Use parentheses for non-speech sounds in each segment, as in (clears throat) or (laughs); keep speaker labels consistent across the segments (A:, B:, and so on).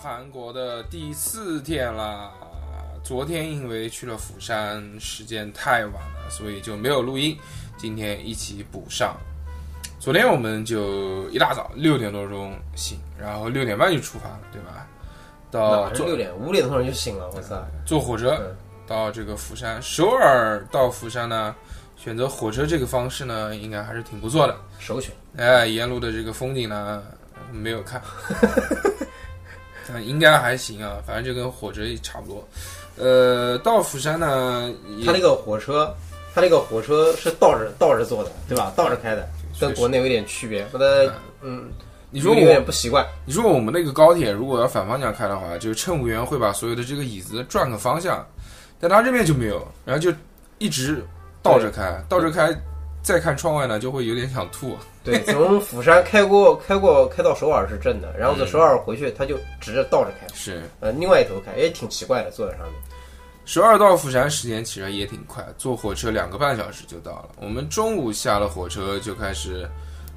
A: 韩国的第四天啦。昨天因为去了釜山，时间太晚了，所以就没有录音。今天一起补上。昨天我们就一大早六点多钟醒，然后六点半就出发了，对吧？到
B: 哪是
A: 哦坐
B: 六点，五点多钟就醒了，我操！
A: 坐火车
B: 嗯
A: 到这个釜山，首尔到釜山呢，选择火车这个方式呢，应该还是挺不错的。
B: 首选
A: 哎，沿路的这个风景呢，没有看， (laughs) 但应该还行啊，反正就跟火车差不多。呃，到釜山呢，也
B: 它那个火车，它那个火车是倒着倒着坐的，对吧？倒着开
A: 嗯
B: 的，跟国内有点区别。我的嗯，
A: 你说
B: 有
A: 我
B: 点不习
A: (laughs)
B: 惯，
A: 你说我们那个高铁如果要反方向开的话，就乘务员会把所有的这个椅子转个方向，但他这边就没有，然后就一直倒着开，倒着开，再看窗外呢，就会有点想吐。
B: 对，从釜山开过开过开到首尔是正的，然后从首
A: 嗯
B: 尔回去，它就直着倒着开，
A: 是，
B: 呃，另外一头开，也挺奇怪的，坐在上面。
A: 首尔到釜山时间其实也挺快，坐火车两个半小时就到了。我们中午下了火车就开始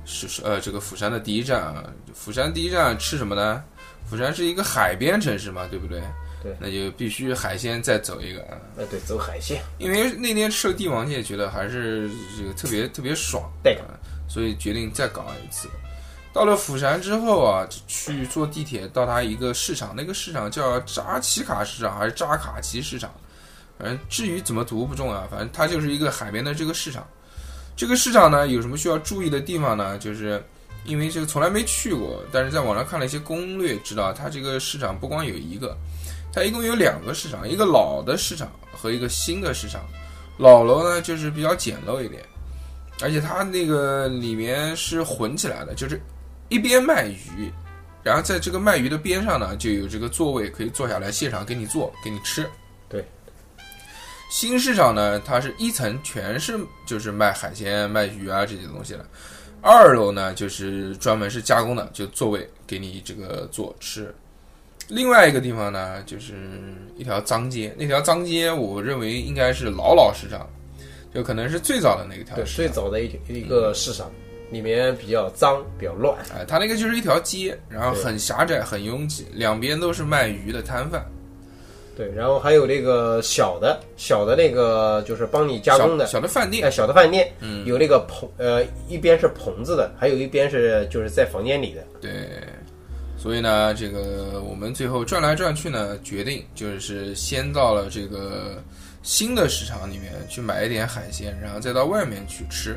A: 是呃这个釜山的第一站啊，釜山第一站吃什么呢？釜山是一个海边城市嘛，对不对？
B: 对
A: 那就必须海鲜再走一个啊。
B: 呃，对，走海鲜，
A: 因为那天吃了帝王蟹，觉得还是这个特别特别爽，
B: 对
A: 啊，所以决定再搞一次。到了釜山之后啊，去坐地铁到它一个市场，那个市场叫扎奇卡市场还是扎卡奇市场，反正至于怎么读不重要，反正它就是一个海边的这个市场。这个市场呢，有什么需要注意的地方呢？就是因为这个从来没去过，但是在网上看了一些攻略，知道它这个市场不光有一个，它一共有两个市场，一个老的市场和一个新的市场。老楼呢，就是比较简陋一点，而且它那个里面是混起来的，就是一边卖鱼，然后在这个卖鱼的边上呢，就有这个座位可以坐下来，现场给你做，给你吃。
B: 对。
A: 新市场呢，它是一层全是就是卖海鲜、卖鱼啊这些东西的，二楼呢就是专门是加工的，就座位给你这个做吃。另外一个地方呢，就是一条脏街，那条脏街我认为应该是老老市场，就可能是最早的那一条
B: 对，
A: 市
B: 最早的一一
A: 嗯
B: 个市场，里面比较脏，比较乱，
A: 哎，它那个就是一条街，然后很狭窄、很拥挤，两边都是卖鱼的摊贩，
B: 对，然后还有那个小的小的那个就是帮你加工的
A: 小，小的饭店
B: 哎，小的饭店，嗯，有那个棚，呃，一边是棚子的，还有一边是就是在房间里的，
A: 对，所以呢，这个我们最后转来转去呢，决定就是先到了这个新的市场里面去买一点海鲜，然后再到外面去吃。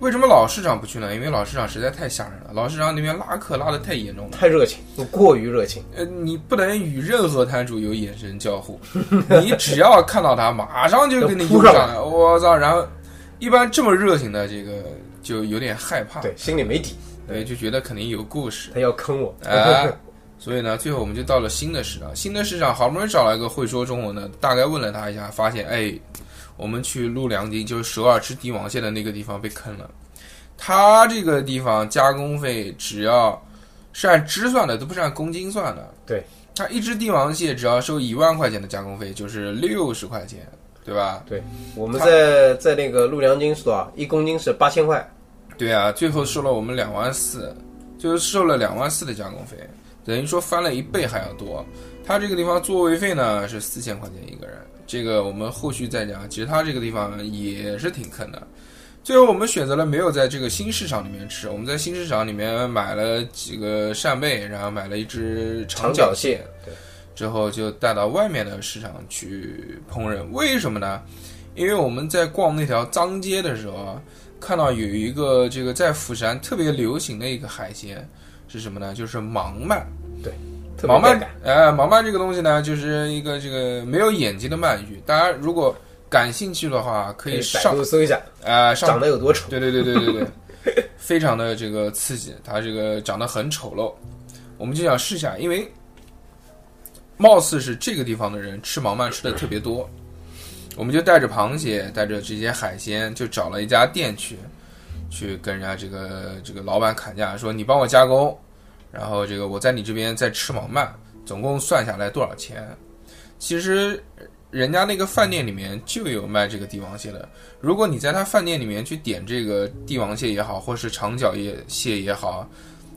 A: 为什么老市场不去呢？因为老市场实在太吓人了，老市场里面拉客拉的太严重了。
B: 太热情，过于热情，
A: 呃，你不能与任何摊主有眼神交互， (laughs) 你只要看到他，马上就给你
B: 就
A: 扑
B: 扑
A: 上
B: 上
A: 来。我操！然后一般这么热情的这个就有点害怕，
B: 对，心里没底，
A: 对，就觉得肯定有故事。
B: 他要坑我，
A: 哎，所以呢，最后我们就到了新的市场。新的市场好不容易找了一个会说中文的，大概问了他一下，发现哎，我们去陆良町，就是首尔吃帝王蟹的那个地方被坑了。他这个地方加工费只要是按只算的，都不是按公斤算的。
B: 对，
A: 他一只帝王蟹只要收一万块钱的加工费，就是六十块钱，对吧？
B: 对，我们在在那个陆良京是多少？一公斤是八千块，
A: 对啊，最后收了我们两万四，就是收了两万四的加工费，等于说翻了一倍还要多。他这个地方座位费呢是四千块钱一个人，这个我们后续再讲。其实他这个地方也是挺坑的。最后我们选择了没有在这个新市场里面吃，我们在新市场里面买了几个扇贝，然后买了一只长
B: 长
A: 脚
B: 脚蟹，对，
A: 之后就带到外面的市场去烹饪。为什么呢？因为我们在逛那条脏街的时候啊，看到有一个这个在釜山特别流行的一个海鲜是什么呢？就是盲鳗。
B: 特别
A: 盲
B: 带
A: 鳗
B: 感，，
A: 呃，盲鳗这个东西呢，就是一个这个没有眼睛的鳗鱼。大家如果感兴趣的话，可
B: 可
A: 以
B: 以哎百
A: 上
B: 度搜一下，
A: 呃上
B: 长得有多丑，
A: 对对对对对对，非常的这个刺激，它这个长得很丑陋，我们就想试一下，因为貌似是这个地方的人吃毛鳗吃的特别多，我们就带着螃蟹，带着这些海鲜，就找了一家店去，去跟人家这个这个老板砍价，说你帮我加工，然后这个我在你这边再吃毛鳗，总共算下来多少钱？其实人家那个饭店里面就有卖这个帝王蟹的，如果你在他饭店里面去点这个帝王蟹也好，或是长脚蟹蟹也好，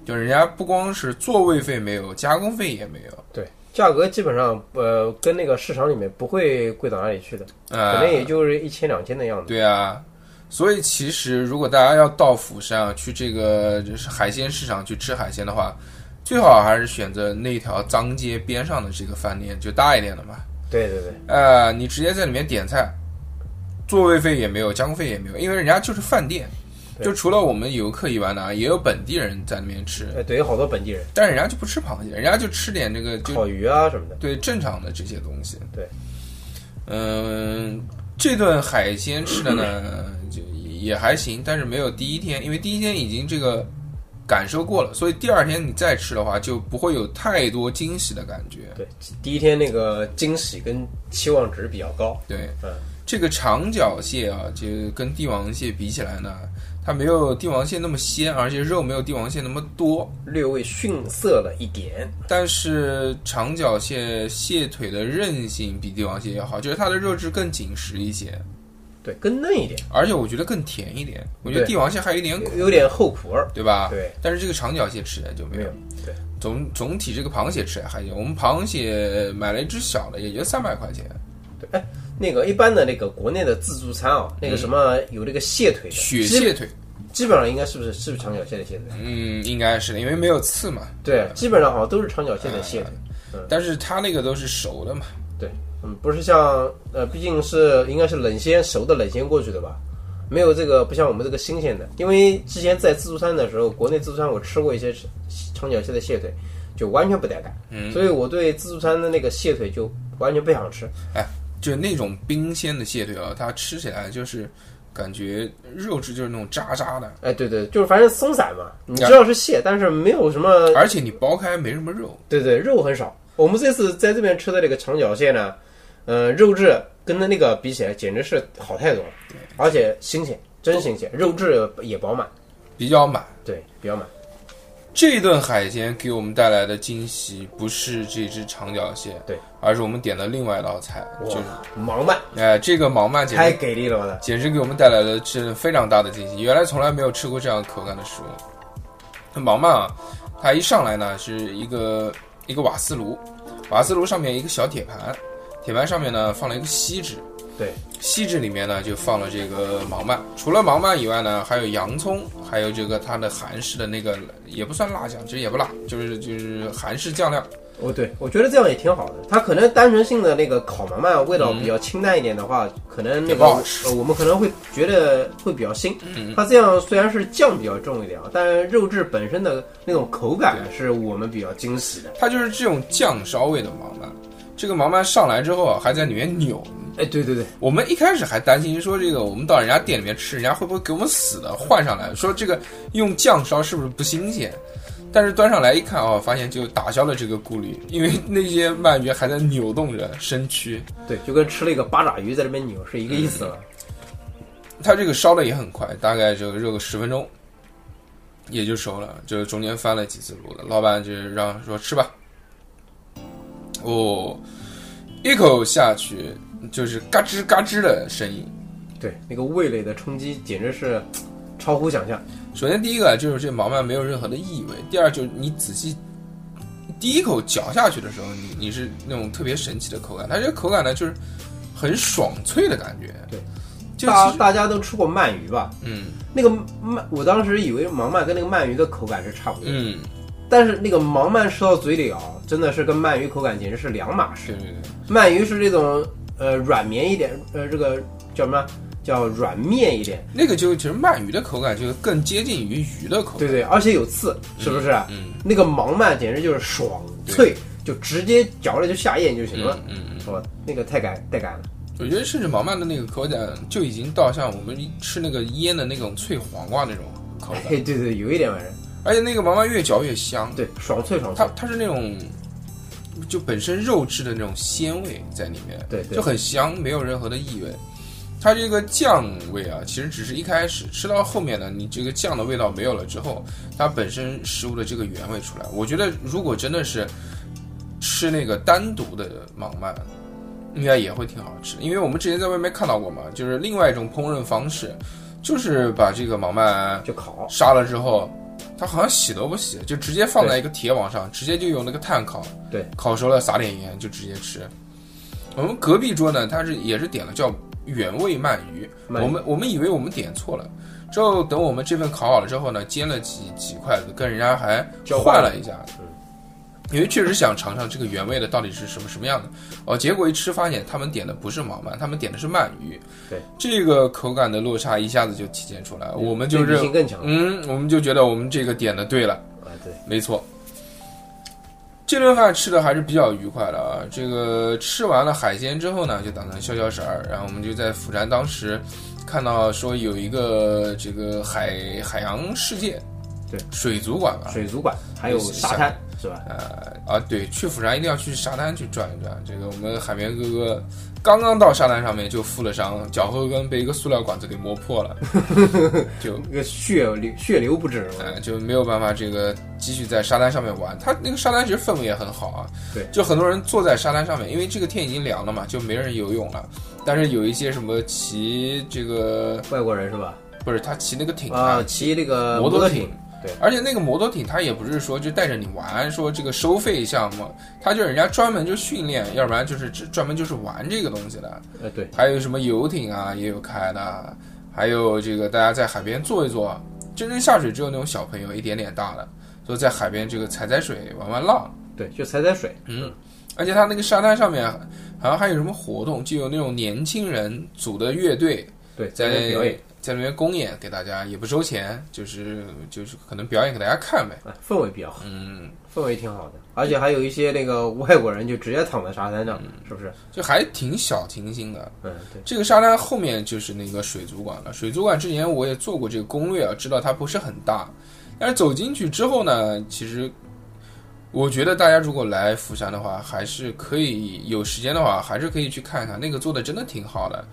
A: 就人家不光是座位费没有，加工费也没有，
B: 对，价格基本上呃跟那个市场里面不会贵到哪里去的，
A: 呃，
B: 可能也就是一千两千的样子。
A: 对啊，所以其实如果大家要到釜山啊，去这个就是海鲜市场去吃海鲜的话，最好还是选择那条脏街边上的这个饭店，就大一点的嘛。
B: 对对对，
A: 呃，你直接在里面点菜，座位费也没有，加工费也没有，因为人家就是饭店，
B: 对
A: 就除了我们游客以外呢，也有本地人在那边吃，
B: 哎，对，有好多本地人，
A: 但人家就不吃螃蟹，人家就吃点这个就
B: 烤鱼啊什么的。
A: 对正常的这些东西。
B: 对，
A: 嗯，这顿海鲜吃的呢， (clears throat) 就也还行，但是没有第一天，因为第一天已经这个感受过了，所以第二天你再吃的话，就不会有太多惊喜的感觉。
B: 对，第一天那个惊喜跟期望值比较高。
A: 对，
B: 嗯，
A: 这个长脚蟹啊，就跟帝王蟹比起来呢，它没有帝王蟹那么鲜，而且肉没有帝王蟹那么多。
B: 略微逊色了一点。
A: 但是长脚蟹蟹腿的韧性比帝王蟹要好，就是它的肉质更紧实一些。
B: 对，更嫩一点，
A: 而且我觉得更甜一点。我觉得
B: 对
A: 帝王蟹还有一点苦，
B: 有点后苦味儿。
A: 对吧？
B: 对。
A: 但是这个长脚蟹吃起来就没
B: 没
A: 有
B: 有。，对，
A: 总总体这个螃蟹吃起来还行。我们螃蟹买了一只小的，也就三百块钱，
B: 那个一般的那个国内的自助餐啊，那个什么有那个蟹腿的，
A: 雪
B: 基
A: 嗯蟹腿，
B: 基本上应该是不是是不是长脚蟹的蟹腿？
A: 嗯，应该是的，因为没有刺嘛。
B: 对，基本上好像都是长脚蟹的蟹腿。
A: 哎但是它那个都是熟的嘛，
B: 对，嗯，不是像呃，毕竟是应该是冷鲜熟的冷鲜过去的吧，没有这个不像我们这个新鲜的。因为之前在自助餐的时候，国内自助餐我吃过一些长脚蟹的蟹腿，就完全不带感，嗯，所以我对自助餐的那个蟹腿就完全不想吃。
A: 就那种冰鲜的蟹腿啊，它吃起来就是感觉肉质就是那种渣渣的，
B: 哎，对对，就是反正松散嘛，你
A: 啊
B: 知道是蟹，但是没有什么
A: 而且你剥开没什么肉，
B: 对对，肉很少。我们这次在这边吃的那个长脚蟹呢，呃，肉质跟那那个比起来，简直是好太多了。对，而且新鲜，真新鲜，肉质也饱满，
A: 比较满。
B: 对，比较满。
A: 这顿海鲜给我们带来的惊喜不是这只长脚蟹，
B: 对，
A: 而是我们点的另外一道菜，
B: 哇
A: 就是，
B: 忙慢
A: 哎、这个毛曼简
B: 太
A: 直
B: 给力了吧？
A: 简直给我们带来了是非常大的惊喜，原来从来没有吃过这样口感的食物。那毛曼啊，它一上来呢是一个一个瓦斯炉，瓦斯炉上面一个小铁盘，铁盘上面呢放了一个锡纸，
B: 对，
A: 锡纸里面呢就放了这个毛曼，除了毛曼以外呢，还有洋葱，还有这个它的韩式的那个也不算辣酱，其实也不辣，就是就是韩式酱料。
B: 哦，对，我觉得这样也挺好的。它可能单纯性的那个烤毛慢味道比较清淡一点的话，可能那
A: 也不
B: 个
A: 好吃
B: 呃我们可能会觉得会比较腥。它这样虽然是酱比较重一点啊，但肉质本身的那种口感是我们比较惊喜的。
A: 它就是这种酱烧味的毛曼。这个毛曼上来之后啊，还在里面扭。
B: 哎，对对对，
A: 我们一开始还担心说这个，我们到人家店里面吃，人家会不会给我们死的换上来？说这个用酱烧是不是不新鲜？但是端上来一看哦，发现就打消了这个顾虑，因为那些鳗鱼还在扭动着身躯。
B: 对，就跟吃了一个八爪鱼在那边扭是一个意思了。
A: 它这个烧的也很快，大概就热个十分钟，也就熟了。就是中间翻了几次炉了，老板就让说吃吧。哦，一口下去就是嘎吱嘎吱的声音。
B: 对，那个味蕾的冲击简直是超乎想象。
A: 首先第一个就是这毛鳗没有任何的异味，第二就是你仔细第一口嚼下去的时候，你你是那种特别神奇的口感，它这个口感呢就是很爽脆的感觉。
B: 对，
A: 就
B: 大
A: 其实
B: 大家都吃过鳗鱼吧？
A: 嗯
B: 那个鳗，我当时以为毛鳗跟那个鳗鱼的口感是差不多，
A: 嗯，
B: 但是那个毛鳗吃到嘴里啊，真的是跟鳗鱼口感简直是两码事。
A: 对对对。
B: 鳗鱼是这种呃软绵一点，呃这个叫什么？叫软面一点，
A: 那个就其实鳗鱼的口感就更接近于鱼的口感。
B: 对对，而且有刺，是不是？
A: 哦
B: 啊
A: 嗯，
B: 那个毛鳗简直就是爽
A: 对
B: 脆，就直接嚼了就下咽就行了。
A: 嗯嗯嗯，
B: 哇，那个太感太感了。
A: 我觉得甚至毛鳗的那个口感就已经到像我们吃那个腌的那种脆黄瓜那种口感，
B: 嘿， (laughs) 对对，有一点玩意儿，
A: 而且那个毛鳗越嚼越香，
B: 对，爽脆爽
A: 它
B: 脆，
A: 它是那种就本身肉质的那种鲜味在里面，
B: 对对
A: 就很香，没有任何的异味。它这个酱味啊，其实只是一开始吃到后面呢，你这个酱的味道没有了之后，它本身食物的这个原味出来。我觉得如果真的是吃那个单独的芒鳗，应该也会挺好吃，因为我们之前在外面看到过嘛，就是另外一种烹饪方式，就是把这个芒鳗
B: 就烤，
A: 杀了之后，它好像洗都不洗，就直接放在一个铁网上，直接就用那个炭烤，
B: 对，
A: 烤熟了撒点盐就直接吃。我们隔壁桌呢，他是也是点了叫原味鳗鱼，
B: 鳗鱼
A: 我们我们以为我们点错了，之后等我们这份烤好了之后呢，煎了几几筷子，跟人家还
B: 交
A: 换
B: 换嗯
A: 了一下，因为确实想尝尝这个原味的到底是什么什么样的哦，结果一吃发现他们点的不是毛鳗，他们点的是鳗鱼，
B: 对，
A: 这个口感的落差一下子就体现出来，我们就
B: 对比
A: 认
B: 性更强
A: 嗯，我们就觉得我们这个点的对了，
B: 啊，对，
A: 没错。这顿饭吃的还是比较愉快的啊。这个吃完了海鲜之后呢，就打算消消食儿。然后我们就在釜山，当时看到说有一个这个海海洋世界，
B: 对，
A: 水族馆吧，
B: 水族馆还有沙滩是吧？
A: 啊，对，去釜山一定要去沙滩去转一转。这个我们海绵哥哥刚刚到沙滩上面就负了伤，脚后跟被一个塑料管子给磨破了，就
B: 那个血流血流不止，
A: 呃，就没有办法这个继续在沙滩上面玩。它那个沙滩其实氛围也很好啊，
B: 对
A: 就很多人坐在沙滩上面，因为这个天已经凉了嘛，就没人游泳了。但是有一些什么骑这个
B: 外国人是吧？
A: 不是他骑那个艇
B: 啊，骑那个
A: 摩
B: 托
A: 托艇，
B: 对
A: 而且那个摩托艇，它也不是说就带着你玩，说这个收费项目，它就是人家专门就训练，要不然就是只专门就是玩这个东西的。
B: 呃，对，
A: 还有什么游艇啊，也有开的，还有这个大家在海边坐一坐，真正下水只有那种小朋友一点点大的，所以在海边这个踩踩水、玩玩浪。
B: 对，就踩踩水，
A: 嗯，而且它那个沙滩上面好像还有什么活动，就有那种年轻人组的乐队
B: 对，
A: 在
B: 在那表演，
A: 在那边公演给大家，也不收钱，就是就是可能表演给大家看呗。
B: 啊，氛围比较好，
A: 嗯，
B: 氛围挺好的，而且还有一些那个外国人就直接躺在沙滩上，
A: 嗯
B: 是不是？
A: 就还挺小清新的。
B: 嗯，对，
A: 这个沙滩后面就是那个水族馆了。水族馆之前我也做过这个攻略啊，知道它不是很大，但是走进去之后呢，其实我觉得大家如果来釜山的话，还是可以有时间的话，还是可以去看看，那个做的真的挺好的。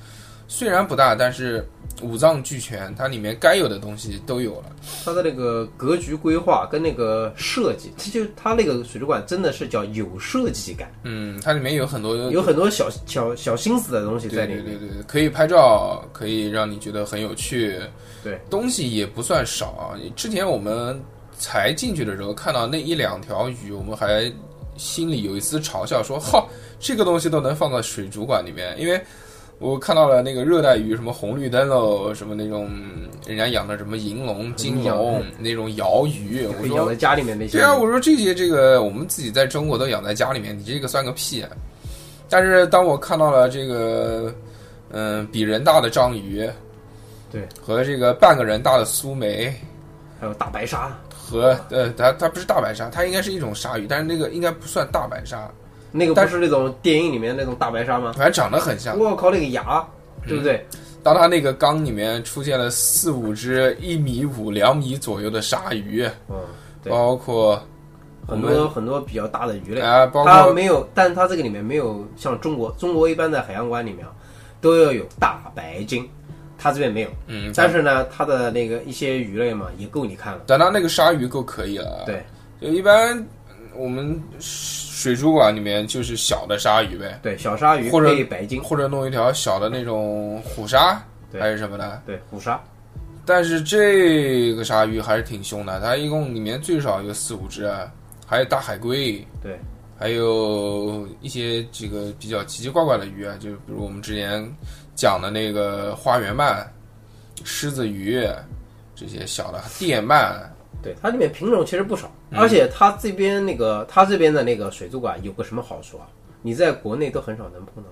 A: 虽然不大，但是五脏俱全，它里面该有的东西都有了。
B: 它的那个格局规划跟那个设计，它就它那个水族馆真的是叫有设计感，
A: 嗯，它里面有很多
B: 有很多小小小心思的东西在
A: 对
B: 里
A: 对
B: 面。
A: 对对，对可以拍照，可以让你觉得很有趣。
B: 对，
A: 东西也不算少啊。之前我们才进去的时候，看到那一两条鱼，我们还心里有一丝嘲笑，说：“哈，这个东西都能放到水族馆里面。”因为我看到了那个热带鱼，什么红绿灯喽，什么那种人家养的什么银龙、金龙那种鳐鱼，我
B: 可以养
A: 说
B: 在家里面那些，
A: 对啊，我说这些这个我们自己在中国都养在家里面，你这个算个屁、啊。但是当我看到了这个，嗯、比人大的章鱼，
B: 对，
A: 和这个半个人大的苏梅，
B: 还有大白鲨，
A: 和呃，它它不是大白鲨，它应该是一种鲨鱼，但是那个应该不算大白鲨，
B: 那个
A: 但
B: 不是那种电影里面那种大白鲨吗？
A: 反正长得很像。
B: 我靠，那个牙，对不对？
A: 当它那个缸里面出现了四五只一米五、两米左右的鲨鱼，
B: 嗯，对
A: 包括
B: 很
A: 我
B: 多很多比较大的鱼类，
A: 啊包括
B: 它没有，但它这个里面没有像中国，中国一般在海洋馆里面啊，都要有大白鲸，它这边没有。
A: 嗯，
B: 但是呢，它的那个一些鱼类嘛，也够你看了。
A: 但它那个鲨鱼够可以了。啊
B: 对
A: 就一般嗯我们水族馆里面就是小的鲨鱼呗，
B: 对，小鲨鱼
A: 或者
B: 配白鲸，
A: 或者弄一条小的那种虎鲨
B: 对
A: 还是什么的。
B: 对虎鲨，
A: 但是这个鲨鱼还是挺凶的，它一共里面最少有四五只，啊还有大海龟，
B: 对
A: 还有一些这个比较奇奇怪怪的鱼啊，就比如我们之前讲的那个花园鳗、狮子鱼这些小的电鳗，
B: 对，它里面品种其实不少，
A: 嗯
B: 而且它这边那个它这边的那个水族馆有个什么好处啊？你在国内都很少能碰到，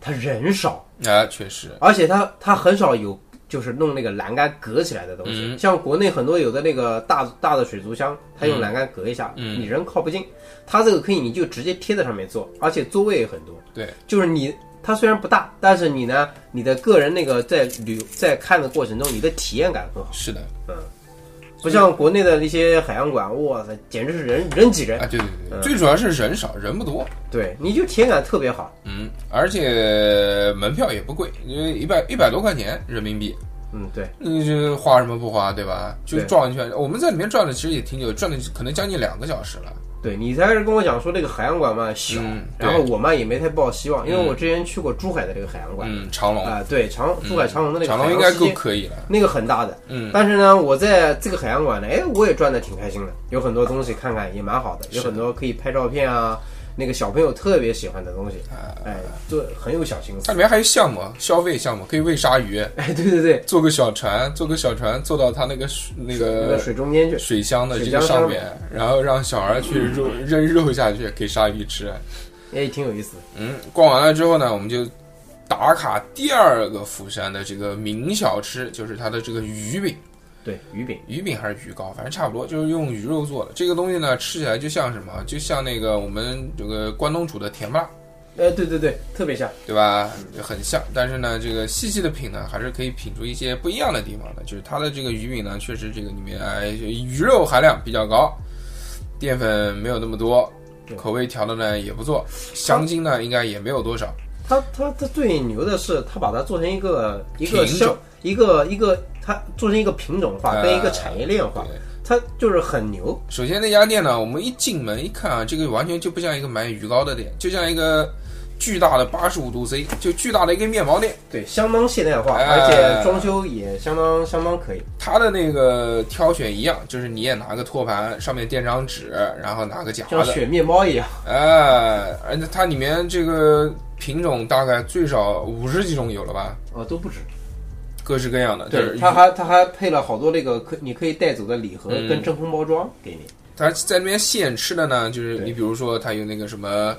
B: 它人少，
A: 啊，确实，
B: 而且它它很少有就是弄那个栏杆隔起来的东西，
A: 嗯
B: 像国内很多有的那个大大的水族箱，它用栏杆隔一下，
A: 嗯
B: 你人靠不近。它这个可以，你就直接贴在上面坐，而且座位也很多。
A: 对，
B: 就是你它虽然不大，但是你呢，你的个人那个在旅在看的过程中，你的体验感很好，
A: 是的，
B: 不像国内的那些海洋馆，哇塞，简直是人人挤人
A: 啊，。对对
B: 嗯
A: 对，最主要是人少，人不多，
B: 对，你就体验感特别好。
A: 嗯，而且门票也不贵，因为一百一百多块钱人民币，
B: 嗯，对，
A: 你这花什么不花，对吧？就
B: 对
A: 转一圈，我们在里面转了其实也挺久，转了可能将近两个小时了。
B: 对你才开始跟我讲说这个海洋馆嘛小，
A: 嗯
B: 然后我嘛也没太抱希望，因为我之前去过珠海的这个海洋馆
A: 嗯，长
B: 啊、
A: 隆，
B: 对长珠海长隆的那个
A: 长
B: 海
A: 隆应
B: 洋
A: 该
B: 世
A: 够
B: 界
A: 可以了。
B: 那个很大的，
A: 嗯，
B: 但是呢，我在这个海洋馆呢，哎，我也转的挺开心的，有很多东西看看也蛮好的，有很多可以拍照片啊，那个小朋友特别喜欢的东西，
A: 啊
B: 哎，做很有小心
A: 它
B: 思
A: 里。面还有项目，消费项目，可以喂鲨鱼，
B: 哎，对对对，
A: 坐个小船，坐个小船，坐到它那个水那
B: 那个
A: 个
B: 水中间去，
A: 呃水箱的
B: 水
A: 这个
B: 箱
A: 上
B: 上
A: 面，然后让小孩去肉扔肉下去给鲨鱼吃。
B: 哎，挺有意思的。
A: 嗯，逛完了之后呢，我们就打卡第二个釜山的这个名小吃，就是它的这个鱼饼，
B: 对，鱼饼，
A: 鱼饼还是鱼糕，反正差不多，就是用鱼肉做的。这个东西呢，吃起来就像什么，就像那个我们这个关东煮的甜不辣，
B: 哎，对对对，特别像。
A: 呃对吧？很像，但是呢，这个细细的品呢，还是可以品出一些不一样的地方的。就是它的这个鱼饼呢，确实这个里面哎鱼肉含量比较高，淀粉没有那么多，
B: 对
A: 口味调的呢也不错，香精呢应该也没有多少。
B: 它它它最牛的是，它把它做成一个一个
A: 品
B: 像
A: 种哎
B: 一个一个，它做成一个品种化跟一个产业链化
A: 对，
B: 它就是很牛。
A: 首先那家店呢，我们一进门一看啊，这个完全就不像一个卖鱼糕的店，就像一个巨大的八十五度 C，就巨大的一个面包店。
B: 对，相当现代化，
A: 哎
B: 而且装修也相当相当可以。
A: 它的那个挑选一样，就是你也拿个托盘，上面垫张纸，然后拿个夹
B: 像
A: 子，
B: 雪面包一样，
A: 哎，而且它里面这个品种大概最少五十几种有了吧，
B: 哦，都不止。
A: 各式各样的。啊就是
B: 对，它还它还配了好多那个可你可以带走的礼盒
A: 嗯
B: 跟真空包装给你。
A: 它在那边现吃的呢，就是
B: 对
A: 你比如说它有那个什么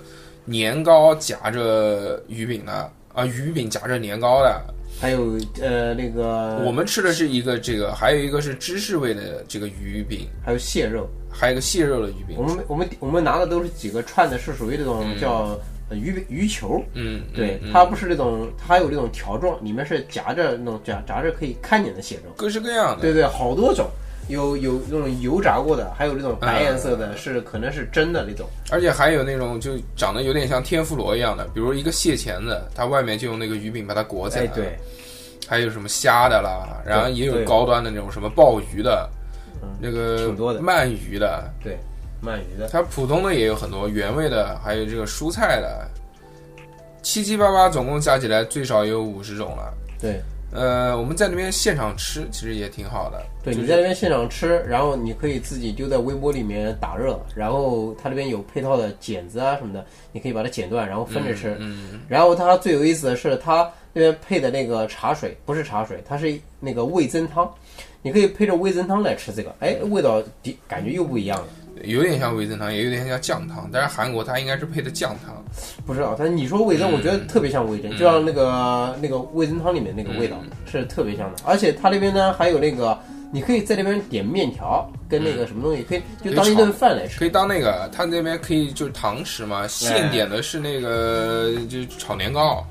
A: 年糕夹着鱼饼的啊，鱼饼夹着年糕的。
B: 还有呃那个
A: 我们吃的是一个这个，还有一个是芝士味的这个鱼饼，
B: 还有蟹肉，
A: 还有一个蟹肉的鱼饼
B: 我。们我们我们拿的都是几个串的，是属于这种叫呃鱼饼鱼球。
A: 嗯，嗯
B: 对，
A: 嗯
B: 它不是那种，它有那种条状，里面是夹着那种夹夹着可以看见的蟹肉。
A: 嗯各式各样的。
B: 对对，好多种，有有那种油炸过的，还有那
A: 嗯
B: 种白颜色的，是可能是蒸的那种。
A: 而且还有那种就长得有点像天妇罗一样的，比如一个蟹钳子，它外面就用那个鱼饼把它裹起来。
B: 哎，对，
A: 还有什么虾的啦，然后也有
B: 对
A: 高端的那种什么鲍鱼的
B: 嗯，
A: 那个
B: 挺多的
A: 鳗鱼的，
B: 对，鳗鱼的，
A: 它普通的也有很多，原味的，还有这个蔬菜的，七七八八总共加起来最少有五十种了。
B: 对
A: 呃，我们在那边现场吃，其实也挺好的。
B: 对，
A: 就
B: 你
A: 是
B: 在那边现场吃，然后你可以自己丢在微波里面打热，然后它那边有配套的剪子啊什么的，你可以把它剪断，然后分着吃。
A: 嗯，
B: 然后它最有意思的是，它那边配的那个茶水不是茶水，它是那个味增汤，你可以配着味增汤来吃这个，哎，味道的感觉又不一样了。
A: 嗯有点像味增汤，也有点像酱汤，但是韩国它应该是配的酱汤。
B: 不知道，但你说味
A: 嗯
B: 增，我觉得特别像味增，就像那个那个味增汤里面那个味道
A: 嗯
B: 是特别像的。而且它那边呢还有那个，你可以在那边点面条跟那个什么东西，可以就当一顿饭来吃。
A: 嗯可以当那个，他那边可以就是堂食
B: 哎
A: 嘛，现点的是那个就是炒年糕，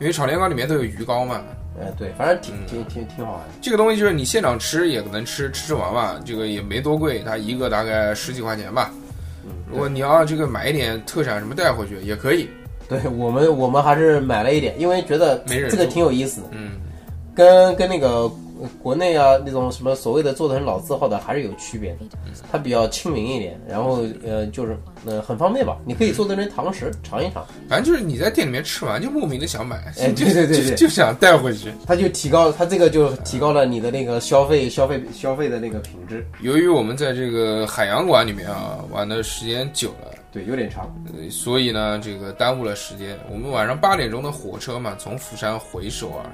A: 因为炒年糕里面都有鱼糕嘛。
B: 哎，对，反正挺
A: 嗯
B: 挺挺挺好玩的。
A: 这个东西就是你现场吃也能吃，吃吃玩玩，这个也没多贵，它一个大概十几块钱吧。
B: 嗯
A: 如果你要这个买一点特产什么带回去也可以，
B: 对我们我们还是买了一点，因为觉得
A: 没忍
B: 这个
A: 住
B: 挺有意思的，
A: 嗯，
B: 跟跟那个呃国内啊那种什么所谓的做的很老字号的还是有区别的。它比较亲民一点，然后呃就是呃很方便吧，你可以做那边堂食尝一尝。
A: 反正就是你在店里面吃完就莫名的想买，
B: 哎
A: 就
B: 对对对
A: (laughs) 就
B: 对
A: 就想带回去。
B: 它就提高，它这个就提高了你的那个消费、消费、消费的那个品质。
A: 由于我们在这个海洋馆里面啊玩的时间久了，
B: 对，有点长。
A: 呃所以呢，这个耽误了时间。我们晚上八点钟的火车嘛，从釜山回首尔，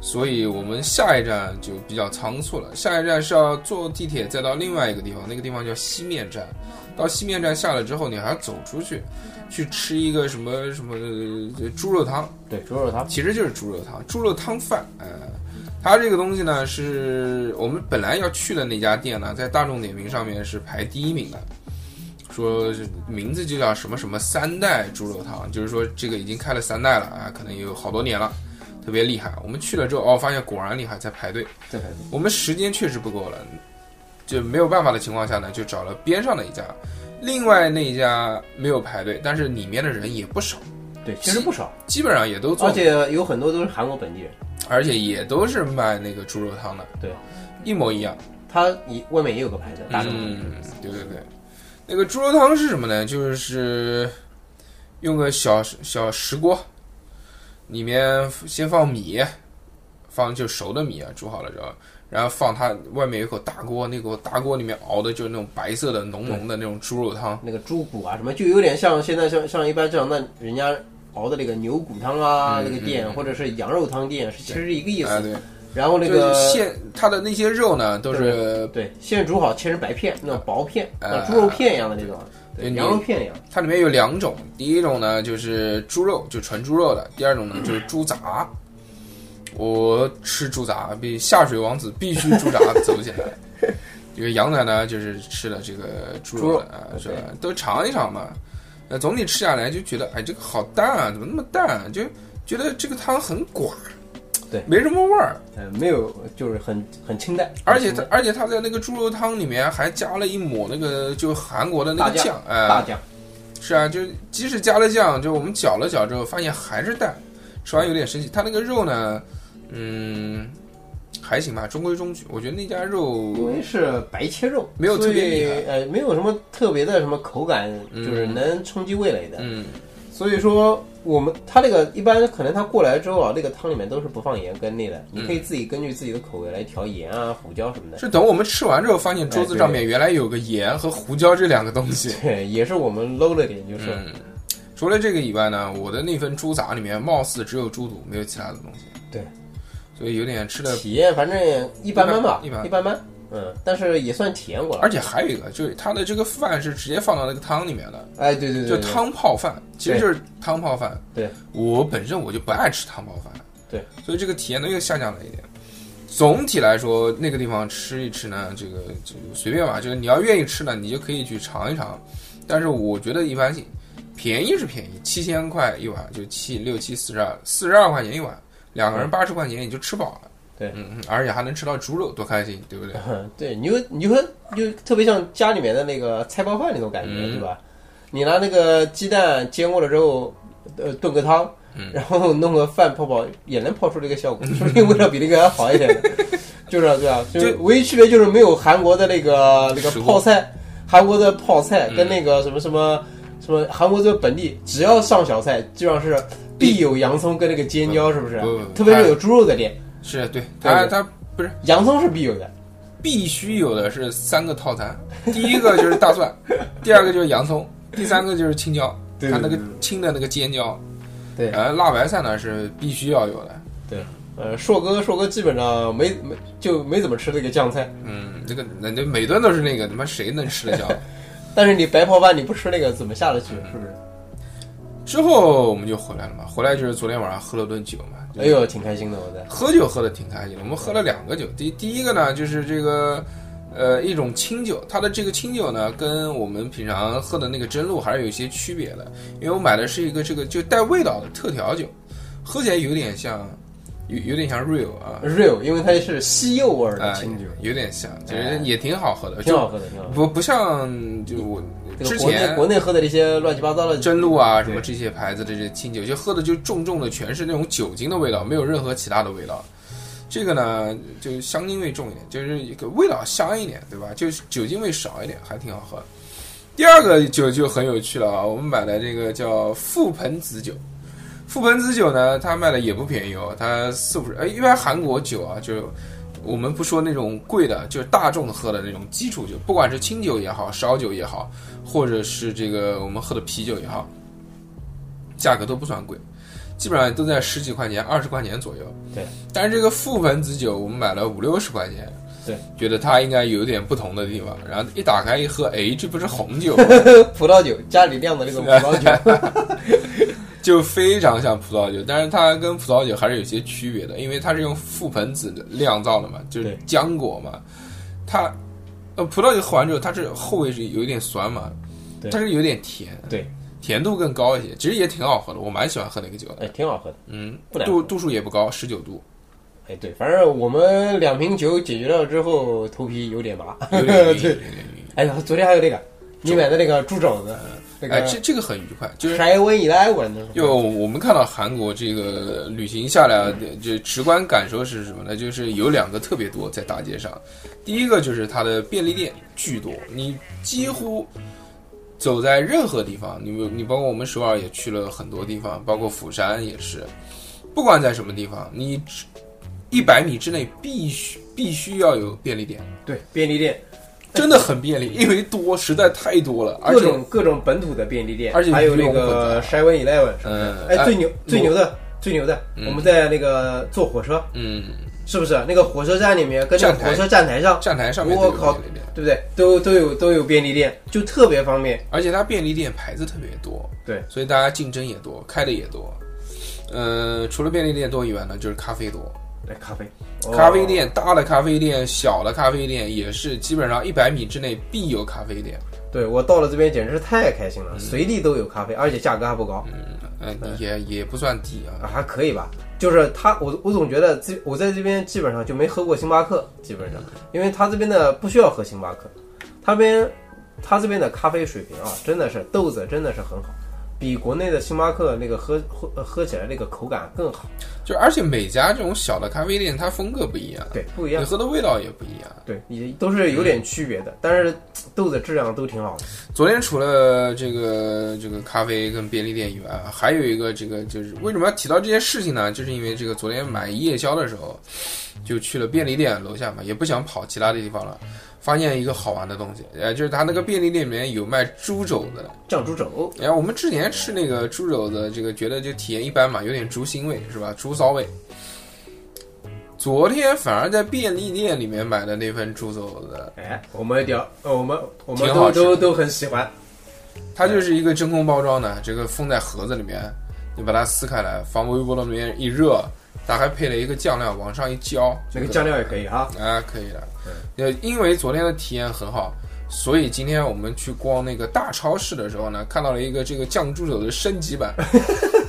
A: 所以我们下一站就比较仓促了。下一站是要坐地铁再到另外一个地方，那个地方叫西面站。到西面站下了之后，你还要走出去，去吃一个什么什么呃猪肉汤，
B: 对，猪肉汤。
A: 其实就是猪肉汤，猪肉汤饭。呃，它这个东西呢，是我们本来要去的那家店呢，在大众点评上面是排第一名的，说是名字就叫什么什么三代猪肉汤，就是说这个已经开了三代了啊，可能有好多年了。特别厉害，我们去了之后哦，发现果然厉害，在排队。
B: 这很
A: 我们时间确实不够了，就没有办法的情况下呢，就找了边上的一家，另外那一家没有排队，但是里面的人也不少，
B: 对，其实不少，
A: 基本上也都坐
B: 而且有很多都是韩国本地人。
A: 而且也都是卖那个猪肉汤的，
B: 对，
A: 一模一样。
B: 它以外面也有个牌子，大众。
A: 嗯，对对对。那个猪肉汤是什么呢？就是用个小小石锅，里面先放米，放就熟的米啊，煮好了之后，然后放它外面有口大锅，那口大锅里面熬的就是那种白色的浓浓的那种猪肉汤。
B: 那个猪骨啊什么，就有点像现在像像一般这样，那人家熬的那个牛骨汤啊，那个店、或者是羊肉汤店，是其实是一个意思。
A: 啊，对，
B: 然后那
A: 就
B: 个
A: 是现它的那些肉呢，都是
B: 对，现煮好切成白片，那种薄片，
A: 呃
B: 像猪肉片一样的那种，
A: 对
B: 对，
A: 你
B: 羊肉片一样。
A: 它里面有两种，第一种呢就是猪肉，就纯猪肉的；第二种呢就是猪杂。我吃猪杂，比下水王子必须猪杂走起来。
B: (laughs)
A: 这个羊奶呢，就是吃了这个猪
B: 猪
A: 肉
B: 肉
A: 的啊，是吧？都尝一尝嘛。那总体吃下来就觉得，哎，这个好淡啊，怎么那么淡、啊？就觉得这个汤很寡，
B: 对
A: 没什么味儿。
B: 呃，没有，就是很很清淡，
A: 而且
B: 很
A: 它
B: 清，
A: 而且它在那个猪肉汤里面还加了一抹那个，就韩国的那
B: 大
A: 个
B: 酱
A: 酱，哎、
B: 淡大酱，
A: 是啊，就即使加了酱，就我们搅了搅之后，发现还是淡，吃完有点生气。它那个肉呢，嗯，还行吧，中规中矩。我觉得那家
B: 因
A: 肉
B: 为是白切肉，
A: 没有特别厉害
B: 所以呃，没有什么特别的什么口感，
A: 嗯
B: 就是能冲击味蕾的。
A: 嗯，
B: 所以说，我们它那个一般可能它过来之后啊，那个汤里面都是不放盐跟那的，你可以自己根据自己的口味来调盐啊、胡椒什么的。
A: 是等我们吃完之后，发现桌子
B: 哎
A: 上面原来有个盐和胡椒这两个东西。
B: 对， (laughs) 也是我们 low 了点，就是、
A: 嗯，除了这个以外呢，我的那份猪杂里面貌似只有猪肚，没有其他的东西。
B: 对，
A: 所以有点吃的。
B: 体验，反正一般般吧，
A: 一般
B: 一般般。嗯，但是也算体验过了
A: 而。且还有一个，就是它的这个饭是直接放到那个汤里面的，
B: 哎，对对对，
A: 就
B: 对，
A: 汤泡饭，其实就是汤泡饭。
B: 对，
A: 我本身我就不爱吃汤泡饭，
B: 对，
A: 所以这个体验呢又下降了一点。总体来说，那个地方吃一吃呢，这个就随便吧，就是你要愿意吃呢，你就可以去尝一尝。但是我觉得一般性，便宜是便宜，七千块一碗就七六七四十二四十二块钱一碗，两个人八十块钱你就吃饱了。
B: 对
A: 嗯，嗯而且还能吃到猪肉，多开心，对不对？
B: (laughs) 对，你就你就和就特别像家里面的那个菜包饭那种感觉，
A: 嗯
B: 对吧？你拿那个鸡蛋煎过了之后，呃，炖个汤，
A: 嗯
B: 然后弄个饭泡泡，也能泡出这个效果，说不定味道比那个还好一点呢。 (laughs) 就是啊，对啊，就是唯一区别就是没有韩国的那个那个
A: 食物
B: 泡菜，韩国的泡菜跟
A: 嗯
B: 那个什么什么什么韩国这本地，只要上小菜，基本上是必有洋葱跟那个尖椒，是不是
A: 嗯不不不？
B: 特别是有猪肉的店，
A: 是对，
B: 对
A: 它
B: 对
A: 它不是
B: 洋葱是必有的。
A: 必须有的是三个套餐，第一个就是大
B: (laughs)
A: 蒜，第二个就是洋葱，第三个就是青椒，
B: 对
A: 它那个
B: 对对
A: 青的那个尖椒，
B: 对
A: 然后辣白菜呢是必须要有的，
B: 呃，硕哥，硕哥基本上没没就没怎么吃这个酱菜，
A: 嗯，这个那那每顿都是那个，他妈谁能吃得
B: (laughs)
A: 消？
B: 但是你白泡饭你不吃那个怎么下得去？是不是？
A: 之后我们就回来了嘛，回来就是昨天晚上喝了顿酒嘛，就
B: 哎呦，挺开心的，我在。
A: 喝酒喝的挺开心的，我们喝了两个酒。第第一个呢，就是这个呃一种清酒，它的这个清酒呢，跟我们平常喝的那个真露还是有一些区别的，因为我买的是一个这个就带味道的特调酒，喝起来有点像有有点像 real 啊，
B: real，因为它是西柚味儿的
A: 啊
B: 清酒，
A: 有点像，其实
B: 哎
A: 也挺好喝的，
B: 挺
A: 就
B: 好喝的，挺好喝的。
A: 不不像就我
B: 这
A: 之
B: 个国
A: 前
B: 内国内喝的这些乱七八糟的，
A: 真露啊，什么
B: 对
A: 这些牌子的这些清酒，就喝的就重重的全是那种酒精的味道，没有任何其他的味道。这个呢，就香精味重一点，就是一个味道香一点，对吧？就是酒精味少一点，还挺好喝。第二个酒就很有趣了啊，我们买的这个叫覆盆子酒。覆盆子酒呢，它卖的也不便宜哦，它四五十。哎，一般韩国酒啊，就是我们不说那种贵的，就是大众喝的那种基础酒，不管是清酒也好，烧酒也好，或者是这个我们喝的啤酒也好，价格都不算贵，基本上都在十几块钱、二十块钱左右。
B: 对，
A: 但是这个覆盆子酒我们买了五六十块钱，
B: 对，
A: 觉得它应该有点不同的地方。然后一打开一喝，哎，这不是红酒吗，
B: 葡萄酒，家里酿的那种葡萄
A: (laughs)
B: 酒，
A: 就非常像葡萄酒，但是它跟葡萄酒还是有些区别的，因为它是用覆盆子酿造的嘛，就是
B: 对
A: 浆果嘛，它。呃，葡萄酒喝完之后，它是后味是有一点酸嘛，
B: 对
A: 它是有点甜，
B: 对，
A: 甜度更高一些，其实也挺好喝的，我蛮喜欢喝那个酒的。
B: 哎，挺好喝的。
A: 嗯
B: 不，难
A: 度度数也不高，十九
B: (laughs)
A: 度，
B: 哎，对，反正我们两瓶酒解决掉之后，头皮有点麻。
A: 有点晕，有点
B: (laughs) 对，
A: 晕。
B: 哎呀，昨天还有那个你买的那个猪肘子，那
A: 哎，
B: 个
A: 这这个很愉快，就是
B: 台湾以来闻的，
A: 就我们看到韩国这个旅行下来啊，就直观感受是什么呢？就是有两个特别多在大街上，第一个就是它的便利店巨多，你几乎走在任何地方，你你包括我们首尔也去了很多地方，包括釜山也是，不管在什么地方，你一百米之内必须必须要有便利店，
B: 对，便利店，
A: 真的很便利，因为多实在太多了，而
B: 各
A: 且
B: 种各种本土的便利店，
A: 而且
B: 还有那
A: 鱼龙混
B: 个
A: 杂
B: Seven Eleven，
A: 嗯，
B: 哎，最牛最牛的最牛的，我们在那个坐火车，
A: 嗯，
B: 是不是？那个火车站里面跟那个
A: 站台
B: 火车站台上，
A: 站台上面都
B: 我
A: 有
B: 靠
A: 便利店，
B: 对不对？都都有都有便利店，就特别方便。
A: 而且它便利店牌子特别多，
B: 对，
A: 所以大家竞争也多，开的也多。呃，除了便利店多以外呢，就是咖啡多。
B: 来咖啡，哦
A: 咖啡店大的咖啡店、小的咖啡店也是基本上一百米之内必有咖啡店。
B: 哦，对我到了这边简直是太开心了，随地都有咖啡，而且价格还不高，
A: 嗯，也也不算低啊。
B: 啊还可以吧？就是他，我我总觉得这我在这边基本上就没喝过星巴克，基本
A: 嗯
B: 上，因为他这边的不需要喝星巴克，他这边他这边的咖啡水平啊，真的是豆子真的是很好，比国内的星巴克那个喝喝喝起来那个口感更好，
A: 就而且每家这种小的咖啡店，它风格不一样，
B: 对，不一
A: 你
B: 样，
A: 喝的味道也不一样。
B: 对，也都是有点区别的，但是豆子质量都挺好的。
A: 昨天除了这个这个咖啡跟便利店以外，还有一个这个就是为什么要提到这些事情呢？就是因为这个昨天买夜宵的时候，就去了便利店楼下嘛，也不想跑其他的地方了，发现一个好玩的东西，呃，就是它那个便利店里面有卖猪肘子的。
B: 酱猪肘，
A: 哎，我们之前吃那个猪肘子，这个觉得就体验一般嘛，有点猪腥味是吧？猪骚味。昨天反而在便利店里面买的那份猪肘子，
B: 哎，我们聊，呃，我们我们
A: 挺
B: 都
A: 好吃
B: 都都很喜欢，
A: 它就是一个真空包装的，这个封在盒子里面，你把它撕开来，放微波炉里面一热，它还配了一个酱料，往上一浇，
B: 那个
A: 就
B: 酱料也可以哈。
A: 啊，可以了。呃，因为昨天的体验很好，所以今天我们去逛那个大超市的时候呢，看到了一个这个酱猪肘的升级
B: (laughs)
A: 版，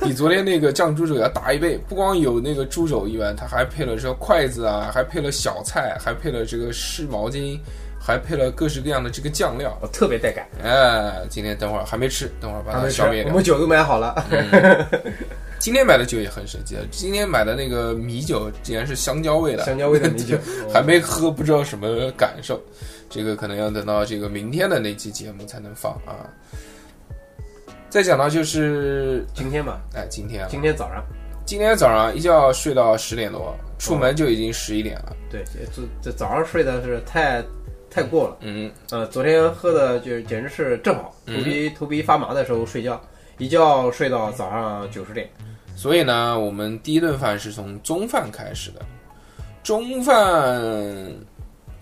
A: 比昨天那个酱猪肘要大一倍。不光有那个猪肘以外，它还配了这筷子啊，还配了小菜，还配了这个湿毛巾，还配了各式各样的这个酱料。
B: 我特别带感，
A: 哎，今天等会儿还没吃，等会儿把
B: 还
A: 它
B: 没吃
A: 消灭，
B: 我
A: 掉。
B: 们酒都买好了。
A: 今天买的酒也很神奇，啊今天买的那个米酒竟然是香蕉味的，
B: 香蕉味的米酒
A: (laughs) 还没喝，不知道什么感受。这个可能要等到这个明天的那期节目才能放啊。再讲到就是，
B: 今天吧，
A: 哎，今天啊
B: 今天早上，
A: 今天早上一觉睡到十点多，出门就已经十一点了。
B: 对，这这这早上睡的是太太过了。
A: 嗯，
B: 呃，昨天喝的就是简直是正好，头皮头皮发麻的时候睡觉，一觉睡到早上九十点。
A: 所以呢，我们第一顿饭是从中饭开始的，中饭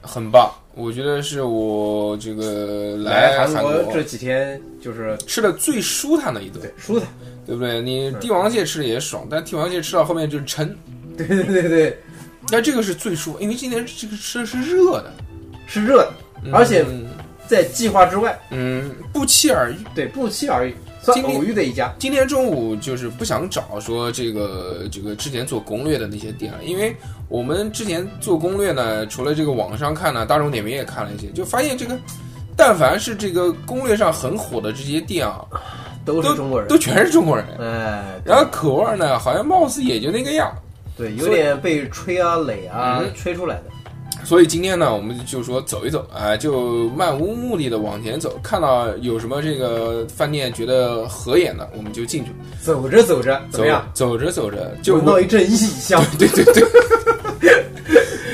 A: 很棒，我觉得是我这个来
B: 韩
A: 韩
B: 国
A: 国
B: 这几天就是
A: 吃的最舒坦的一顿
B: 对。舒坦， (laughs)
A: 对不对？你帝王蟹吃的也爽，但帝王蟹吃到后面就是撑。
B: 对对对对，
A: 那这个是最舒服，因为今天这个吃的是热的，
B: 是热的，而且
A: 嗯
B: 在计划之外，
A: 嗯不期而遇。
B: 对，不期而遇，算
A: 今天
B: 偶遇的一家。
A: 今天中午就是不想找说这个这个之前做攻略的那些店了，因为我们之前做攻略呢，除了这个网上看呢，大众点评也看了一些，就发现这个。但凡是这个攻略上很火的这些店
B: (laughs)
A: 啊，
B: 都是中国人
A: 都，全是中国人。
B: 哎，
A: 然后口味呢，好像貌似也就那个样。
B: 对，有
A: 所以
B: 点被吹啊垒啊
A: 嗯
B: 吹出来的，
A: 所以今天呢，我们就说走一走啊，就漫无目的的往前走，看到有什么这个饭店觉得合眼的，我们就进去。
B: 走着走着怎
A: 走
B: 么样？
A: 走着走着就
B: 闻到
A: 闻
B: 一阵异香，
A: (laughs) 对对对，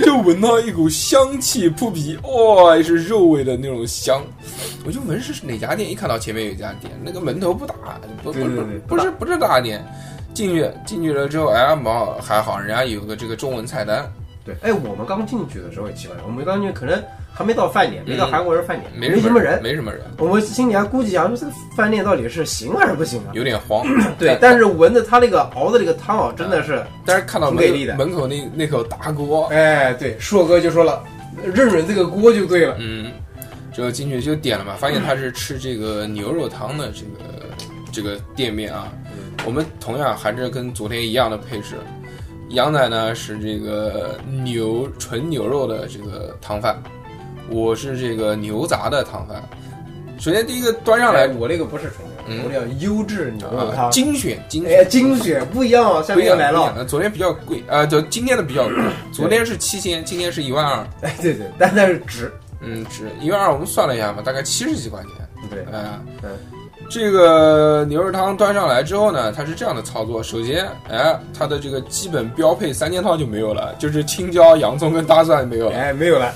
A: 就闻到一股香气扑鼻，哇、是肉味的那种香。我就闻是哪家店，一看到前面有一家店，那个门头不大，不不
B: 对对对
A: 不不是不是大店。进去进去了之后，哎，毛还好，人家有个这个中文菜单，
B: 对，哎，我们刚进去的时候也奇怪，我们刚进去可能还没到饭点，没到韩国人饭点，
A: 没
B: 嗯没
A: 什
B: 什
A: 么
B: 么人。
A: 没什么人，
B: 我们心里还估计想，说这个饭店到底是行还是不行啊？
A: 有点慌。
B: 对，但是闻着他那个熬的那个汤啊，真的是，
A: 但是看到
B: 挺
A: 门
B: 给力的
A: 门口那那口大锅，
B: 哎，对，硕哥就说了，认准这个锅就对了。
A: 嗯，之后进去就点了嘛，发现他是吃这个牛肉汤的这个这个店面啊。
B: 嗯
A: 我们同样还是跟昨天一样的配置，羊奶呢是这个牛纯牛肉的这个汤饭，我是这个牛杂的汤饭。首先第一个端上来
B: 哎，我那个不是纯牛，
A: 嗯
B: 我那叫优质牛肉
A: 啊
B: 汤，。
A: 精选精
B: 哎，
A: 选。
B: 精选不一样啊！下
A: 不一
B: 面又
A: 样呃
B: 来
A: 不一样
B: 了，
A: 的，昨天比较贵，啊，就今天的比较贵，昨天是七千，今天是一万二，
B: 哎，对对，但但是值，
A: 嗯，值一万二，我们算了一下嘛，大概七十几块钱。
B: 对，
A: 哎，
B: 嗯
A: 这个牛肉汤端上来之后呢，它是这样的操作：首先，哎，它的这个基本标配三件套就没有了，就是青椒、洋葱跟大蒜没有了。
B: 哎，没有了。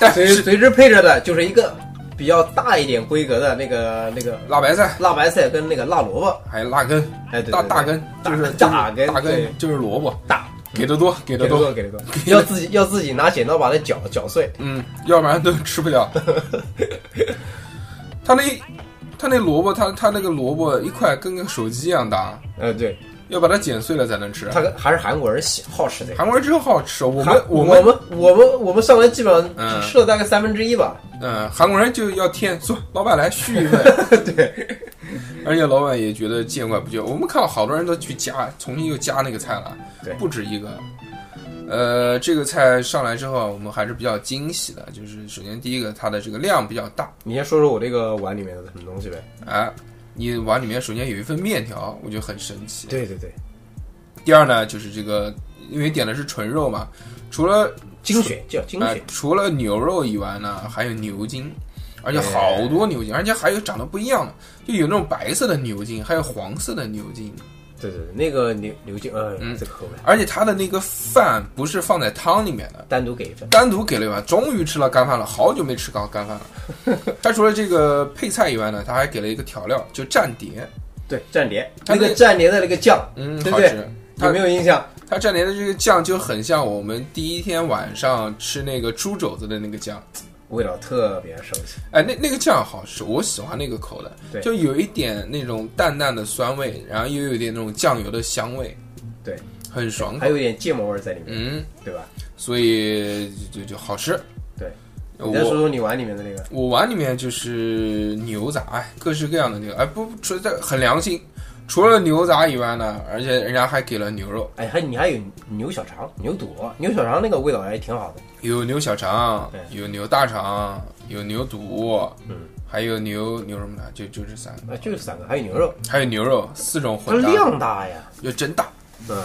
A: 但
B: 随
A: 是
B: 随之配着的就是一个比较大一点规格的那个那个
A: 辣白菜
B: 辣白菜跟那个辣萝卜，
A: 还有辣根，
B: 哎，对，
A: 大
B: 对
A: 大根
B: 大
A: 就是
B: 大根
A: 大
B: 对
A: 根就是萝卜，
B: 大，嗯
A: 给的多，给
B: 给
A: 的
B: 得
A: 多，
B: 多给得多，要自己要自己拿剪刀把它搅搅碎，
A: 嗯，要不然都吃不
B: (laughs)
A: 了。他那他那萝卜，他他那个萝卜一块跟个手机一样大，
B: 呃，对，
A: 要把它剪碎了才能吃。
B: 他跟还是韩国人喜好吃这个。
A: 韩国人真好吃，我
B: 韩
A: 们我
B: 我
A: 们
B: 们我们我们上来基本
A: 嗯
B: 上吃了大概三分之一吧，
A: 嗯，韩国人就要添，说老板来续一份。
B: (laughs) 对，
A: 而且老板也觉得见怪不怪。我们看到好多人都去加，重新又加那个菜了，
B: 对
A: 不止一个。呃，这个菜上来之后，我们还是比较惊喜的，就是首先第一个，它的这个量比较大，
B: 你先说说我这个碗里面的什么东西呗？
A: 哎，你碗里面首先有一份面条，我觉得很神奇。
B: 对对对，
A: 第二呢，就是这个，因为点的是纯肉嘛，除了
B: 精选叫精
A: 哎
B: 选，
A: 除了牛肉以外呢，还有牛筋，而且好多牛筋，而且还有长得不一样的，就有那种白色的牛筋，还有黄色的牛筋。
B: 对对对，那个牛牛筋，呃
A: 嗯，
B: 这个口味
A: 而且它的那个饭不是放在汤里面的，
B: 单独给一份，
A: 单独给了一碗。终于吃了干饭了，好久没吃干干饭了。它除了这个配菜以外呢，它还给了一个调料，就蘸碟，
B: 对，蘸碟，
A: 它
B: 那
A: 那
B: 个蘸碟的那个酱
A: 嗯，
B: 对不
A: 好
B: 对
A: 吃。它
B: 有没有印象？
A: 它蘸碟的这个酱就很像我们第一天晚上吃那个猪肘子的那个酱，
B: 味道特别熟悉，
A: 哎，那那个酱好吃，我喜欢那个口的，
B: 对
A: 就有一点那种淡淡的酸味，然后又有一点那种酱油的香味，
B: 对，
A: 很爽口
B: 还，有一点芥末味儿在里面，
A: 嗯，
B: 对吧？
A: 所以就就就好吃。
B: 对，
A: 我
B: 你再说说你碗里面的那个，
A: 我碗里面就是牛杂，哎，各式各样的牛，哎，不，除这很良心。除了牛杂以外呢，而且人家还给了牛肉，
B: 哎，还你还有牛小肠、牛肚，牛小肠那个味道还挺好的，
A: 有牛小肠，
B: 对
A: 有牛大肠，有牛肚，
B: 嗯，
A: 还有牛牛什么的，就就这三个，
B: 啊，就是三个，还有牛肉，
A: 还有牛肉四种
B: 它
A: 混搭，
B: 量大呀，
A: 又真大，
B: 嗯，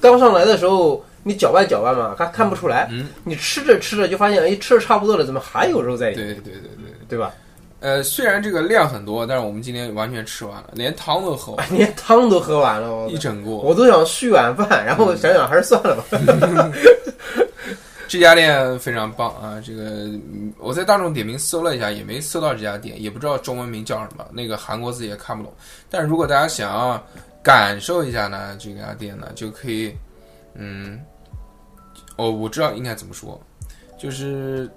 B: 刚上来的时候你搅拌搅拌嘛，看看不出来，
A: 嗯，
B: 你吃着吃着就发现，哎，吃的差不多了，怎么还有肉在
A: 对
B: 里面，
A: 对对对。
B: 对吧？ (laughs)
A: 呃，虽然这个量很多，但是我们今天完全吃完了，连汤都喝完
B: 哎连汤都喝完了，我
A: 一嗯整锅。
B: 哎我都想续碗饭，然后我想想还是算了吧，
A: 这家店非常棒啊！这个嗯我在大众点评搜了一下，也没搜到这家店，也不知道中文名叫什么，那个韩国字也看不懂。但如果大家想要感受一下呢，这家店呢就可以，嗯，哦，我知道应该怎么说，就是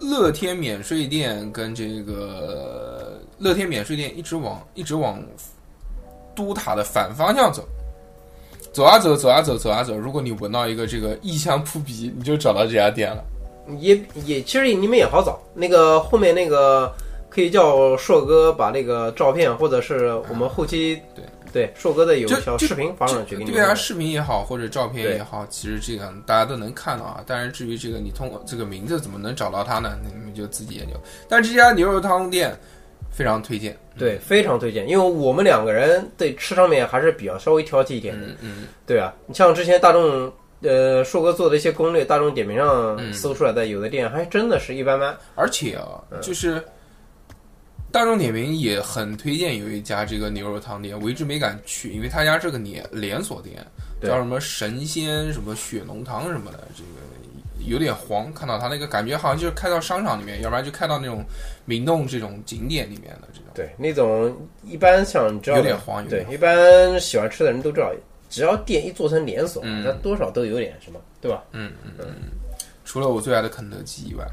A: 乐天免税店跟这个乐天免税店一直往一直往都塔的反方向走。走啊走，走啊走，走啊走。如果你闻到一个这个异香扑鼻，你就找到这家店了。
B: (laughs) 也也其实你们也好找，那个后面那个可以叫硕哥把那个照片或者是我们后期
A: 对
B: 对硕哥的有
A: 就
B: 小
A: 就
B: 视频发上去给你
A: 对
B: 们
A: 啊，
B: 看。
A: 视频也好，或者照片也好，其实这个大家都能看到啊。但是至于这个你通过这个名字怎么能找到它呢？那你们就自己研究。但这家牛肉汤店非常推荐。
B: 对，非常推荐，因为我们两个人对吃上面还是比较稍微挑剔一点的，
A: 嗯嗯，
B: 对啊，你像之前大众，呃，硕哥做的一些攻略，大众点评上搜出来的，有的店还真的是一般般。
A: 而且啊，
B: 嗯
A: 就是大众点评也很推荐有一家这个牛肉汤店，我一直没敢去，因为他家这个连连锁店
B: 对
A: 叫什么神仙什么血浓汤什么的，这个有点黄，看到他那个感觉好像就是开到商场里面，要不然就开到那种明洞这种景点里面的这种，
B: 对，那种一般像你知道
A: 有
B: 的，
A: 点黄，有点
B: 对，一般喜欢吃的人都知道，只要店一做成连锁，
A: 嗯
B: 那多少都有点什么，对吧？
A: 除了我最爱的肯德基以外，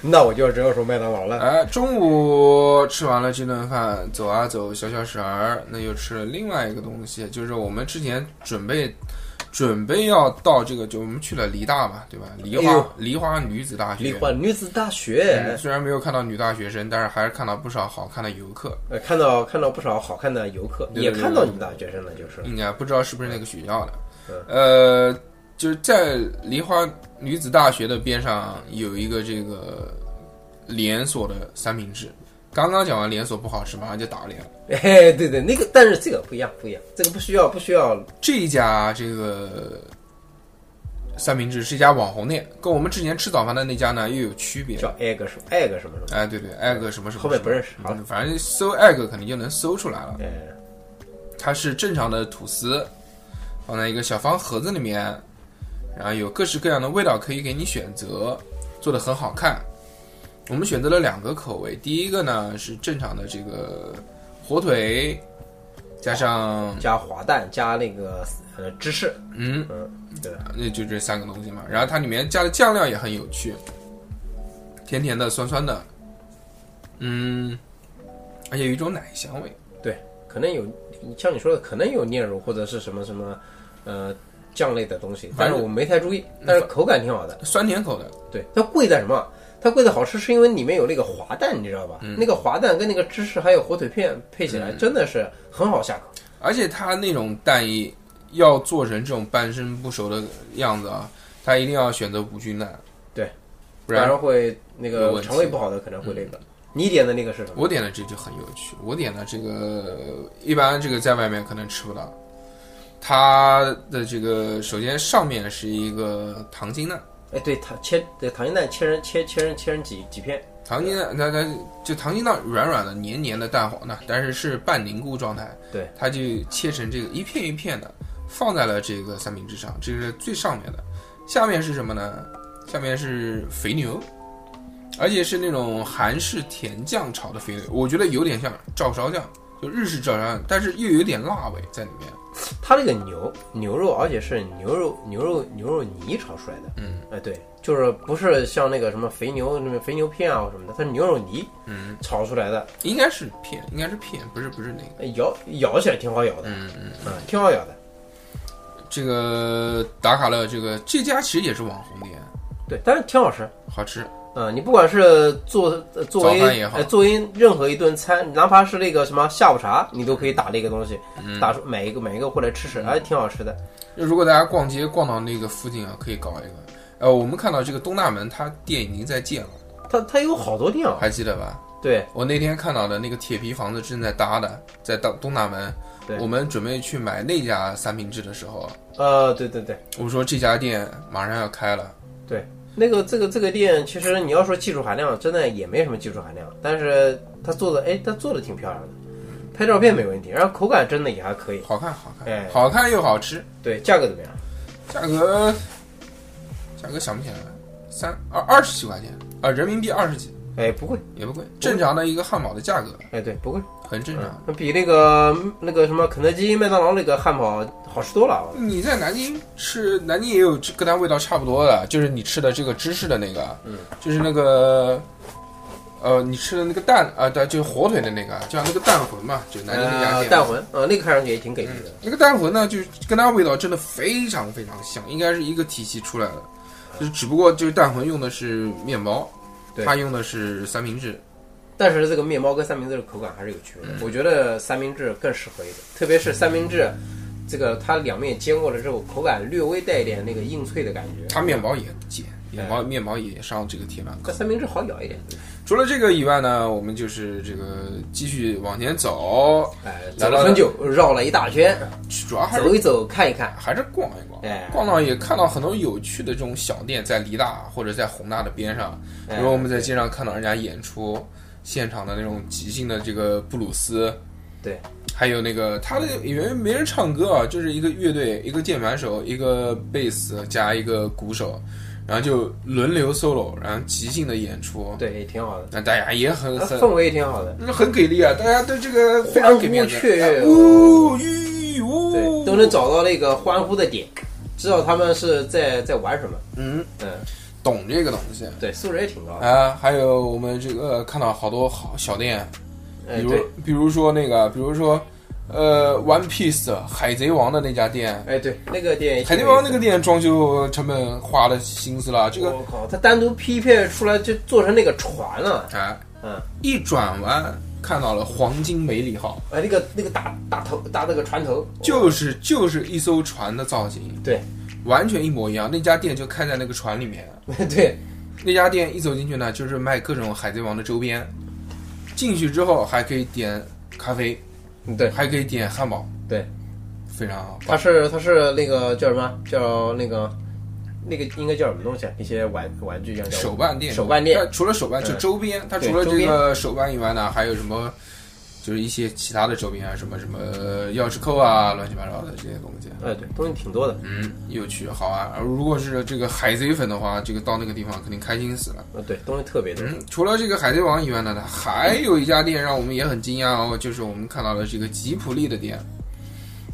B: 那我就只有说麦当劳了。
A: 哎，中午吃完了这顿饭，走啊走，小小食儿，那又吃了另外一个东西，就是我们之前准备准备要到这个，就我们去了梨大嘛，对吧？梨花、
B: 哎呦
A: 梨花女子大学，
B: 梨花女子大
A: 嗯
B: 学，
A: 虽然没有看到女大学生，但是还是看到不少好看的游客，
B: 呃，看到看到不少好看的游客，
A: 对
B: 也
A: 对
B: 看
A: 对
B: 到
A: 对
B: 女大学生了，就是 (laughs)
A: 应该不知道是不是那个学校的
B: 嗯。
A: 呃，就是在梨花女子大学的边上有一个这个连锁的三明治。刚刚讲完连锁不好吃，马上就打脸了。
B: 哎，对对，那个，但是这个不一样，不一样，这个不需要，不需要，
A: 这一家这个三明治是一家网红店，跟我们之前吃早饭的那家呢又有区别。
B: 叫 egg 什么 egg 什么什么，
A: 哎，对对，egg 什么什么，
B: 后面不认识
A: 什么
B: 好了
A: 反正搜 egg 肯定就能搜出来了。
B: 哎，
A: 它是正常的吐司，放在一个小方盒子里面，然后有各式各样的味道可以给你选择，做的很好看。我们选择了两个口味，第一个呢是正常的这个火腿，加上
B: 加滑蛋加那个呃芝士，
A: 嗯，
B: 对吧？
A: 那就这三个东西嘛。然后它里面加的酱料也很有趣，甜甜的、酸酸的，嗯，而且有一种奶香味。
B: 对，可能有像你说的，可能有炼乳或者是什么什么呃酱类的东西，但是我没太注意，但是口感挺好的。
A: 酸甜口的，
B: 对，它贵在什么？它贵在好吃是因为里面有那个滑蛋，你知道吧？
A: 嗯
B: 那个滑蛋跟那个芝士还有火腿片配起来，真的是很好下口。
A: 而且它那种蛋液要做成这种半生不熟的样子啊，它一定要选择无菌蛋，
B: 对，
A: 不
B: 不
A: 然
B: 然会那
A: 有
B: 个
A: 问题嗯
B: 肠胃不好的可能会那个。你点的那个是什么？
A: 我点的这就很有趣。我点的这个一般这个在外面可能吃不到，它的这个首先上面是一个糖心蛋。
B: 哎，对，糖切对糖心蛋切成切切成切成几几片，
A: 糖心蛋，它它就糖心蛋软软的、黏黏的蛋黄的，但是是半凝固状态。
B: 对，
A: 它就切成这个一片一片的，放在了这个三明治上，这是最上面的。下面是什么呢？下面是肥牛，而且是那种韩式甜酱炒的肥牛，我觉得有点像照烧酱，就日式照烧酱，但是又有点辣味在里面。
B: 它那个牛牛肉，而且是牛肉牛肉牛肉泥炒出来的。
A: 嗯，
B: 哎，对，就是不是像那个什么肥牛那个肥牛片啊或什么的，它是牛肉泥
A: 嗯，
B: 炒出来的，
A: 应该是片，应该是片，不是不是那个。
B: 哎咬咬起来挺好咬的，
A: 嗯嗯，
B: 嗯，挺好咬的。
A: 这个达卡乐，这个这家其实也是网红店，
B: 对，但是挺好吃。
A: 好吃。
B: 嗯，你不管是做呃作
A: 早饭也
B: 为
A: 好
B: 呃作为任何一顿餐，哪怕是那个什么下午茶，你都可以打那个东西，
A: 嗯
B: 打出买一个买一个过来吃吃，哎，挺好吃的。
A: 如果大家逛街逛到那个附近啊，可以搞一个。呃，我们看到这个东大门，它店已经在建了，
B: 它它有好多店啊，
A: 还记得吧？
B: 对，
A: 我那天看到的那个铁皮房子正在搭的，在大东大门
B: 对。
A: 我们准备去买那家三明治的时候，
B: 呃，对对对
A: 我说这家店马上要开了，
B: 对，那个这个这个店，其实你要说技术含量，真的也没什么技术含量，但是它做的，哎，它做的挺漂亮的，拍照片没问题，然后口感真的也还可以。
A: 好看，好看
B: 哎，
A: 好看又好吃，
B: 对，价格怎么样？
A: 价格价格想不起来了，三二二十几块钱啊、人民币二十几
B: 哎，不贵，
A: 也不贵，正常的一个汉堡的价格，
B: 哎，对，不贵，
A: 很正常。
B: 嗯，比那个那个什么肯德基、麦当劳那个汉堡好吃多了啊。
A: 你在南京吃，南京也有这跟它味道差不多的，就是你吃的这个芝士的那个，
B: 嗯，
A: 就是那个，呃，你吃的那个蛋啊，对，就是火腿的那个，叫那个蛋魂嘛，就南京那家
B: 呃，
A: 店。嗯
B: 蛋魂，呃，那个看上去也挺给力的。
A: 那个蛋魂呢，就是跟它味道真的非常非常像，应该是一个体系出来的，就是只不过就是蛋魂用的是面包，
B: 对
A: 它用的是三明治，
B: 但是这个面包跟三明治的口感还是有区
A: 嗯
B: 别的。我觉得三明治更适合一点，特别是三明治，这个它两面煎过了之后，口感略微带一点那个硬脆的感觉。
A: 它面包也碱，面包面包也上这个铁板
B: 这三明治好咬一点，
A: 除了这个以外呢，我们就是这个继续往前走，
B: 哎，
A: 来
B: 走
A: 了
B: 了很久，绕了一大圈，
A: 主要还是
B: 走一走，看一看。
A: 还是逛一逛
B: 哎，
A: 逛到也看到很多有趣的这种小店，在梨大或者在宏大的边上，
B: 哎
A: 比如我们在街上看到人家演出现场的那种即兴的这个布鲁斯，
B: 对，
A: 还有那个他的因为没人唱歌啊，就是一个乐队，一个键盘手，一个贝斯加一个鼓手，然后就轮流 solo，然后即兴的演出，
B: 对，也挺好的，
A: 那大家也很
B: 它
A: 很
B: 氛围也挺好的。
A: 很给力啊，大家对这个非常给面子，
B: 欢呼雀跃
A: 哎呜吁呜，
B: 对，都能找到那个欢呼的点，知道他们是在在玩什么。
A: 嗯
B: 嗯，
A: 懂这个东西。
B: 对，素质也挺高的。
A: 啊，还有我们这个呃看到好多好小店，
B: 哎，
A: 比如、
B: 对，
A: 比如说那个，比如说呃，One Piece 的海贼王的那家店，
B: 哎，对，那个店也挺
A: 海贼
B: 有意思的，
A: 王那个店装修成本花了心思了，这个
B: 我靠，他单独匹配出来就做成那个船了、
A: 啊，
B: 嗯，
A: 一转弯看到了黄金梅里号，
B: 哎，那个那个大大头大那个船头，
A: 就是就是一艘船的造型，
B: 对
A: 完全一模一样。那家店就开在那个船里面，
B: (laughs) 对，
A: 那家店一走进去呢，就是卖各种海贼王的周边，进去之后还可以点咖啡，
B: 对
A: 还可以点汉堡，
B: 对，
A: 非常好。
B: 他是他是那个叫什么叫那个那个应该叫什么东西啊？一些玩玩具这样叫
A: 手办店，
B: 手办店
A: 它除了手办就周边，它除了
B: 对
A: 这
B: 周
A: 个手办以外呢，还有什么？就是一些其他的周边啊，什么什么钥匙扣啊，乱七八糟的这些东西。
B: 哎，对，东西挺多的。
A: 嗯，有趣，好玩。如果是这个海贼粉的话，这个到那个地方肯定开心死了。
B: 呃，对，东西特别多。
A: 嗯，除了这个海贼王以外呢，它还有一家店让我们也很惊讶哦，就是我们看到了这个吉普力的店，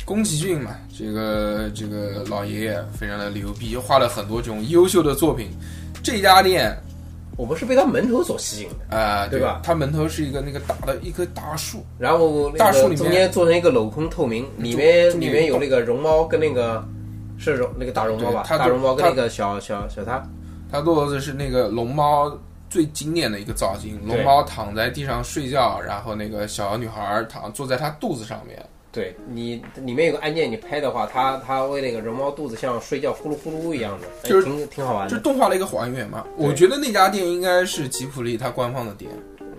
A: 宫崎骏嘛，这个这个老爷爷非常的牛逼，画了很多这种优秀的作品。这家店
B: 我们是被它门头所吸引的，
A: 啊、
B: 对吧
A: 它门头是一个那个大的一棵大树，
B: 然后那
A: 大树里
B: 个
A: 面
B: 中间做成一个镂空透明，里
A: 中
B: 面
A: 间
B: 里
A: 有
B: 面有那个绒猫跟那个是绒那个大绒猫吧
A: 对？它
B: 大
A: 就
B: 绒猫跟
A: 它
B: 那个小小小它，
A: 它做的是那个龙猫最经典的一个造型，
B: 对
A: 龙猫躺在地上睡觉，然后那个小女孩躺坐在它肚子上面。
B: 对你里面有个按键，你拍的话，它它为那个绒猫肚子像睡觉呼噜呼噜一样的，哎
A: 就是
B: 挺挺好玩
A: 就
B: 的。
A: 动画的一个还原嘛。
B: 对
A: 我觉得那家店应该是吉普力它官方的店，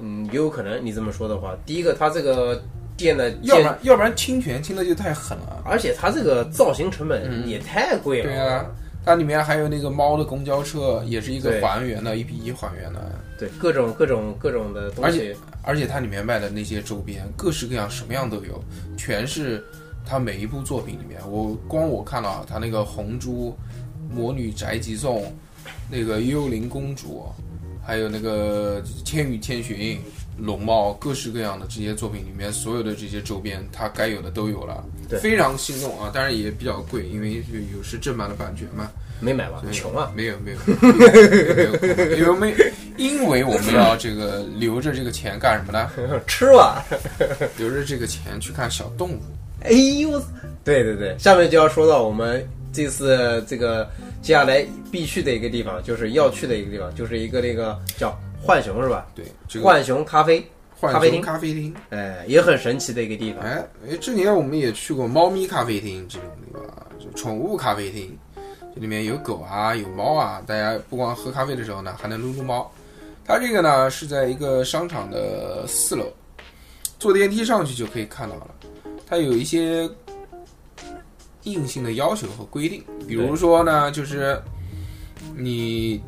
B: 嗯，也有可能你这么说的话，第一个它这个店的
A: 要不
B: 建，
A: 然要不然侵权侵的就太狠了。
B: 而且它这个造型成本也太贵了。
A: 嗯对啊，它里面还有那个猫的公交车，也是一个
B: 对
A: 还原的，一比一还原的。
B: 对，各种各种各种的东
A: 而
B: 西，
A: 而且它里面卖的那些周边，各式各样，什么样都有，全是它每一部作品里面。我光我看了它那个《红猪》《魔女宅急送》，那个《幽灵公主》，还有那个《千与千寻》。龙猫各式各样的这些作品里面，所有的这些周边，它该有的都有了，
B: 对
A: 非常心动啊！当然也比较贵，因为有有是正版的版权嘛。
B: 没买吧？
A: 对
B: 穷啊！ (laughs)
A: 没有没有，没有没有，因为我们因为我们要这个留着这个钱干什么呢？
B: 吃吧。
A: 留着这个钱去看小动物。
B: 哎呦，对对对，下面就要说到我们这次这个接下来必去的一个地方，就是要去的一个地方，就是一个那个叫浣熊是吧？
A: 对，这个
B: 浣熊咖啡，
A: 浣
B: 咖啡
A: 熊
B: 厅
A: 咖啡厅，
B: 哎，也很神奇的一个地方。
A: 哎哎，之前我们也去过猫咪咖啡厅这种地方啊，就宠物咖啡厅，这里面有狗啊，有猫啊，大家不光喝咖啡的时候呢，还能撸撸猫。它这个呢是在一个商场的四楼，坐电梯上去就可以看到了。它有一些硬性的要求和规定，比如说呢，就是你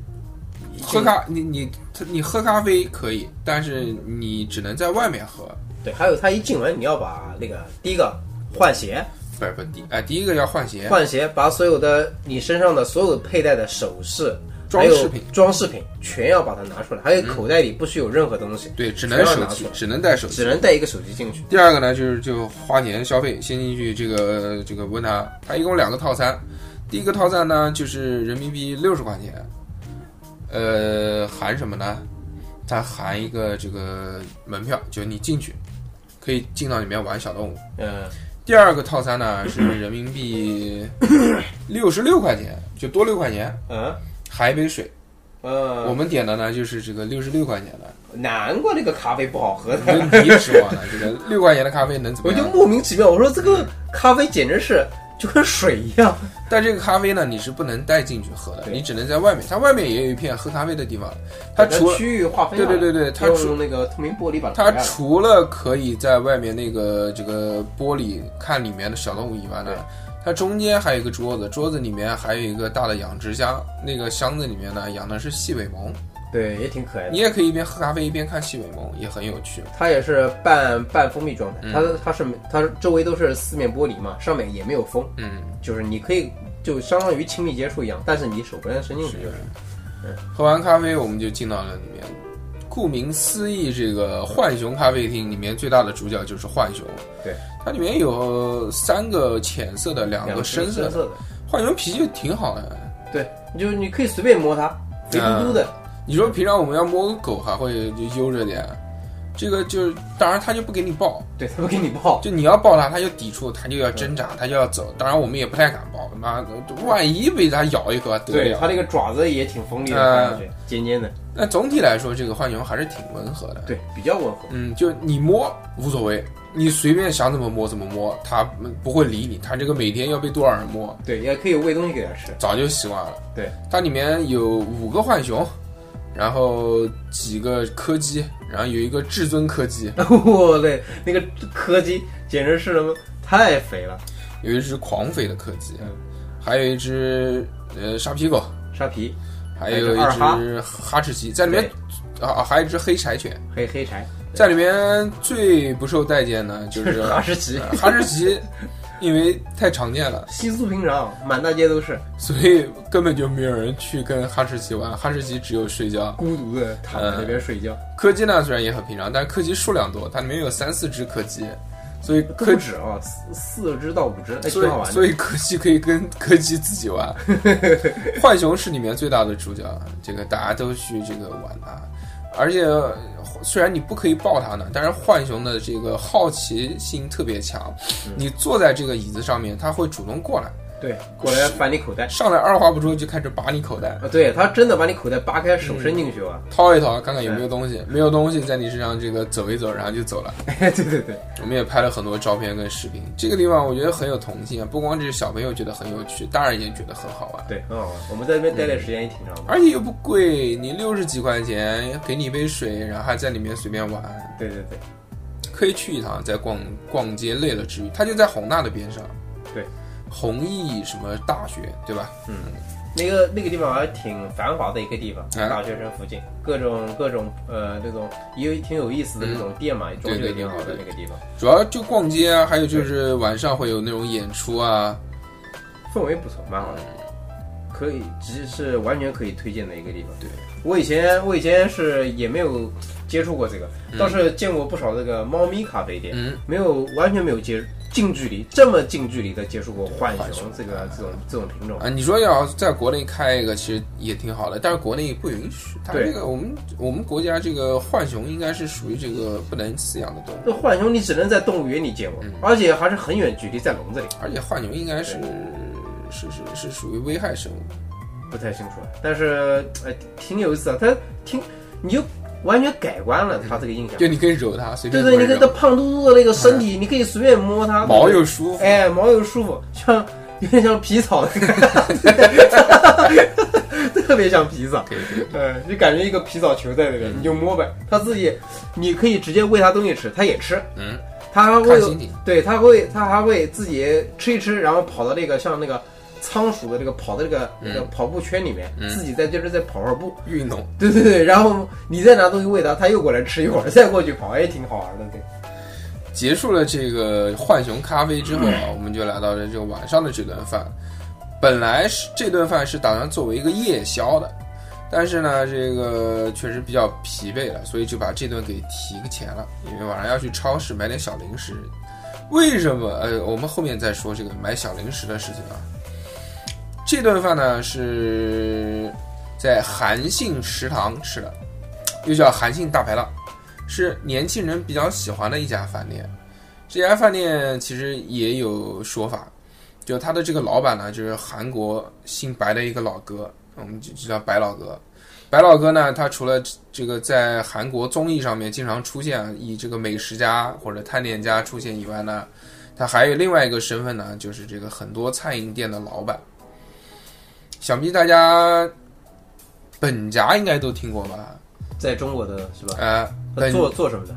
A: 喝咖，你你你喝咖啡可以，但是你只能在外面喝。
B: 对，还有它一进门你要把那个第一个换鞋，
A: 不是不是第哎，第一个要换鞋，
B: 换鞋，把所有的你身上的所有佩戴的首饰。
A: 装饰品嗯
B: 还有装饰品全要把它拿出来，还有口袋里不许有任何东西，
A: 对，只能手
B: 拿
A: 机
B: 出，来
A: 只能带手
B: 只
A: 机。
B: 能带一个手机进去。
A: 第二个呢，就是就花钱消费，先进去这个这个问他，他一共两个套餐，第一个套餐呢就是人民币六十块钱，呃，含什么呢？它含一个这个门票，就是你进去可以进到里面玩小动物。
B: 嗯、
A: 第二个套餐呢是
B: (laughs)
A: 人民币六十六块钱，就多六块钱，
B: 啊，
A: 含一杯水。
B: 呃，
A: 我们点的呢就是这个六十六块钱的，
B: 难怪那个咖啡不好喝呢。
A: 你你指望呢？这个六块钱的咖啡能怎么
B: 我就
A: 样？
B: 莫名其妙，我说这个咖啡简直是就跟水一样。
A: 但这个咖啡呢，你是不能带进去喝的，
B: 对
A: 你只能在外面。它外面也有一片喝咖啡的地方，它除了
B: 区域划分了，
A: 对对对对它除
B: 用那个透明玻璃把
A: 它
B: 盖了
A: 除了可以在外面那个这个玻璃看里面的小动物以外呢
B: 对，
A: 它中间还有一个桌子，桌子里面还有一个大的养殖箱，那个箱子里面呢养的是细尾獴，
B: 对也挺可爱的
A: 你。也可以一边喝咖啡一边看细尾獴，也很有趣。
B: 它也是半半封闭状态，
A: 嗯
B: 它它是它周围都是四面玻璃嘛，上面也没有封，
A: 嗯，
B: 就是你可以就相当于亲密接触一样，但是你手不能伸进去就是。
A: 喝完咖啡，我们就进到了里面。顾名思义，这个浣熊咖啡厅里面最大的主角就是浣熊。
B: 对，
A: 它里面有三个浅色的，两个
B: 个
A: 深色
B: 色
A: 的。
B: 的，
A: 浣熊脾气挺好的。
B: 对，就是你可以随便摸它，肥嘟嘟的，
A: 你说平常我们要摸个狗还会就悠着点，这个就当然它就不给你抱，
B: 对，它不给你抱。
A: 就你要抱它，它就抵触，它就要挣扎，它就要走。当然我们也不太敢抱，妈的，万一被它咬一口得
B: 对，
A: 了。
B: 它那个爪子也挺锋利的，
A: 嗯
B: 看上去尖尖的，
A: 那总体来说，这个浣熊还是挺温和的。
B: 对，比较温和。
A: 嗯，就你摸无所谓，你随便想怎么摸怎么摸，它不会理你。它这个每天要被多少人摸，
B: 对，也可以喂东西给它吃。 (laughs)
A: 早就习惯了。
B: 对，
A: 它里面有五个浣熊，然后几个柯基，然后有一个至尊柯基，
B: 我嘞，那个柯基简直是他妈太肥了，
A: 有一只狂肥的柯基
B: 嗯，
A: 还有一只呃沙皮狗，
B: 沙皮，
A: 还有一
B: 还有一只二
A: 只哈士奇，在里面啊，啊还有一只黑柴犬，
B: 黑黑柴，
A: 在里面最不受待见的就是
B: 哈士奇，
A: 呃 (laughs) 哈士奇，因为太常见了，
B: 稀疏平常，满大街都是，
A: 所以根本就没有人去跟哈士奇玩，哈士奇只有睡觉。
B: 孤独的躺在那边睡觉，
A: 柯基呢虽然也很平常，但是柯基数量多，它里面有三四只柯基，所以
B: 都
A: 柯
B: 不止啊，四四只到五只，哎，挺
A: 所
B: 好玩
A: 以
B: 的。
A: 所以柯基可以跟柯基自己
B: (laughs)
A: 玩。浣熊是里面最大的主角，这个大家都去这个玩它。而且呃虽然你不可以抱它呢，但是浣熊的这个好奇心特别强，
B: 嗯
A: 你坐在这个椅子上面，它会主动过来，
B: 对，过来翻你口袋
A: 上来二话不说就开始拔你口袋，
B: 啊！对他真的把你口袋扒开，手
A: 嗯
B: 伸进去
A: (laughs)
B: 啊！
A: 掏一掏看看有没有东西，没有东西在你身上这个走一走，然后就走了。
B: 哎，对对对，
A: 我们也拍了很多照片跟视频，这个地方我觉得很有童心啊，不光是小朋友觉得很有趣，大人也觉得很好玩。
B: 对，很好玩。我们在那边待的时间也挺长的。
A: 而且又不贵，你六十几块钱，给你一杯水，然后还在里面随便玩，
B: 对对对，
A: 可以去一趟，再逛逛街累了之余，它就在宏大的边上，
B: 对，
A: 弘毅什么大学，对吧？
B: 那个那个地方还挺繁华的一个地方，
A: 哎
B: 大学城附近，各种各种呃那种也有挺有意思的那种店嘛，装修也挺好的
A: 嗯对
B: 那个地方，
A: 主要就逛街啊，还有就是晚上会有那种演出啊，
B: 氛围不错，蛮好的。可以，只是完全可以推荐的一个地方。
A: 嗯对，
B: 我以前我以前是也没有接触过这个，倒是见过不少这个猫咪咖啡店。
A: 嗯，
B: 没有完全没有接近距离这么近距离的接触过浣
A: 浣
B: 熊
A: 熊
B: 这个这种这种品种。
A: 啊，你说要在国内开一个，其实也挺好的，但是国内不允许，它
B: 对
A: 这个我们我们国家这个浣熊应该是属于这个不能饲养的动物，
B: 这浣熊你只能在动物园里见过，
A: 嗯
B: 而且还是很远距离，在笼子里，
A: 而且浣熊应该是是是是属于危害生物。
B: 不太清楚。但是呃，挺有意思的，它挺你就完全改观了它这个印象。
A: 就你可以揉它，随
B: 对
A: 便
B: 对，
A: 揉
B: 你
A: 一揉
B: 看它胖嘟嘟的那个身体，你可以随便摸它，
A: 毛又舒服，
B: 哎毛又舒服，像有点像皮草的感
A: (laughs)
B: 觉，特别像皮草。
A: 可以可以
B: 嗯，就感觉一个皮草球在那
A: 嗯
B: 边，你就摸呗。它自己，你可以直接喂它东西吃，它也吃。
A: 嗯，
B: 它还会
A: 看
B: 有
A: 心，情。
B: 对，它会，它还会自己吃一吃，然后跑到那个像那个仓鼠的这个跑的这个那
A: 嗯
B: 个跑步圈里面，自己在就是在跑会儿步。 (laughs)
A: 运动，
B: 对对对，然后你再拿东西喂它，它又过来吃一会儿，再过去跑，也挺好玩的。对，
A: 结束了这个浣熊咖啡之后啊，我们就来到了这个晚上的这顿饭。本来是这顿饭是打算作为一个夜宵的，但是呢，这个确实比较疲惫了，所以就把这顿给提前了，因为晚上要去超市买点小零食。为什么？呃，我们后面再说这个买小零食的事情啊。这顿饭呢是在韩信食堂吃的，又叫韩信大排档。是年轻人比较喜欢的一家饭店。这家饭店其实也有说法，就他的这个老板呢，就是韩国姓白的一个老哥，我们就就叫白老哥。白老哥呢，他除了这个在韩国综艺上面经常出现，以这个美食家或者探店家出现以外呢，他还有另外一个身份呢，就是这个很多餐饮店的老板。想必大家本家应该都听过吧？
B: 在中国的是吧？
A: 呃，
B: 它
A: 本
B: 做做什么的？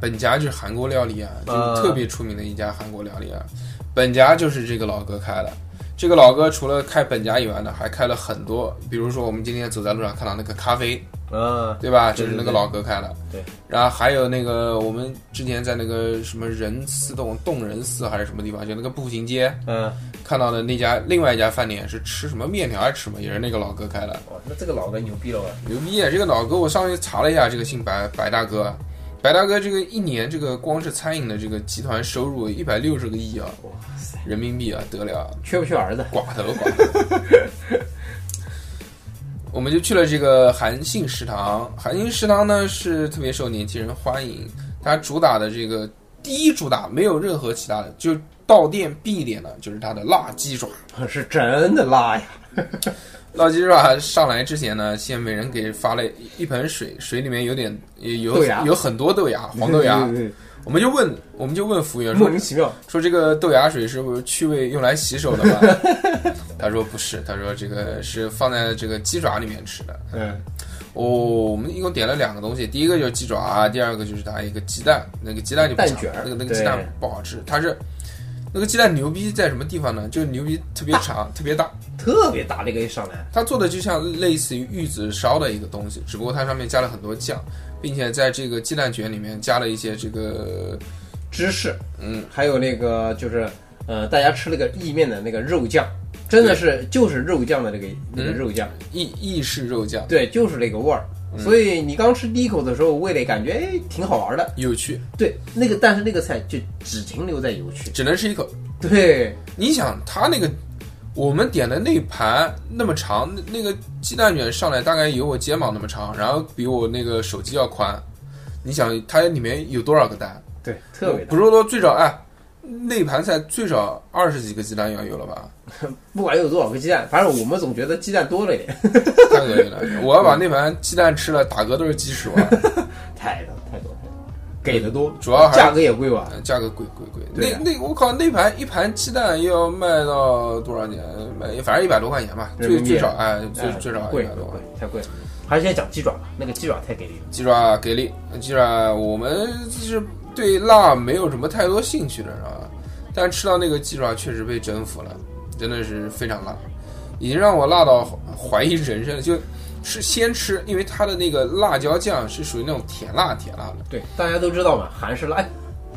A: 本家就是韩国料理啊，就
B: 啊
A: 是特别出名的一家韩国料理啊。本家就是这个老哥开的。这个老哥除了开本家以外呢，还开了很多，比如说我们今天走在路上看到那个咖啡，
B: 啊，
A: 对吧？
B: 对
A: 就是那
B: 对
A: 个老哥开的。
B: 对。
A: 然后还有那个我们之前在那个什么仁寺洞洞仁寺还是什么地方，就那个步行街
B: 嗯，
A: 看到的那家另外一家饭店是吃什么面条还是什么，也是那个老哥开的。
B: 哇，那这个老哥牛逼了吧？
A: 牛逼啊！这个老哥，我上去查了一下，这个姓白白大哥，白大哥这个一年这个光是餐饮的这个集团收入一百六十个亿啊，
B: 哇塞，
A: 人民币啊，得了啊，
B: 缺不缺儿子？ (laughs)
A: 寡头寡 (laughs) 头。我们就去了这个韩信食堂，韩信食堂呢是特别受年轻人欢迎，它主打的这个第一主打没有任何其他的，就到店必点的就是它的辣鸡爪。
B: 是真的辣呀！
A: 辣鸡爪上来之前呢，先每人给发了一一盆水，水里面有点有
B: 豆芽
A: 有很多豆芽，黄豆芽
B: (laughs) 对。对对
A: 我们就问，我们就问服务员
B: 莫
A: 说
B: 名其妙。
A: 说这个豆芽水是不是去味用来洗手的吗？ (laughs) 他说不是，他说这个是放在这个鸡爪里面吃的。
B: 嗯，
A: 哦，我们一共点了两个东西，第一个就是鸡爪，第二个就是它一个鸡蛋，那个鸡蛋就不
B: 蛋
A: 讲
B: 卷儿
A: 那个那个
B: 对
A: 鸡蛋不好吃，它是那个鸡蛋牛逼在什么地方呢？就牛逼特别长、特别大，
B: 特别大的一个一上来，
A: 它做的就像类似于玉子烧的一个东西，只不过它上面加了很多酱，并且在这个鸡蛋卷里面加了一些这个
B: 芝士，
A: 嗯，
B: 还有那个就是呃，大家吃那个意面的那个肉酱，真的是就是肉酱的那个那个肉酱，
A: 意意式肉酱，
B: 对，就是那个味儿。
A: 嗯
B: 所以你刚吃第一口的时候，味蕾感觉哎挺好玩的，
A: 有趣，
B: 对，那个但是那个菜就只停留在有趣，
A: 只能吃一口。
B: 对，
A: 你想，它那个我们点的那盘那么长，那那个鸡蛋卷上来大概有我肩膀那么长，然后比我那个手机要宽。你想，它里面有多少个蛋？
B: 对，特别
A: 不。
B: 大
A: 是说最少哎，那盘菜最少二十几个鸡蛋要有了吧？
B: 不管有多少个鸡蛋，反正我们总觉得鸡蛋多了一点，
A: 太恶心了！我要把那盘鸡蛋吃了，打嗝都是鸡屎丸。
B: 太多太多太多，给的多，
A: 主要还
B: 价
A: 是
B: 格也贵吧？
A: 价格贵贵贵。
B: 对
A: 那
B: 啊
A: 那我靠，那盘一盘鸡蛋要卖到多少钱？卖反正一百多块钱吧，
B: 人民
A: 最
B: 币
A: 最少哎，最
B: 哎
A: 最少
B: 贵
A: 一百多
B: 贵。贵太贵了。还是先讲鸡爪吧，那个鸡爪太给力了。
A: 鸡爪给力，鸡爪我们就是对辣没有什么太多兴趣的人啊，但吃到那个鸡爪确实被征服了，真的是非常辣，已经让我辣到怀疑人生了。就是先吃，因为它的那个辣椒酱是属于那种甜辣甜辣的，
B: 对，大家都知道嘛，韩式辣。哎，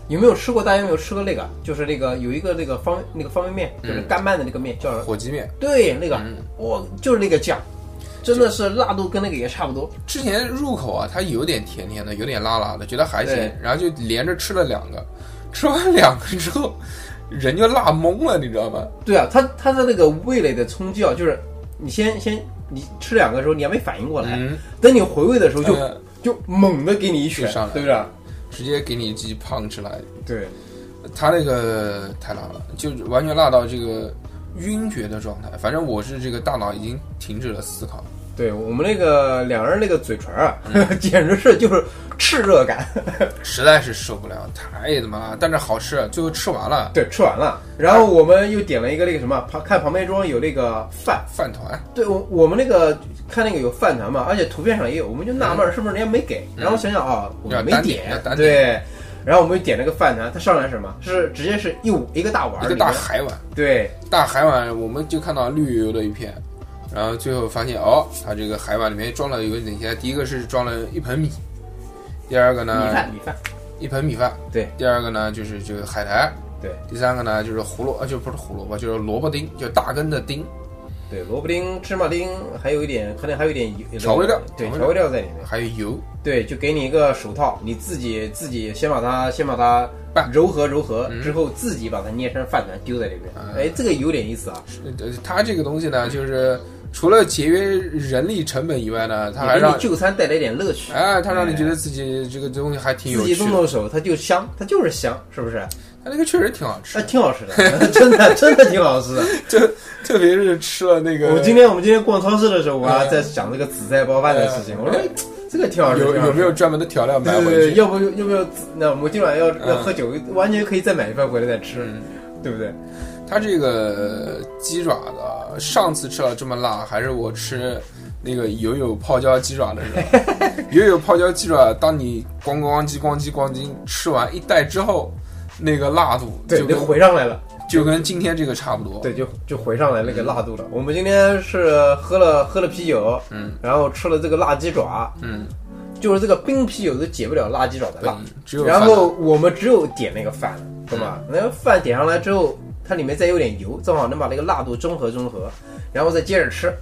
B: 有没有吃过？大家有没有吃过那个？就是那个有一个那个方那个方便面，就是干拌的那个面，叫
A: 火鸡面。
B: 对啊那个
A: 嗯，
B: 哇，就是那个酱，真的是辣度跟那个也差不多。
A: 之前入口啊，它有点甜甜的，有点辣辣的，觉得还行
B: 对，
A: 然后就连着吃了两个，吃完两个之后，人就辣懵了，你知道吗？
B: 对啊，它它的那个味蕾的冲击啊，就是你先先你吃两个的时候，你还没反应过来，
A: 嗯，
B: 等你回味的时候就
A: 呃
B: 就猛的给你一拳
A: 就上，来
B: 对不对？
A: 直接给你鸡胖吃来。
B: 对，
A: 他那个太辣了，就完全辣到这个晕厥的状态。反正我是这个大脑已经停止了思考，
B: 对我们那个两人那个嘴唇啊，
A: 嗯
B: (laughs) 简直是就是炽热感。
A: 实在是受不了，太他妈辣！但是好吃，啊最后吃完了
B: 对，吃完了，然后我们又点了一个那个什么，旁看旁边桌有那个饭，
A: 饭团，
B: 对我我们那个看那个有饭团嘛，而且图片上也有，我们就纳闷儿是不是人家没给，然后想想啊，我
A: 嗯要
B: 们没
A: 单点要
B: 点
A: 单，
B: 对，然后我们就点了个饭团，它上来是什么？是直接是一碗一个大碗
A: 一
B: 儿
A: 个
B: 里
A: 大 (laughs)
B: 面
A: 海碗，
B: 对，
A: 大海碗我们就看到绿油油的一片，然后最后发现哦，它这个海碗里面装了有哪些？第一个是装了一盆米，第二个
B: 米
A: 呢
B: 饭米饭，
A: 一盆米饭，
B: 对，
A: 第二个呢就是这个海苔，
B: 对，
A: 第三个呢就是胡萝呃就不是胡萝卜，就是萝卜丁，就大根的丁，
B: 对，萝卜丁、芝麻丁，还有一点可能还有一点油
A: 调味料
B: 对，
A: 调味料
B: 调味料在里面，
A: 还有油。
B: 对，就给你一个手套，你自己自己先把它先把它
A: 拌
B: 揉合揉合，
A: 嗯
B: 之后自己把它捏成饭团丢在里面，
A: 啊
B: 哎，这个有点意思啊。
A: 呃，它这个东西呢，就是除了节约人力成本以外呢，它还
B: 也给
A: 让
B: 你就餐带来点乐趣，
A: 哎，它让你觉得自己这个东西还挺有
B: 自
A: 趣
B: 己动
A: 的。
B: 动手，它就香，它就是香，是不是？
A: 它那个确实挺好吃
B: 哎，，挺好吃的， (laughs) 真的真的挺好吃
A: (laughs)
B: 的。
A: 特别是吃了那个。
B: 我今天我们今天逛超市的时候，我还
A: 嗯
B: 在想这个紫菜包饭的事情，我说哎这个挺好吃，
A: 有
B: 挺好吃
A: 有没有专门的调料买
B: 对对
A: 回
B: 对，
A: 去？
B: 要不要不要？那我们今晚要要
A: 嗯
B: 喝酒，完全可以再买一份回来再吃，
A: 嗯，
B: 对不对？
A: 它这个鸡爪的，上次吃到这么辣，还是我吃那个友友泡椒鸡爪的时候。
B: (laughs)
A: 友友泡椒鸡爪，当你咣咣叽咣叽咣叽吃完一袋之后，那个辣度
B: 对，
A: 就
B: 就
A: 跟
B: 回上来了。
A: 就跟今天这个差不多。
B: 对，就就回上来那个辣度了。我们今天是喝了喝了啤酒，
A: 嗯，
B: 然后吃了这个辣鸡爪，
A: 嗯，
B: 就是这个冰啤酒都解不了辣鸡爪的
A: 对
B: 辣。，
A: 只有
B: 然
A: 饭
B: 后我们只有点那个饭，懂吧？那个饭点上来之后，它里面再有点油，正好能把那个辣度中和中和，然后再接着吃。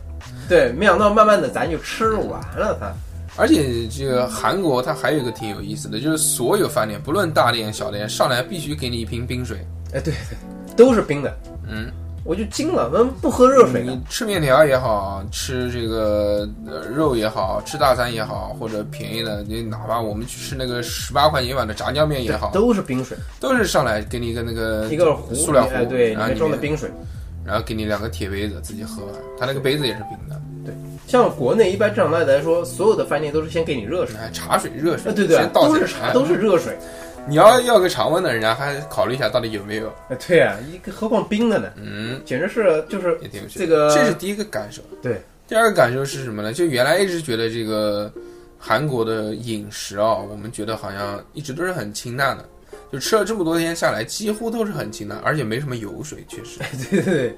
B: 对，没想到慢慢的咱就吃完了它。
A: 而且这个韩国它还有一个挺有意思的，就是所有饭店，不论大店小店，上来必须给你一瓶冰水。
B: 哎，对对，都是冰的，
A: 嗯，
B: 我就惊了，我们不喝热水的
A: 你。吃面条也好吃这个呃肉也好吃大餐也好，或者便宜的，你哪怕我们去吃那个十八块钱一碗的炸酱面也好，
B: 都是冰水，
A: 都是上来给你一个那个
B: 一个壶，
A: 呃塑料
B: 哎，
A: 壶，
B: 对，里
A: 然后
B: 面
A: 里
B: 装的
A: 面
B: 冰水。
A: 然后给你两个铁杯子自己喝，它那个杯子也是冰的，
B: 像国内一般正常来说，所有的饭店都是先给你热水，
A: 哎，茶水热水，
B: 啊，对对，
A: 先倒
B: 都
A: 水
B: 是茶，都是热水，
A: 你要要个常温的，人家还考虑一下到底有没有，
B: 啊，对啊，一个何况冰的呢，
A: 嗯，
B: 简直是就是 (laughs)
A: 也挺有趣的。
B: 这个，
A: 这是第一个感受。
B: 对，
A: 第二个感受是什么呢？就原来一直觉得这个韩国的饮食啊，我们觉得好像一直都是很清淡的，就吃了这么多天下来，几乎都是很清淡，而且没什么油水，确 (laughs) 实
B: 对对对，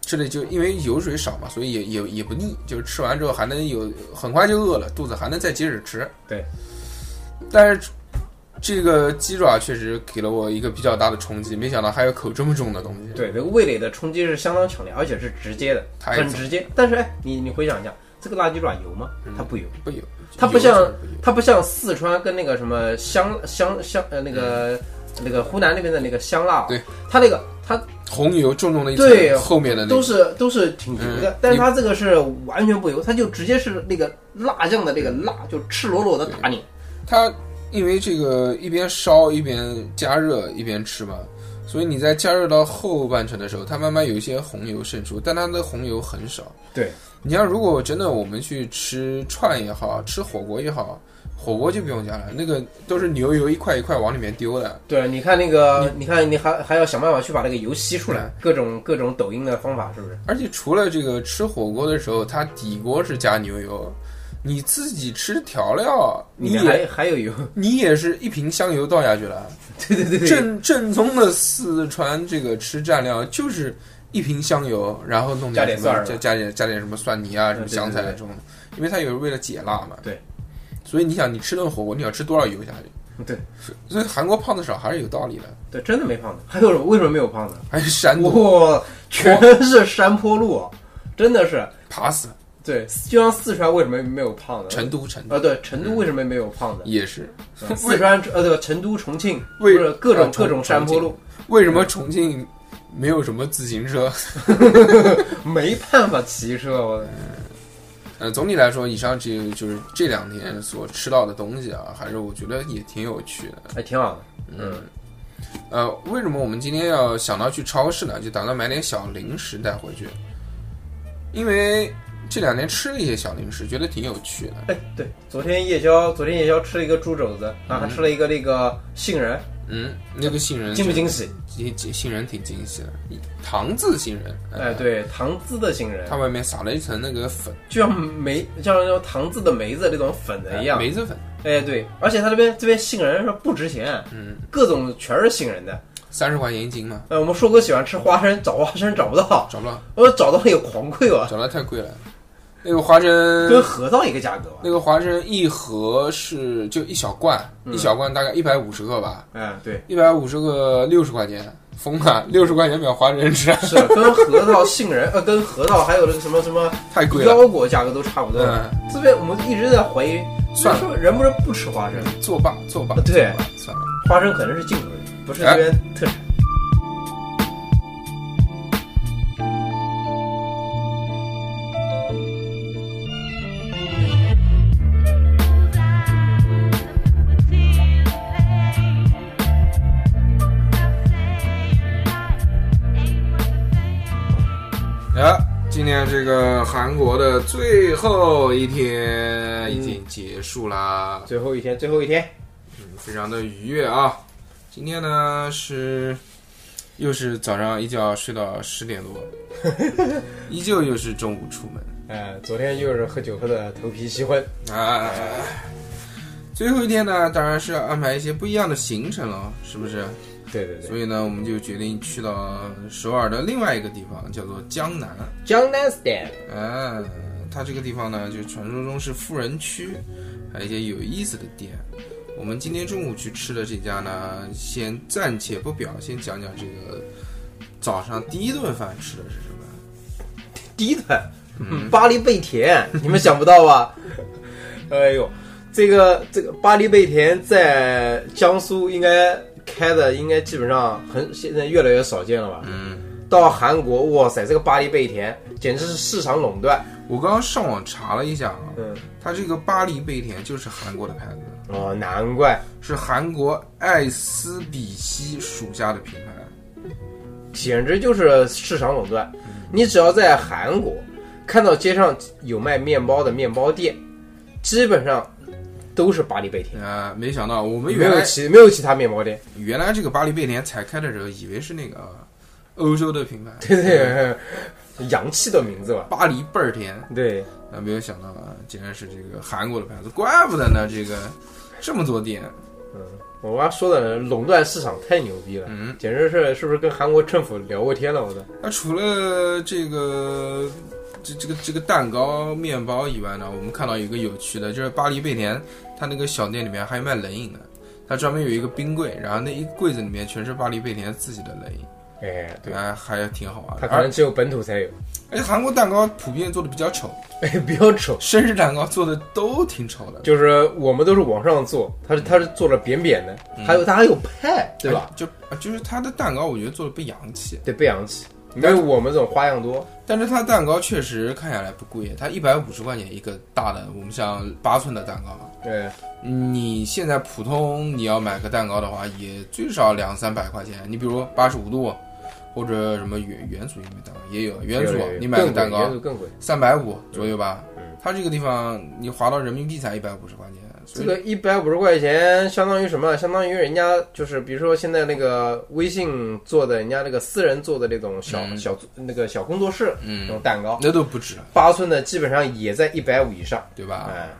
A: 吃的就因为油水少嘛，所以也也也不腻，就是吃完之后还能有很快就饿了，肚子还能再接着吃。
B: 对，
A: 但是这个鸡爪确实给了我一个比较大的冲击，没想到还有口这么重的东西。
B: 对，这个味蕾的冲击是相当强烈，而且是直接的，
A: 太
B: 很直接。但是哎，你你回想一下，这个辣鸡爪油吗？
A: 嗯
B: 它不油，
A: 不油，
B: 它不
A: 油
B: 像
A: 确实不油
B: 它不像四川跟那个什么香香香呃那个那个湖南那边的那个香辣啊，
A: 嗯对
B: 它那个它
A: 红油重重的一
B: 对
A: 层，后面的那
B: 都是都是挺油的
A: 嗯，
B: 但是它这个是完全不油，它就直接是那个辣酱的那个辣，就赤裸裸的打你。
A: 它因为这个一边烧一边加热一边吃嘛，所以你在加热到后半程的时候，它慢慢有一些红油渗出，但它的红油很少。
B: 对，
A: 你像如果真的我们去吃串也好，吃火锅也好，火锅就不用加了，那个都是牛油一块一块往里面丢的。
B: 对，啊你看那个，你看你还还要想办法去把那个油吸出来，各种各种抖音的方法是不是？
A: 而且除了这个吃火锅的时候，它底锅是加牛油，你自己吃调料，你
B: 你
A: 也
B: 还还有油， (laughs)
A: 你也是一瓶香油倒下去了。
B: 对对对对，
A: 正正宗的四川这个吃蘸料就是一瓶香油，然后弄
B: 加
A: 点
B: 点
A: 什么
B: 蒜儿
A: 加加点加点什么蒜泥啊，
B: 嗯
A: 什么
B: 对
A: 香菜啊
B: 对对
A: 这种的，因为它也是为了解辣嘛。
B: 对，
A: 所以你想，你吃顿火锅，你要吃多少油下去？
B: 对
A: 所以韩国胖子少还是有道理的。
B: 对，真的没胖子。还有什么为什么没有胖子？
A: 还有山东
B: 哇，全是山坡路，啊真的是。
A: 爬死了，
B: 对，就像四川为什么没有胖子？
A: 成都成都
B: 啊，对，成都为什么没有胖子？
A: 也是。
B: 四川呃，对，成都、重庆，不
A: 为
B: 是各种
A: 啊重
B: 各种山坡路，
A: 为什么重庆没有什么自行车？
B: 没办法骑车。我
A: 呃，总体来说，以上这就是这两天所吃到的东西啊，还是我觉得也挺有趣的。
B: 还哎挺好的，嗯，
A: 呃，为什么我们今天要想到去超市呢？就打算买点小零食带回去，因为这两天吃了一些小零食，觉得挺有趣的。
B: 哎，对，昨天夜宵，昨天夜宵吃了一个猪肘子，啊，还吃了一个那个杏仁，
A: 嗯，那个杏仁
B: 惊不惊喜？
A: 惊惊杏仁挺惊喜的，糖渍杏仁。
B: 哎，，对，糖渍的杏仁
A: 它，外面撒了一层那个粉，
B: 就像梅，就像那种糖渍的梅子那种粉的一样。
A: 梅子粉，
B: 哎，对，而且它这边这边杏仁是不值钱，
A: 嗯，
B: 各种全是杏仁的。
A: 三十块钱一斤嘛，
B: 呃，我们硕哥喜欢吃花生，找花生找不到，
A: 找不到，
B: 我找到了也狂贵吧，
A: 找不到太贵了。那个花生
B: 跟核桃一个价格吧。
A: 那个花生一盒是就一小罐，
B: 嗯
A: 一小罐大概一百五十个吧，
B: 哎，对，
A: 一百五十个六十块钱，疯了，六十块钱买花生吃， (laughs)
B: 是跟核桃、杏仁，呃，跟核桃还有那个什么什么
A: 太贵了。
B: 腰果价格都差不多。
A: 嗯，
B: 这边我们一直在怀疑，
A: 算了
B: 说人不是不吃花生，
A: 作罢作罢，
B: 对
A: 作罢，算了。
B: 花生可能是进口的，不是这边特产。
A: 啊，今天这个韩国的最后一天已经结束啦，
B: 最后一天，最后一天，
A: 嗯非常的愉悦啊。今天呢是又是早上一觉睡到十点多，依旧又是中午出门。
B: 呃，昨天又是喝酒喝的头皮吸昏，
A: 啊，最后一天呢，当然是要安排一些不一样的行程了，是不是？
B: 对对对，
A: 所以呢，我们就决定去到首尔的另外一个地方，叫做江南。
B: 江南 style，
A: 啊，它这个地方呢，就传说中是富人区，还有一些有意思的店。我们今天中午去吃的这家呢，先暂且不表，先讲讲这个早上第一顿饭吃的是什么。
B: 第一顿，巴黎贝甜，你们想不到吧？ (laughs) 哎呦，这个这个巴黎贝甜在江苏应该开的应该基本上很现在越来越少见了吧？
A: 嗯，
B: 到韩国，哇塞，这个巴黎贝甜简直是市场垄断。
A: 我刚刚上网查了一下啊，
B: 嗯，
A: 它这个巴黎贝甜就是韩国的牌子。
B: 哦，难怪，
A: 是韩国爱斯比西属下的品牌。
B: 简直就是市场垄断。
A: 嗯
B: 你只要在韩国看到街上有卖面包的面包店，基本上都是巴黎贝甜，
A: 呃，没想到我们
B: 没
A: 原
B: 有
A: 来
B: 其没有其他
A: (laughs)
B: 面包店。
A: 原来这个巴黎贝甜才开的时候，以为是那个呃欧洲的品牌，
B: 对对， (laughs) 洋气的名字吧？
A: 巴黎倍儿甜。
B: 对，
A: 啊，没有想到啊，竟然是这个韩国的牌子，怪不得呢，这个这么多店。
B: 我妈说的垄断市场太牛逼了，
A: 嗯，
B: 简直是是不是跟韩国政府聊过天了？我的，
A: 那除了这个这这个这个蛋糕、面包以外呢，我们看到一个有趣的，就是巴黎贝甜，它那个小店里面还有卖冷饮的，它专门有一个冰柜，然后那一个柜子里面全是巴黎贝甜自己的冷饮，
B: 哎，对，
A: 还还挺好玩的。
B: 它可
A: 而
B: 能只有本土才有，
A: 而且韩国蛋糕普遍做的比较丑，
B: 哎， (laughs) 比较丑，
A: 生日蛋糕做的都挺丑的，
B: 就是我们都是往上做，它是它是做了扁扁的，
A: 嗯
B: 还有它还有派，对吧？
A: 哎？就就是它的蛋糕，我觉得做的不洋气，
B: 对，不洋气，没有我们这种花样多。
A: 但是它蛋糕确实看下来不贵，它一百五十块钱一个大的，我们像八寸的蛋糕嘛。嗯
B: 对，
A: 你现在普通你要买个蛋糕的话，也最少两三百块钱。你比如八十五度，或者什么元元祖有没有蛋糕也有，元祖
B: 有有有
A: 你买个
B: 更贵
A: 蛋
B: 元
A: 糕
B: 祖更贵。
A: 三百五左右吧
B: 嗯。
A: 它这个地方你划到人民币才一百五十块钱，
B: 这
A: 所以
B: 个一百五十块钱相当于什么？相当于人家就是，比如说现在那个微信做的，人家那个私人做的那种小、
A: 嗯
B: 小那个小工作室那
A: 嗯
B: 种，蛋糕，
A: 那都不止，
B: 八寸的基本上也在一百五以上。
A: 对吧？
B: 哎，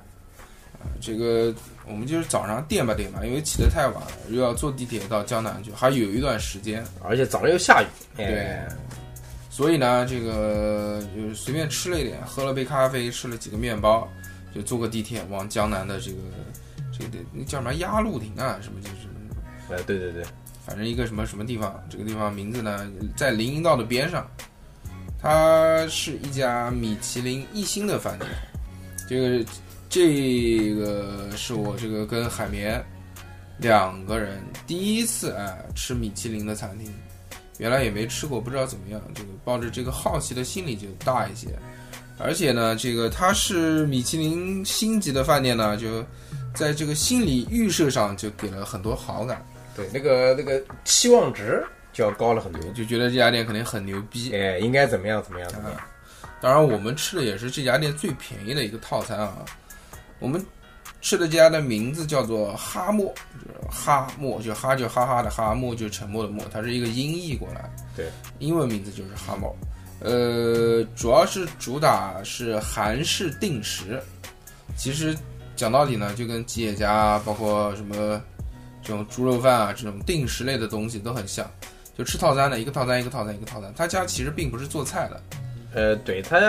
A: 这个我们就是早上垫吧垫吧，因为起得太晚了，又要坐地铁到江南去，还有一段时间。
B: 而且早上又下雨，
A: 对
B: 哎，
A: 所以呢，这个就是随便吃了一点，喝了杯咖啡，吃了几个面包，就坐个地铁往江南的这个这个那叫什么鸭绿亭啊，什么就是
B: 呃，对对对，
A: 反正一个什么什么地方，这个地方名字呢在林荫道的边上，它是一家米其林一星的饭店，这个这个是我这个跟海绵两个人第一次哎吃米其林的餐厅，原来也没吃过，不知道怎么样，这个抱着这个好奇的心理就大一些，而且呢，这个它是米其林星级的饭店呢，就在这个心理预设上就给了很多好感。
B: 对，那个那个期望值就要高了很多。
A: 就觉得这家店肯定很牛逼。
B: 哎，应该怎么样怎么样怎么样？
A: 啊当然，我们吃的也是这家店最便宜的一个套餐啊。我们吃的这家的名字叫做哈默，就是哈默，就哈就哈哈的哈，默就沉默的默，它是一个音译过来。
B: 对，
A: 英文名字就是哈默。呃，主要是主打是韩式定食。其实讲道理呢，就跟吉野家，包括什么这种猪肉饭啊，这种定食类的东西都很像。就吃套餐的，一个套餐一个套餐一个套餐。他家其实并不是做菜的，
B: 呃，对，它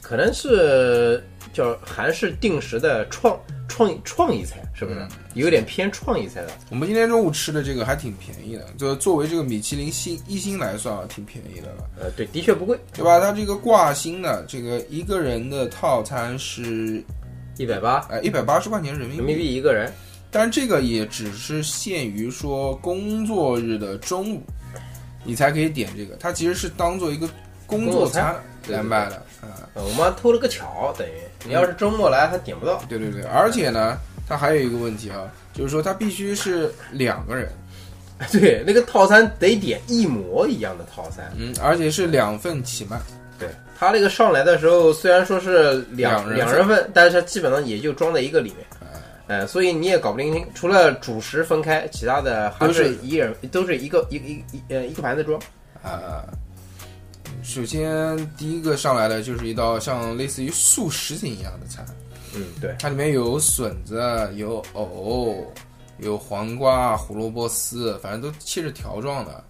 B: 可能是叫韩式定时的创创创意菜，是不
A: 嗯
B: 是？有点偏创意菜的。
A: 我们今天中午吃的这个还挺便宜的，就作为这个米其林星一星来算啊，挺便宜的了，
B: 呃，对，的确不贵，
A: 对吧？它这个挂星呢，这个一个人的套餐是
B: 一百八
A: 呃一百八十块钱人民
B: 人
A: 币
B: 民，币一个人。
A: 但这个也只是限于说工作日的中午，你才可以点这个，它其实是当做一个工作餐
B: 工作餐
A: 来卖的啊。
B: 呃，我妈偷了个巧，等于你要是周末来还点
A: (laughs)
B: 不到。
A: 啊对对对，而且呢，它还有一个问题啊，就是说它必须是两个人，
B: 对，那个套餐得点一模一样的套餐。
A: 嗯，而且是两份起卖。
B: 对，他那个上来的时候虽然说是两
A: 两人份嗯
B: 两人份，但是它基本上也就装在一个里面。呃，所以你也搞不清，除了主食分开，其他的还
A: 都是
B: 是一人都是一个一一一呃一个盘子装。
A: 啊，首先第一个上来的就是一道像类似于素食锦一样的菜，
B: 嗯，对，
A: 它里面有笋子、有藕、有黄瓜、胡萝卜丝，反正都切着条状的。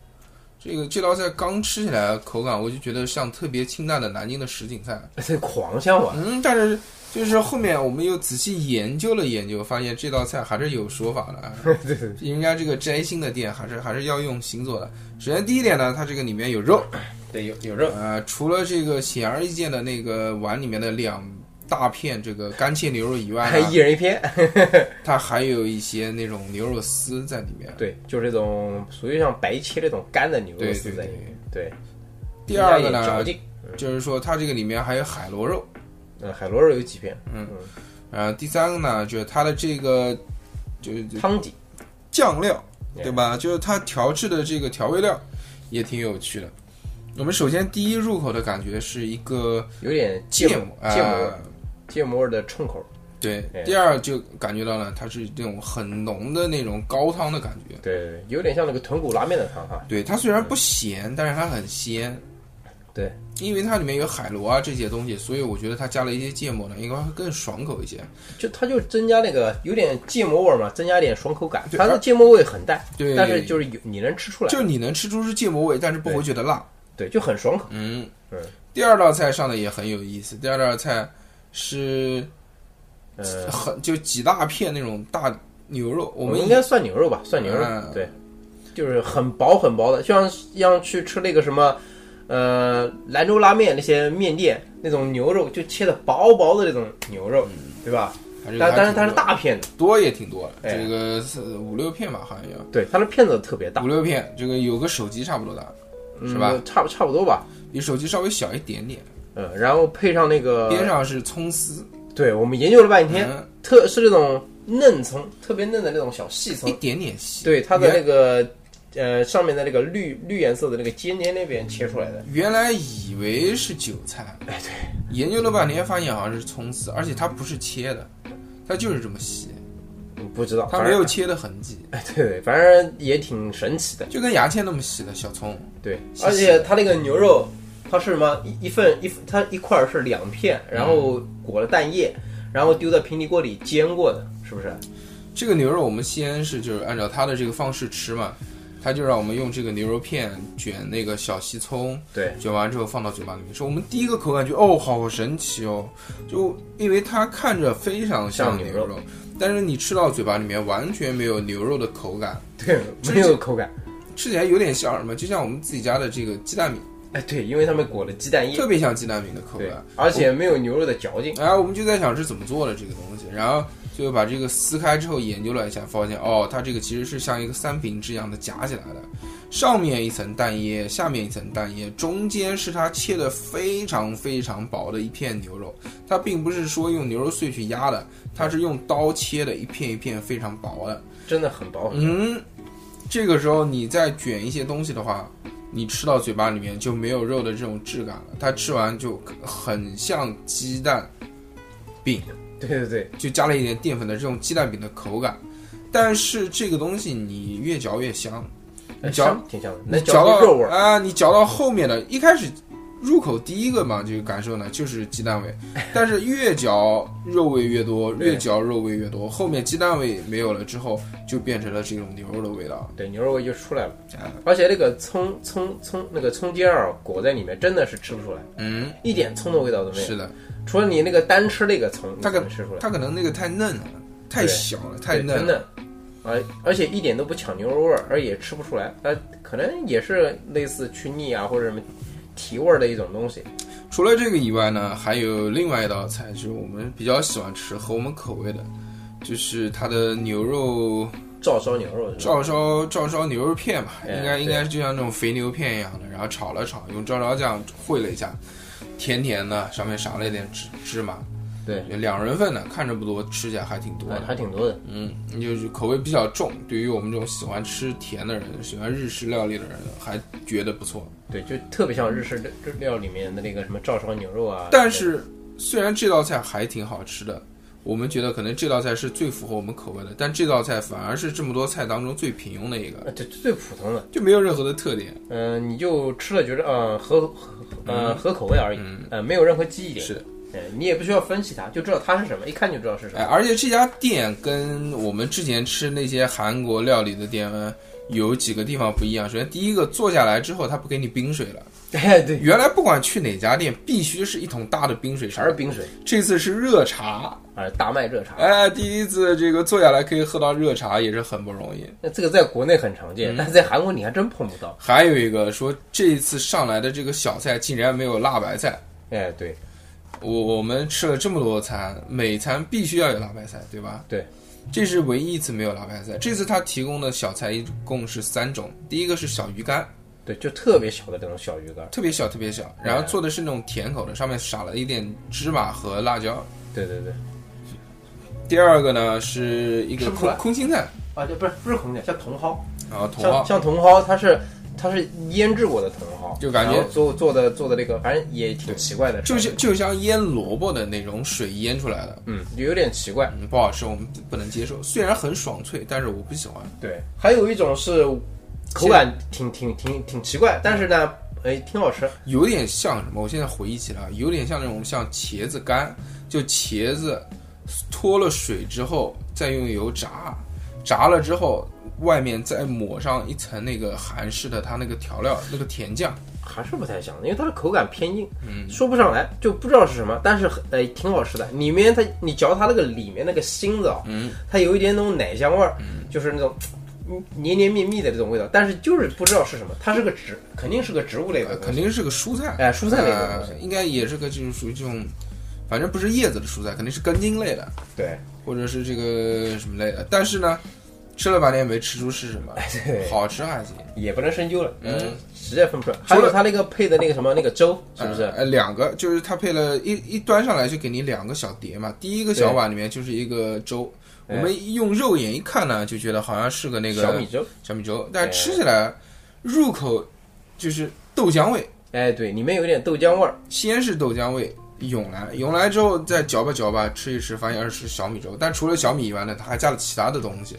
A: 这个这道菜刚吃起来口感，我就觉得像特别清淡的南京的什锦菜。
B: 这狂香啊！
A: 嗯，但是就是后面我们又仔细研究了研究，发现这道菜还是有说法 (laughs) 的。
B: 对对
A: 人家这个摘星的店还是还是要用心做的。首先第一点呢，它这个里面有肉，
B: 对，有有肉，
A: 呃，除了这个显而易见的那个碗里面的两大片这个干切牛肉以外
B: 还
A: 呢
B: 一，人一片。
A: 它还有一些那种牛肉丝在里面。
B: 对，就是这种属于像白切那种干的牛肉
A: 对
B: 丝
A: 对
B: 在
A: 对
B: 里面。。对，
A: 第二个
B: 人家也
A: 呢
B: 嚼，劲，
A: 就是说它这个里面还有海螺肉。
B: 嗯，海螺肉有几片，
A: 呃，第三个呢，就是它的这个就是
B: 汤底，
A: 酱料，
B: Yeah
A: 对吧？就是它调制的这个调味料也挺有趣的。我们首先第一入口的感觉是一个
B: 有点芥
A: 芥
B: 末
A: 末，
B: 芥末味
A: 呃
B: 儿芥末味儿的冲口。
A: 对
B: 哎，
A: 第二就感觉到了它是这种很浓的那种高汤的感觉。
B: 对对，对有点像那个豚骨拉面的汤哈。
A: 对，它虽然不咸，但是它很鲜。
B: 对，
A: 因为它里面有海螺啊这些东西，所以我觉得它加了一些芥末呢，应该会更爽口一些。
B: 就它就增加那个有点芥末味儿嘛，增加一点爽口感。
A: 对
B: 它的芥末味很淡，
A: 对
B: 但是就是有你能吃出来，
A: 就你能吃出是芥末味，但是不会觉得辣。
B: 对，就很爽口。
A: 嗯
B: 对，
A: 第二道菜上的也很有意思。第二道菜是
B: 呃，
A: 很就几大片那种大牛肉，我
B: 我
A: 们
B: 应该算牛肉吧，算牛肉，
A: 嗯
B: 对，就是很薄很薄的，就像像去吃那个什么。呃，兰州拉面那些面店那种牛肉就切的薄薄的那种牛肉，对吧？
A: 还嗯是
B: 但但
A: 还
B: 是它
A: 挺多的
B: 是大片的，
A: 多也挺多的，
B: 哎
A: 这个四五六片吧，好像有
B: 对，它的片子特别大
A: 五，六片，这个有个手机差不多大，
B: 嗯
A: 是吧？
B: 差不差不多吧，
A: 比手机稍微小一点点。
B: 嗯，然后配上那个
A: 边上是葱丝，
B: 对，我们研究了半呃天，
A: 嗯，
B: 特是那种嫩葱，特别嫩的那种小细
A: 一
B: 葱。
A: 点点细。
B: 对，它的那
A: 原
B: 个呃上面的那个绿绿颜色的那个尖尖那边切出来的。
A: 原来以为是韭菜，
B: 哎，对，
A: 研究了半天发现好像是葱丝，而且它不是切的，它就是这么细，
B: 我不知道，
A: 嗯它
B: 反
A: 没
B: 正
A: 有切的痕迹，
B: 哎， (laughs) 对对，反正也挺神奇的。
A: 就跟牙签那么细的小葱。
B: 对，
A: 谢谢
B: 而且它那个牛肉，它是什么一一份一它一块儿是两片，然后裹了蛋液，然后丢在平底锅里煎过的，是不是？
A: 这个牛肉我们先是就是按照它的这个方式吃嘛，它就让我们用这个牛肉片卷那个小细葱，
B: 对，
A: 卷完之后放到嘴巴里面，说我们第一个口感觉哦，好神奇哦，就因为它看着非常像
B: 像牛
A: 牛肉，但是你吃到嘴巴里面完全没有牛肉的口感，
B: 对，
A: 这
B: 没有口感。
A: 吃起来有点像什么，就像我们自己家的这个鸡蛋饼，
B: 哎，对，因为它们裹了鸡蛋液，
A: 特别像鸡蛋饼的口
B: 对
A: 感。，
B: 而且没有牛肉的嚼劲。
A: 然后我们就在想是怎么做的这个东西，然后就把这个撕开之后研究了一下，发现哦，它这个其实是像一个三明治一样的夹起来的，上面一层蛋液，下面一层蛋液，中间是它切的非常非常薄的一片牛肉，它并不是说用牛肉碎去压的，它是用刀切的一片一片非常薄的。
B: 真的很薄很薄。
A: 嗯，这个时候你再卷一些东西的话，你吃到嘴巴里面就没有肉的这种质感了，它吃完就很像鸡蛋饼，
B: 对对对，
A: 就加了一点淀粉的这种鸡蛋饼的口感。但是这个东西你越嚼越香，
B: 哎
A: 嚼
B: 香挺香的，能
A: 嚼
B: 嚼
A: 到
B: 出肉味儿。
A: 啊、你嚼到后面的，一开始入口第一个嘛，这个感受呢就是鸡蛋味，但是越嚼肉味越多，
B: 对
A: 越嚼肉味越多，后面鸡蛋味没有了之后，就变成了这种牛肉的味道。
B: 对，牛肉味就出来了
A: 啊，
B: 而且那个葱葱葱那个葱尖儿啊裹在里面，真的是吃不出来，
A: 嗯，
B: 一点葱的味道都没有。
A: 是的，
B: 除了你那个单吃那个葱，
A: 它
B: 你
A: 可
B: 才能吃出来，
A: 它可能那个太嫩了，太
B: 对
A: 小了，太
B: 对
A: 嫩
B: 真
A: 了。
B: 的，而而且一点都不抢牛肉味儿，而也吃不出来。它可能也是类似去腻啊或者什么提味儿的一种东西。
A: 除了这个以外呢，还有另外一道菜，就是我们比较喜欢吃合我们口味的，就是它的牛肉
B: 照烧牛肉是吧？
A: 照烧照烧牛肉片吧，
B: 哎
A: 应该
B: 对
A: 应该就像那种肥牛片一样的，然后炒了炒，用照烧酱烩了一下，甜甜的，上面撒了一点芝芝麻，
B: 对，
A: 两人份的，看着不多，吃起来还挺多
B: 哎
A: 的。
B: 还挺多的。
A: 嗯，就是口味比较重，对于我们这种喜欢吃甜的人，喜欢日式料理的人，还觉得不错。
B: 对，就特别像日式料料里面的那个什么照烧牛肉啊。
A: 但是虽然这道菜还挺好吃的，我们觉得可能这道菜是最符合我们口味的，但这道菜反而是这么多菜当中最平庸的一个，
B: 呃，对，最普通的。
A: 就没有任何的特点。
B: 嗯、你就吃了觉得呃合合呃合口味而已，呃没有任何记忆点，
A: 嗯是的，
B: 呃你也不需要分析它，就知道它是什么，一看就知道是什
A: 哎，
B: 么。
A: 而且这家店跟我们之前吃那些韩国料理的店呢，有几个地方不一样。首先，第一个坐下来之后，他不给你冰水了。
B: 哎， (laughs) 对，
A: 原来不管去哪家店，必须是一桶大的冰水
B: 全是冰水，
A: 这次是热茶，
B: 啊、大麦热茶，
A: 哎，第一次这个坐下来可以喝到热茶，也是很不容易。
B: 那这个在国内很常
A: 嗯
B: 见，但是在韩国你还真碰不到。
A: 还有一个说，这一次上来的这个小菜竟然没有辣白菜。
B: 哎，对，
A: 我我们吃了这么多餐，每餐必须要有辣白菜，对吧？
B: 对，
A: 这是唯一一次没有辣白菜。这次他提供的小菜一共是三种，第一个是小鱼干，
B: 对，就特别小的那种小鱼干，
A: 特别小特别
B: 哎
A: 小，然后做的是那种甜口的，上面撒了一点芝麻和辣椒。
B: 对对对，
A: 第二个呢是一个
B: 吃不出
A: 空
B: 来
A: 空心菜，
B: 啊，对，不是不是红的，像茼蒿，
A: 然后茼蒿
B: 像，像茼蒿，它是它是腌制过的茼蒿，
A: 就感觉
B: 然后做做的做的那个，反正也挺奇怪的，
A: 就像就像腌萝卜的那种水腌出来的，
B: 嗯，有点奇怪。
A: 嗯，不好吃，我们不能接受。虽然很爽脆，但是我不喜欢。
B: 对，还有一种是口感挺挺挺挺奇怪，但是呢哎，挺好吃。
A: 有点像什么？我现在回忆起来，啊有点像那种像茄子干，就茄子脱了水之后，再用油炸，炸了之后，外面再抹上一层那个韩式的它那个调料，那个甜酱。
B: 还是不太像，因为它的口感偏硬，
A: 嗯
B: 说不上来，就不知道是什么，但是很哎挺好吃的。里面它你嚼它那个里面那个芯子啊，
A: 嗯
B: 它有一点那种奶香味儿，就是那种嗯黏黏密密的这种味道，但是就是不知道是什么，它是个植，肯定是个植物类的
A: 呃
B: 东西，
A: 肯定是个蔬菜，
B: 哎蔬菜类的
A: 呃
B: 东西
A: 应该也是个就是属于这种，反正不是叶子的蔬菜，肯定是根茎类的，
B: 对
A: 或者是这个什么类的。但是呢，吃了半天没吃出是什么，
B: (laughs) 对，
A: 好吃还行，
B: 也不能深究了，
A: 嗯，
B: 实在分不出来。还有它那个配的那个什么那个粥，是不是？
A: 呃，两个就是它配了一一端上来就给你两个小碟嘛，第一个小碗里面就是一个粥，我
B: 对
A: 们用肉眼一看呢，就觉得好像是个那个
B: 小米粥，
A: 小米粥，但吃起来入口就是豆浆味，
B: 哎对，里面有点豆浆味儿，
A: 先是豆浆味涌来，涌来之后再嚼吧嚼吧，吃一吃，发现哎是小米粥。但除了小米以外呢，它还加了其他的东西，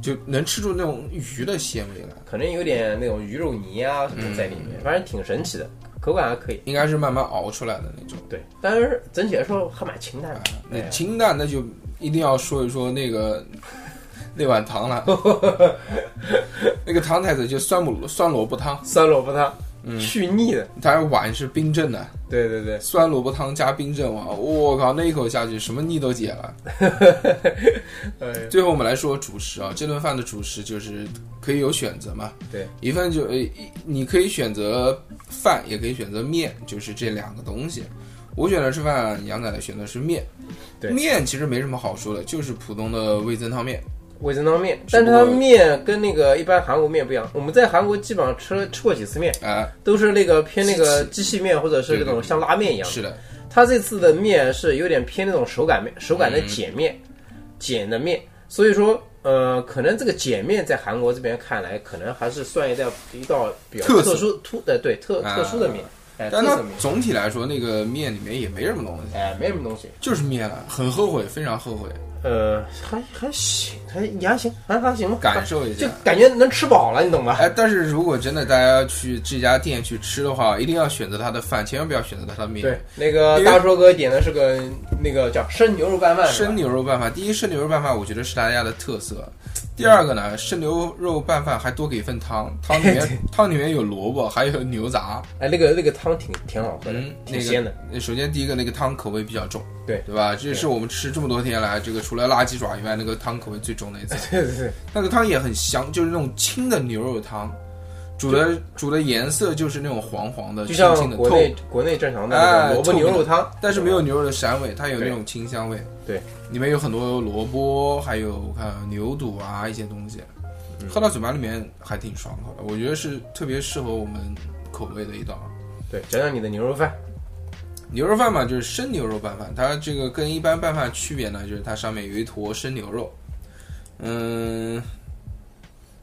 A: 就能吃出那种鱼的鲜味来。
B: 可能有点那种鱼肉泥啊什么在里
A: 嗯
B: 面，反正挺神奇的，口感还可以。
A: 应该是慢慢熬出来的那种。
B: 对，但是整体来说还蛮清淡的。
A: 啊那清淡那就一定要说一说那个 (laughs) 那碗汤了， (laughs) 那个汤太子就酸母酸萝卜汤，
B: 酸萝卜汤，
A: 嗯
B: 去腻的。
A: 它碗是冰镇的，
B: 对对对，
A: 酸萝卜汤加冰镇碗，我靠，那一口下去什么腻都解了。
B: 哎，
A: 最后我们来说主食啊，这顿饭的主食就是可以有选择嘛，
B: 对，
A: 一份就呃，一你可以选择饭，也可以选择面，就是这两个东西。我选的是饭，杨奶奶选的是面。
B: 对
A: 面其实没什么好说的，就是普通的味增汤面。
B: 味噌汤面，
A: 只
B: 但
A: 不
B: 是
A: 过
B: 它面跟那个一般韩国面不一样。我们在韩国基本上吃吃过几次面，
A: 啊、
B: 都是那个偏那个机器面或者是那
A: 对对
B: 种
A: 对
B: 像拉面一样。
A: 是的，
B: 它这次的面是有点偏那种手擀面，
A: 嗯
B: 手擀的碱面，碱的面。所以说，呃，可能这个碱面在韩国这边看来，可能还是算一道一道比较
A: 特色
B: 特殊突呃对特
A: 啊
B: 特殊的面，哎，特
A: 但它
B: 色面，
A: 总体来说，那个面里面也没什么东西，
B: 哎，没什么东西。
A: 就是面了。很后悔，非常后悔，
B: 呃，还还行，还也还行，还还行吧，
A: 感受一
B: 就
A: 下。
B: 感觉能吃饱了，你懂吧？
A: 哎，但是如果真的大家去这家店去吃的话，一定要选择它的饭，千万不要选择它的面。
B: 对，那个
A: 因为
B: 大硕哥点的是个那个叫生牛肉拌饭，是吧
A: 生牛肉拌饭，第一生牛肉拌饭我觉得是他家的特色，第二个呢，生牛肉拌饭还多给一份
B: (laughs)
A: 汤，汤里面汤里面有萝卜，还有牛杂，
B: 哎，那个那个汤挺挺好喝的
A: 嗯，，那
B: 挺鲜的
A: 个。那首先第一个那个汤口味比较重，
B: 对
A: 对吧？这是我们吃这么多天来，这个除了辣鸡爪以外，那个汤口味最重的一次，
B: 对对对，
A: 那个汤也很香，就是那种清的牛肉汤，煮的煮的颜色就是那种黄黄的，
B: 就
A: 清
B: 像
A: 清的
B: 国
A: 透，
B: 内国内正常的那
A: 哎
B: 个萝卜
A: 臭
B: 牛
A: 的
B: 肉汤，
A: 但是没有牛肉的膻味，它有那种清香味。
B: 对，
A: 里面有很多萝卜，还有我看牛肚啊一些东西，
B: 嗯
A: 喝到嘴巴里面还挺爽口的。我觉得是特别适合我们口味的一道
B: 对，讲讲你的牛肉饭，
A: 牛肉饭嘛，就是生牛肉拌饭。它这个跟一般拌饭区别呢，就是它上面有一坨生牛肉。嗯，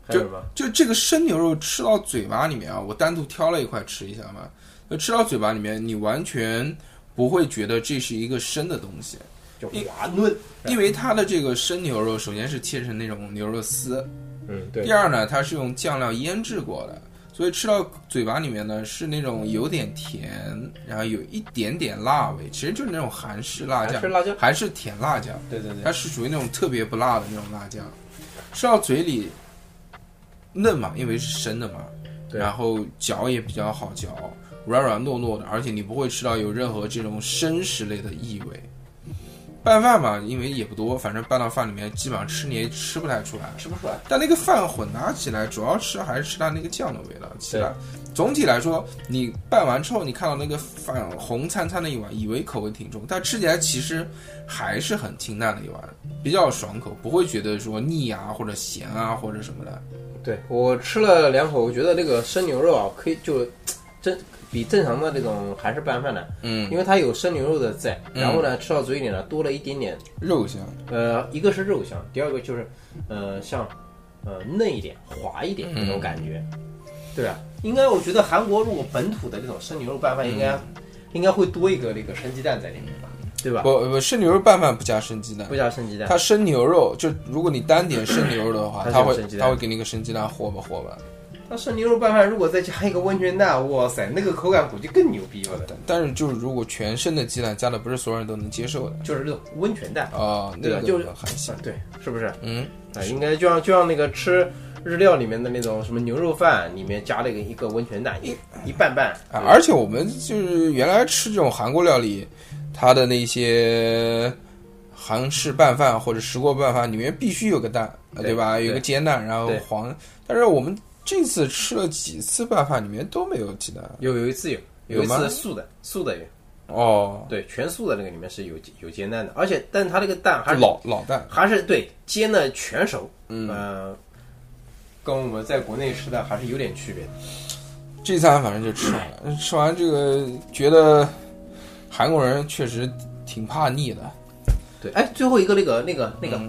B: 还有什么？
A: 就这个生牛肉吃到嘴巴里面啊，我单独挑了一块吃一下嘛。就吃到嘴巴里面，你完全不会觉得这是一个生的东西。
B: 就滑嫩。
A: 因为它的这个生牛肉，首先是切成那种牛肉丝，
B: 嗯，对
A: 第，二呢，它是用酱料腌制过的，所以吃到嘴巴里面呢是那种有点甜，然后有一点点辣味，其实就是那种韩式辣酱
B: 韩式，辣嗯酱
A: 韩式甜辣酱，
B: 对对
A: 它
B: 对，
A: 是属于那种特别不辣的那种辣酱，吃到嘴里嫩嘛，因为是生的嘛，
B: 对
A: 然后嚼也比较好嚼，软软糯糯的，而且你不会吃到有任何这种生食类的异味。拌饭嘛，因为也不多，反正拌到饭里面，基本上吃你也吃不太出来。
B: 吃不出来。
A: 但那个饭混搭起来，主要吃还是吃它那个酱的味道。其他总体来说，你拌完之后，你看到那个饭红灿灿的一碗，以为口味挺重，但吃起来其实还是很清淡的一碗，比较爽口，不会觉得说腻啊或者咸啊或者什么的。
B: 对我吃了两口，我觉得那个生牛肉啊，可以就真比正常的那种韩式拌饭呢，
A: 嗯，
B: 因为它有生牛肉的在，
A: 嗯
B: 然后呢，吃到嘴里呢多了一点点，
A: 肉香，
B: 呃，一个是肉香，第二个就是，呃，像，呃，嫩一点、滑一点
A: 嗯
B: 那种感觉，对吧？应该我觉得韩国如果本土的这种生牛肉拌饭，应该、
A: 嗯
B: 应该会多一个那个生鸡蛋在里面吧，对吧？
A: 不不，生牛肉拌饭不加生鸡蛋
B: 不。加生鸡蛋，
A: 它生牛肉，就如果你单点生牛肉的话，
B: 它是
A: 它
B: 有
A: 会
B: 生鸡蛋
A: 它会给你一个生鸡蛋和吧和吧，
B: 但是牛肉拌饭如果再加一个温泉蛋，哇塞，那个口感估计更牛逼了。
A: 但但是就是如果全生的鸡蛋加的不是所有人都能接受的
B: 就是那种温泉蛋，
A: 啊、那
B: 对的
A: 个
B: 就是
A: 还行
B: 啊。对，是不是？
A: 嗯，
B: 啊，应该就像就像那个吃日料里面的那种什么牛肉饭，里面加了一个一个温泉蛋，一一拌拌。
A: 啊，而且我们就是原来吃这种韩国料理，它的那些韩式拌饭或者石锅拌饭里面必须有个蛋，呃
B: 对
A: 对吧？
B: 对
A: 有个煎蛋，然后
B: 对
A: 黄。但是我们这次吃了几次拌饭，里面都没有鸡蛋。
B: 有有一次有有一
A: 有吗
B: 次素的素的有，
A: 哦，
B: 对，全素的那个里面是有有煎蛋的，而且但它那个蛋还是
A: 老老蛋，
B: 还是对煎的全熟，
A: 嗯
B: 呃跟我们在国内吃的还是有点区别的。
A: 这餐反正就吃完
B: 嗯
A: 了。吃完这个，觉得韩国人确实挺怕腻的。
B: 对，哎，最后一个那个那个那个、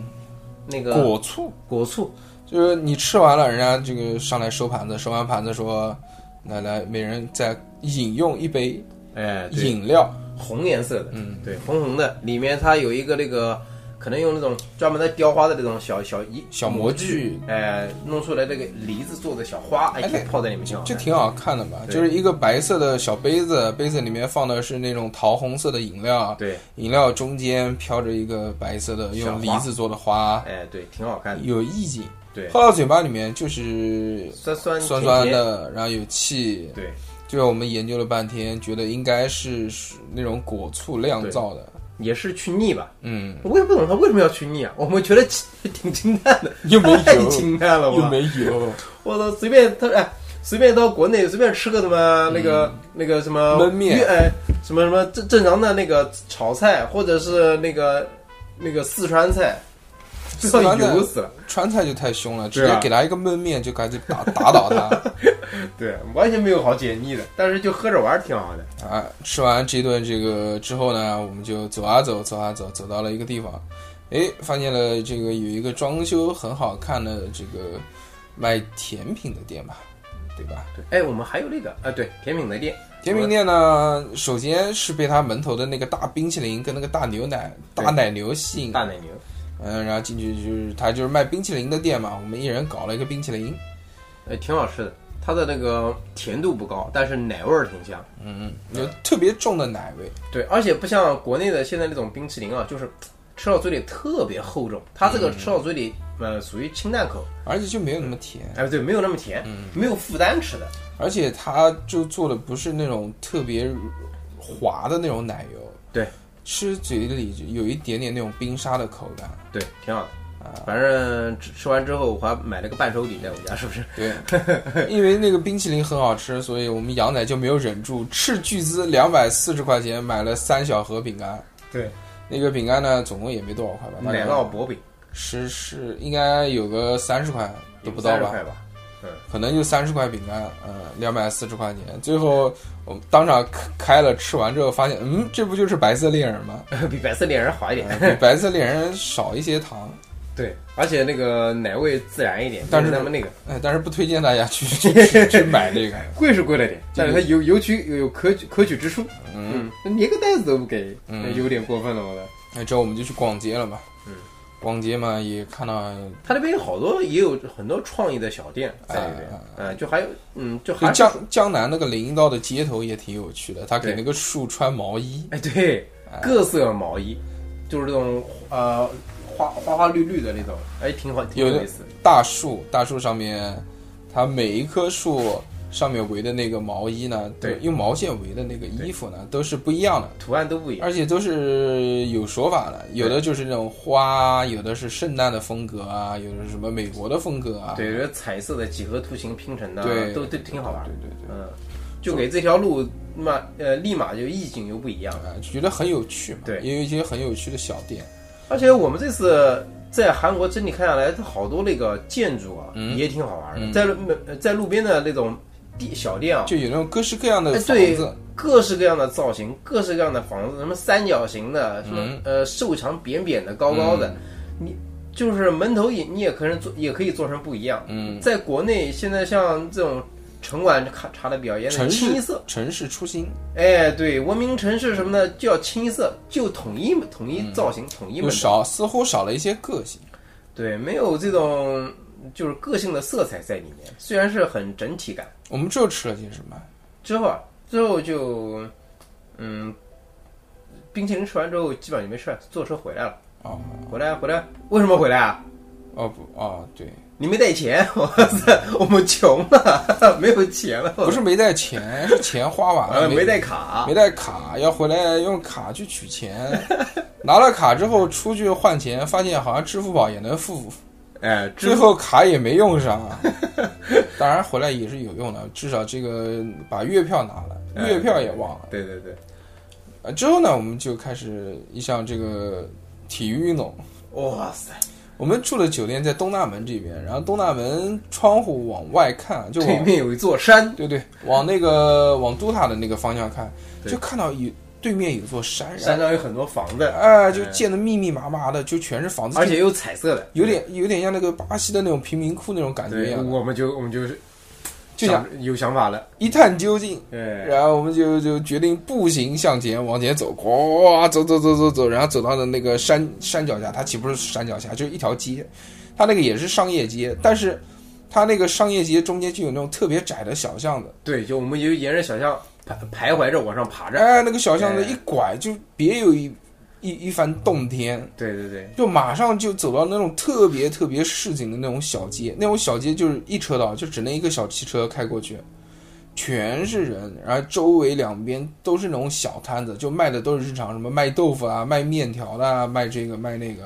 B: 那个
A: 果醋
B: 嗯果醋，
A: 就是你吃完了，人家这个上来收盘子，收完盘子说：“来来，每人再饮用一杯
B: 哎，对
A: 饮料。
B: 红颜色的，嗯，对，红红的，里面它有一个那个，可能用那种专门的雕花的那种小小一
A: 小模具，
B: 哎，弄出来那个梨子做的小花，哎，
A: 哎
B: 可以泡在里面挺好
A: 这
B: 看。
A: 挺好看的嘛，
B: 对
A: 就是一个白色的小杯子，杯子里面放的是那种桃红色的饮料，
B: 对，
A: 饮料中间飘着一个白色的
B: 小
A: 用
B: 花
A: 梨子做的花，
B: 哎，对，挺好看的，
A: 有意境。
B: 对，
A: 喝到嘴巴里面就是
B: 酸酸
A: 酸
B: 酸
A: 酸，的，然后有气。
B: 对，
A: 就是我们研究了半天，觉得应该是那种果醋酿造的。
B: 也是去腻吧。
A: 嗯，
B: 我也不懂它为什么要去腻啊？我们觉得挺挺清淡的，
A: 又 (laughs) 没
B: 太 (laughs)
A: 油
B: 清淡了吧？
A: 又没有
B: 我操，随便他哎，随便到国内随便吃个什么那个、那个什么
A: 嗯焖面
B: 粤哎，什么什么正正常的那个炒菜，或者是那个那个四川菜，
A: 四
B: 知道
A: 川菜
B: 油死了。
A: 川菜就太凶了，直
B: 对啊
A: 接给他一个焖面就开始打 (laughs) 打倒他。
B: 对，完全没有好解腻的，但是就喝着玩儿挺好的。
A: 啊，吃完这顿这个之后呢，我们就走啊走，走啊走，走到了一个地方，哎，发现了这个有一个装修很好看的这个卖甜品的店吧，对吧？
B: 对，哎，我们还有那个啊，对，甜品的店，
A: 甜品店呢，首先是被它门头的那个大冰淇淋跟那个大牛奶、
B: 对
A: 大奶牛吸引，
B: 大奶牛，
A: 嗯，然后进去就是它就是卖冰淇淋的店嘛，我们一人搞了一个冰淇淋，
B: 哎，挺好吃的。它的那个甜度不高，但是奶味儿挺香。
A: 嗯，有特别重的奶味，
B: 对，而且不像国内的现在那种冰淇淋啊，就是吃到嘴里特别厚重。它这个吃到嘴里，呃，属于清淡口，
A: 而且就没有那么甜，
B: 哎，对，没有那么甜，
A: 嗯
B: 没有负担吃的。
A: 而且它就做的不是那种特别滑的那种奶油，
B: 对，
A: 吃嘴里就有一点点那种冰沙的口感，
B: 对，挺好的。
A: 啊
B: 反正吃吃完之后，我还买了个伴手礼在我
A: (laughs)
B: 家，是不是？ (laughs)
A: 对，因为那个冰淇淋很好吃，所以我们羊奶就没有忍住，斥巨资两百四十块钱买了三小盒饼干，
B: 对，
A: 那个饼干呢，总共也没多少块吧，大概
B: 奶酪薄饼
A: 十是应该有个三十块都不到
B: 30
A: 吧，
B: 块吧？ (laughs)
A: 可能就三十块饼干，呃，两百四十块钱。最后我们当场开开了，吃完之后发现，嗯，这不就是白色恋人吗？呃
B: 比白色恋人好一点。
A: 比白色恋人少一些糖，
B: 对，而且那个奶味自然一点，
A: 但
B: 没
A: 是
B: 有那么那个
A: 哎，但是不推荐大家去去去去买这个。
B: 贵是贵了点，
A: 这
B: 但
A: 个
B: 是它有有取有有可取可取之处。嗯，连个袋子都不给，那有点过分了，我觉得。
A: 那哎之后我们就去逛街了嘛，
B: 嗯，
A: 逛街嘛也看到，
B: 它那边有好多也有很多创意的小店在里边，
A: 哎
B: 嗯、就还有，嗯，就
A: 就
B: 还是，
A: 江江南那个林荫道的街头也挺有趣的，他给
B: 对
A: 那个树穿毛衣，
B: 哎，对，各色毛衣，就是这种呃花花花绿绿的那种，哎，挺好，挺
A: 有
B: 有
A: 的
B: 意思。
A: 大树，大树上面，它每一棵树上面围的那个毛衣呢，
B: 对
A: 用毛线围的那个衣服呢，都是不一样的，
B: 图案都不一样，
A: 而且都是有说法的，有的就是那种花，有的是圣诞的风格啊，有的是什么美国的风格啊，
B: 对，有些彩色的几何图形拼成的，
A: 对
B: 都都挺好玩
A: 对
B: 的，
A: 对对，
B: 嗯，就给这条路嘛，呃，立马就意境又不一样了。
A: 啊，觉得很有趣嘛，
B: 对
A: 也有一些很有趣的小店，
B: 而且我们这次在韩国整体看下来，它好多那个建筑啊，
A: 嗯
B: 也挺好玩的，
A: 嗯
B: 在路呃在路边的那种地小店啊，
A: 就有那种各式各样的
B: 哎
A: 房
B: 对
A: 子，
B: 各式各样的造型，各式各样的房子，什么三角形的，什么、
A: 嗯
B: 呃瘦长扁扁的、高高的，你就是门头也你也可能做，也可以做成不一样。
A: 嗯，
B: 在国内现在像这种城管查查的比较严的，
A: 城市
B: 清一色，
A: 城市初心，
B: 哎，对，文明城市什么的就要清一色，就统一
A: 嗯
B: 统一造型，统一
A: 又
B: 门头，
A: 少似乎少了一些个性，
B: 对，没有这种就是个性的色彩在里面，虽然是很整体感。
A: 我们就吃了些什么？
B: 之后啊，之后就嗯，冰淇淋吃完之后基本上就没事，坐车回来了。
A: 哦
B: 回来回来，为什么回来啊？
A: 哦不哦，对，
B: 你没带钱，我操，我们穷了， (laughs) 没有钱了，
A: 不是没带钱， (laughs) 是钱花完
B: 呃，
A: 了，
B: 没带卡，
A: 没带卡，要回来用卡去取钱。拿了卡之后出去换钱，发现好像支付宝也能付，
B: 哎，之
A: 最
B: 后
A: 后卡也没用上。啊当然回来也是有用的，至少这个把月票拿了，月票也忘了。
B: 哎对对对，
A: 呃，之后呢，我们就开始一项这个体育运动。
B: 哇塞，
A: 我们住的酒店在东大门这边，然后东大门窗户往外看，就
B: 对
A: 往
B: 面有一座山，
A: 对对，往那个往都塔的那个方向看，
B: 对
A: 就看到有对面有座山，然后
B: 山上有很多房子，
A: 哎，就建的密密麻麻的，就全是房子，
B: 而且有彩色的，
A: 有点有点像那个巴西的那种贫民窟那种感觉一
B: 对，
A: 样的，
B: 我们就我们就是
A: 就想
B: 有想法了，
A: 一探究竟。
B: 哎，
A: 然后我们就就决定步行向前往前走，哇，走走走走走，然后走到了那个山山脚下，它岂不是山脚下，就是一条街，它那个也是商业街，但是它那个商业街中间就有那种特别窄的小巷子，
B: 对，就我们就沿着小巷徘徘徊着往上爬着，
A: 哎，那个小巷子
B: 哎
A: 一拐就别有一一一番洞天，
B: 对对对，
A: 就马上就走到那种特别特别市井的那种小街，那种小街就是一车道，就只能一个小汽车开过去，全是人，然后周围两边都是那种小摊子，就卖的都是日常，什么卖豆腐啊、卖面条的、啊、卖这个卖那个，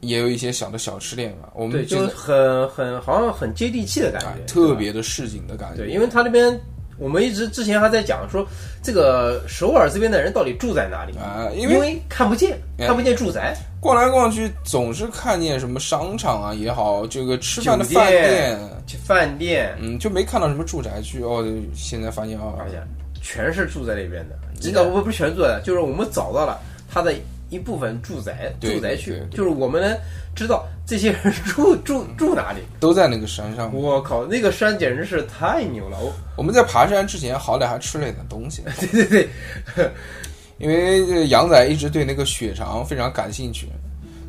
A: 也有一些小的小吃店嘛。我
B: 对，
A: 们
B: 就是
A: 是
B: 很很好像很接地气的感
A: 哎
B: 觉，
A: 特别的市井的感觉，
B: 对，因为他那边我们一直之前还在讲说，这个首尔这边的人到底住在哪里？
A: 啊、因
B: 因
A: 为
B: 看不见，
A: 哎
B: 看不见住宅，
A: 逛来逛去总是看见什么商场啊也好，这个吃饭的
B: 酒店
A: 饭店。啊
B: 去饭店，
A: 嗯，就没看到什么住宅区哦。现在发现啊，
B: 而且全是住在那边的，
A: 真
B: 真
A: 的
B: 的不不是全住在，就是我们找到了他的一部分住宅
A: 对
B: 住宅
A: 对
B: 区
A: 对，对
B: 就是我们能知道这些人 (laughs) 住住住哪里。
A: 都在那个山上。
B: 我靠，那个山简直是太牛了！我
A: 我们在爬山之前，好歹还吃了一点东西，
B: 对 (laughs) 对
A: (laughs)
B: 对，
A: 因为这杨仔一直对那个血肠非常感兴趣，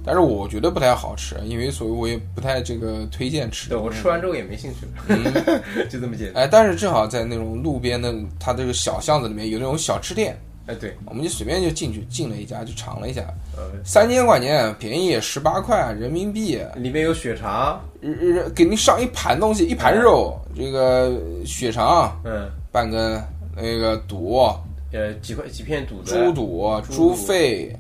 A: 但是我觉得不太好吃，因为所以我也不太这个推荐吃。
B: 对我吃完之后也没兴趣了， (laughs) 就这么简单。
A: 哎，但是正好在那种路边的，它这个小巷子里面有那种小吃店，
B: 哎，对，
A: 我们就随便就进去进了一家，就尝了一下，
B: 呃，
A: 三千块钱，便宜十八块人民币，
B: 里面有血肠，
A: 日日给您上一盘东西，一盘肉，这个血肠
B: 嗯，
A: 半根，那个肚、
B: 呃，几块几片肚子，
A: 猪肚、
B: 猪
A: 猪
B: 肚
A: 肺，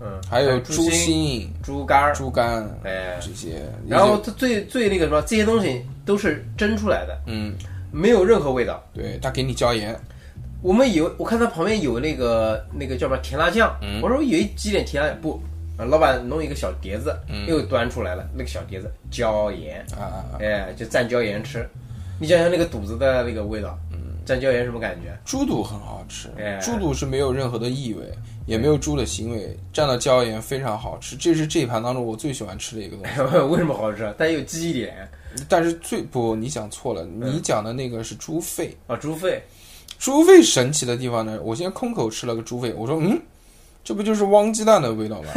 B: 嗯，
A: 还有
B: 猪
A: 猪
B: 心、
A: 心、
B: 猪肝儿，
A: 猪肝
B: 哎，
A: 这些。
B: 然后它最最那个什么，这些东西都是蒸出来的，
A: 嗯，
B: 没有任何味道。
A: 对他给你椒盐，
B: 我们以为我看它旁边有那个那个叫什么甜辣酱，
A: 嗯
B: 我说有一挤点甜辣酱，不，啊老板弄一个小碟子，
A: 嗯
B: 又端出来了那个小碟子椒盐，
A: 啊，
B: 哎，就蘸椒盐吃。你想想那个肚子的那个味道，
A: 嗯
B: 蘸椒盐什么感觉？
A: 猪肚很好吃
B: 哎，
A: 猪肚是没有任何的异味，也没有猪的腥味，蘸了椒盐非常好吃，这是这一盘当中我最喜欢吃的一个东
B: (laughs) 为什么好吃？它有记忆点
A: 西。但是最不，你想错了，
B: 嗯
A: 你讲的那个是猪肺。
B: 啊，猪肺
A: 猪肺神奇的地方呢，我先空口吃了个猪肺，我说嗯，这不就是汪鸡蛋的味
B: (laughs)
A: 道吗？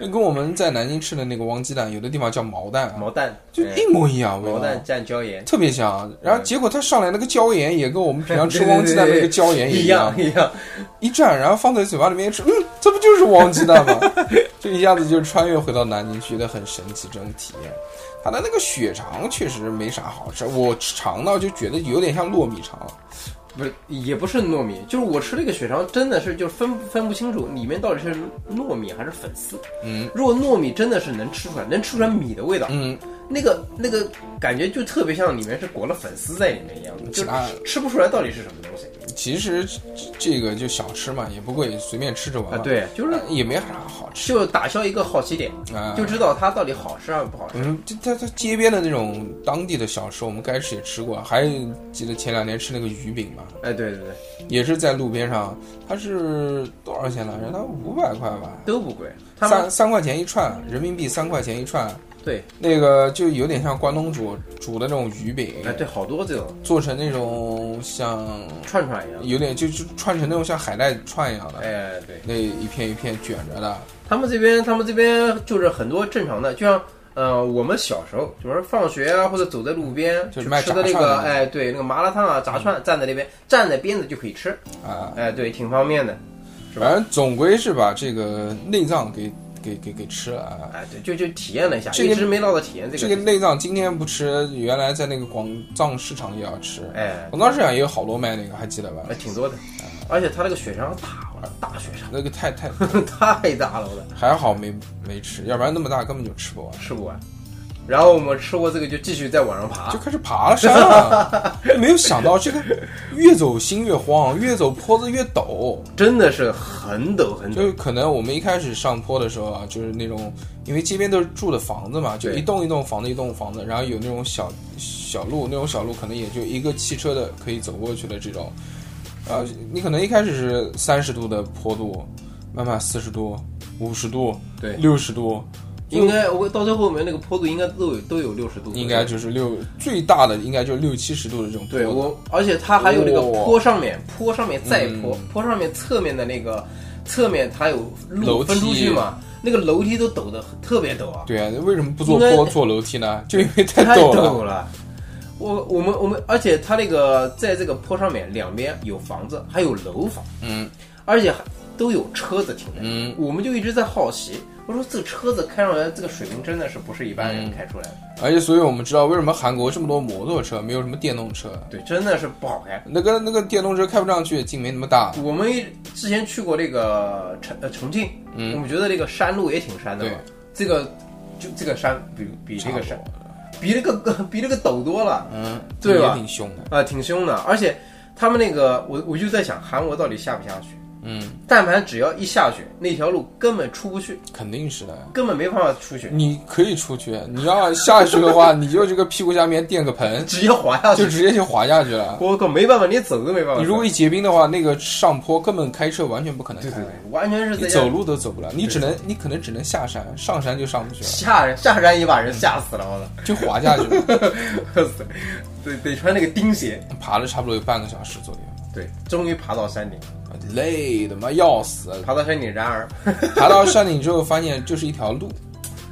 A: 那跟我们在南京吃的那个汪鸡蛋，有的地方叫毛蛋啊，
B: 毛蛋，
A: 就
B: 哎
A: 一模一样味
B: 毛
A: 道，
B: 蛋蘸椒盐，
A: 特别香。啊然后结果他上来那个椒盐也跟我们平常吃汪鸡蛋的那个椒盐也
B: (laughs) 一
A: 样，
B: 一样，
A: 一蘸，然后放在嘴巴里面一吃，嗯，这不就是汪鸡蛋
B: (laughs)
A: 吗？这一下子就穿越回到南京，觉得很神奇这种体验。它的那个血肠确实没啥好吃，我尝到就觉得有点像糯米肠，
B: 不是，也不是糯米，就是我吃那个血肠，真的是就分分不清楚里面到底是糯米还是粉丝。
A: 嗯
B: 如果糯米真的是能吃出来，能吃出来米的味道，
A: 嗯，
B: 那个那个感觉就特别像里面是裹了粉丝在里面一样的，就
A: 其他啊
B: 吃不出来到底是什么东西
A: 其实这这个就小吃嘛，也不贵，随便吃着玩
B: 啊
A: 嘛。。，
B: 对，就是
A: 也没啥好吃
B: 就打消一个好奇点，
A: 啊。
B: 就知道它到底好吃还是不好吃。
A: 嗯，这它它街边的那种当地的小吃，我们该吃也吃过，还记得前两天吃那个鱼饼嘛，
B: 哎，对对对，
A: 也是在路边上，它是多少钱来着？它五百块吧，
B: 都不贵，他们
A: 三三块钱一串，人民币三块钱一串。
B: 对，
A: 那个就有点像关东煮煮的那种鱼饼，
B: 哎对，好多这种
A: 做成那种像，
B: 串串一样的，
A: 有点就就串成那种像海带串一样的，
B: 哎，对。
A: 那一片一片卷着的。
B: 他们这边，他们这边就是很多正常的，就像呃，我们小时候就是放学啊，或者走在路边
A: 就
B: 去
A: 是卖
B: 吃的那
A: 炸串的啊嗯那
B: 个，
A: 种
B: 哎，对，那个麻辣烫啊、炸串，站在那边站在边子就可以吃，
A: 啊，
B: 哎，对，挺方便的，是吧
A: 反正总归是把这个内脏给给给给吃了啊。
B: 哎，对，就就体验了一下，
A: 这个
B: 一直没闹到体验这
A: 这
B: 个
A: 个
B: 事情，
A: 内脏今天不吃，原来在那个广藏市场也要吃，
B: 哎，
A: 广藏市场也有好多卖那个，还记得吧
B: 哎？挺多的，
A: 嗯
B: 而且它那个雪肠大，我的大雪
A: 那个太太
B: 肠 (laughs) 太大了，我的
A: 还好没没吃，要不然那么大根本就吃不完。
B: 吃不完。然后我们吃过这个，就继续再往上爬
A: 就，开始爬山了，没有想到这个越走心越慌，越走坡子越陡。
B: 真的是很陡很陡，
A: 就可能我们一开始上坡的时候啊，就是那种，因为街边都是住的房子嘛，就
B: 对
A: 一栋一栋房子，一栋房子，然后有那种小小路，那种小路可能也就一个汽车的可以走过去的这种。呃，你可能一开始是三十度的坡度，慢慢四十度、五十度、
B: 对
A: 六十度，
B: 应该我到最后面那个坡度应该都有都有六十度，
A: 应该就是六最大的应该就六七十度的这种坡
B: 对
A: 度。
B: 我，而且它还有那个
A: 哇嗯
B: 坡上面，坡上面再坡，坡上面侧面的那个侧面它有
A: 楼
B: 路
A: 梯
B: 分出去嘛，那个楼梯都陡的特别陡啊，
A: 对啊，为什么不坐
B: 应该
A: 坡坐楼梯呢？就因为太
B: 太
A: 陡了。
B: 了。我我们我们，而且它那个在这个坡上面两边有房子，还有楼房，
A: 嗯
B: 而且还都有车子停的。
A: 嗯，
B: 我们就一直在好奇，我说这车子开上来，这个水平真的是不是一般人开出来的？
A: 而且所以我们知道为什么韩国这么多摩托车，没有什么电动车。
B: 对，真的是不好开。
A: 那个那个电动车开不上去，劲没那么大。
B: 我们一之前去过那个重呃重庆，
A: 嗯
B: 我们觉得那个山路也挺山的嘛
A: 对。
B: 这个就这个山比比这个
A: 差
B: 山
A: 不
B: 比那个 (laughs) 比那个陡多了
A: 嗯，
B: 对吧
A: 也挺凶的。
B: 啊、挺凶的。而且他们那个我我就在想，韩国到底下不下雪？
A: 嗯，
B: 但凡只要一下雪，那条路根本出不去，
A: 肯定是的。
B: 根本没办法出去， (laughs)
A: 你可以出去，你要下去的话，你就这个屁股下面垫个
B: (laughs)
A: 盆，
B: 直接滑下
A: 就
B: 去。
A: 直接就滑下去
B: (laughs)
A: 了。
B: 我靠，没办法，连走都没办法走。
A: 你如果一结冰的话，那个上坡根本开车完全不可能
B: 对
A: 开
B: 对，对，完全是
A: 你
B: 在
A: 走路都走不了，你只能你可能只能下山，上山就上不去了，
B: 下人下山也把人吓死了，我 (laughs) 操！
A: 就滑下去了。
B: (laughs) 得得穿那个钉鞋。
A: 爬了差不多有半个小时左右，
B: 对，终于爬到山顶，
A: 累的妈要死。
B: 爬到山顶，然而
A: 爬到山顶之后，发现就是一条路，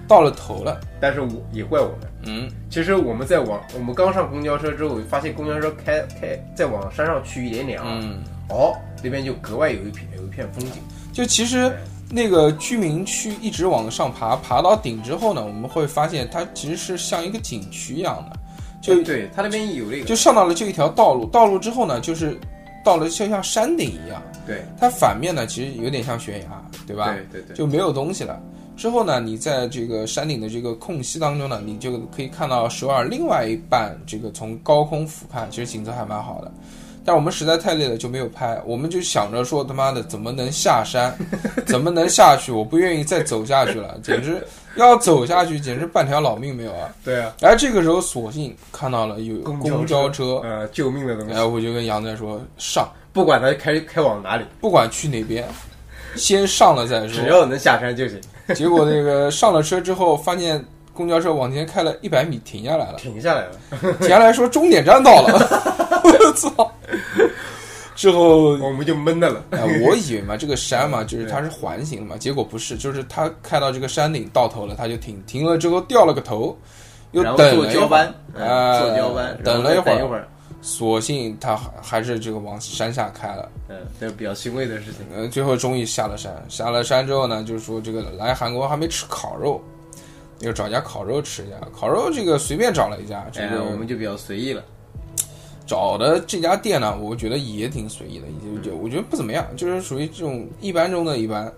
A: 到了头了。
B: 但是我也怪我们。
A: 嗯，
B: 其实我们在往我们刚上公交车之后，发现公交车开开再往山上去一点点啊，
A: 嗯，
B: 哦，那边就格外有一片有一片风景。
A: 就其实那个居民区一直往上爬，爬到顶之后呢，我们会发现它其实是像一个景区一样的，就
B: 哎对，它那边有那个，
A: 就上到了这一条道路，道路之后呢，就是到了就像山顶一样，
B: 对
A: 它反面呢其实有点像悬崖，对吧？
B: 对对对，
A: 就没有东西了。之后呢，你在这个山顶的这个空隙当中呢，你就可以看到首尔另外一半这个从高空俯瞰，其实景色还蛮好的。但我们实在太累了，就没有拍。我们就想着说，他妈的怎么能下山，怎么能下去？我不愿意再走下去了，简直要走下去，简直半条老命没有啊！
B: 对啊，
A: 然后这个时候，索性看到了有
B: 公
A: 公交车，哎
B: 呃，救命的东
A: 然
B: 西，
A: 后我就跟杨仔说上，
B: 不管它开开往哪里，
A: 不管去哪边，先上了再说
B: 只。要能下山就行， (laughs)
A: 结果那个上了车之后，发现公交车往前开了一百米，停下来了。
B: 停下来了。
A: 停下来说终点站到了， (laughs) 我操！之后，
B: 我们就闷的了。
A: 哎，我以为嘛，这个山
B: (laughs)
A: 嘛，就是它是环形的嘛，结果不是，就是它开到这个山顶到头了，它就停，停了之后掉了个头， (laughs) 又
B: 然后
A: 等
B: 坐
A: 了一
B: 交
A: 会儿
B: 班，，
A: 哎，
B: 嗯坐交班，
A: 等
B: 然后
A: 了
B: 再
A: 会
B: 等一
A: 儿，
B: 会儿，
A: 索性它还还是这个往山下开了。
B: 嗯，这是比较欣慰的事情。
A: 呃，最后终于下了山。下了山之后呢，就是说这个来韩国还没吃烤肉，又找家烤肉吃一下。烤肉这个随便找了一家，这
B: 哎，
A: 个
B: 我们就比较随意了。
A: 找的这家店呢，我觉得也挺随意的，也就就我觉得不怎么样，就是属于这种一般中的一般。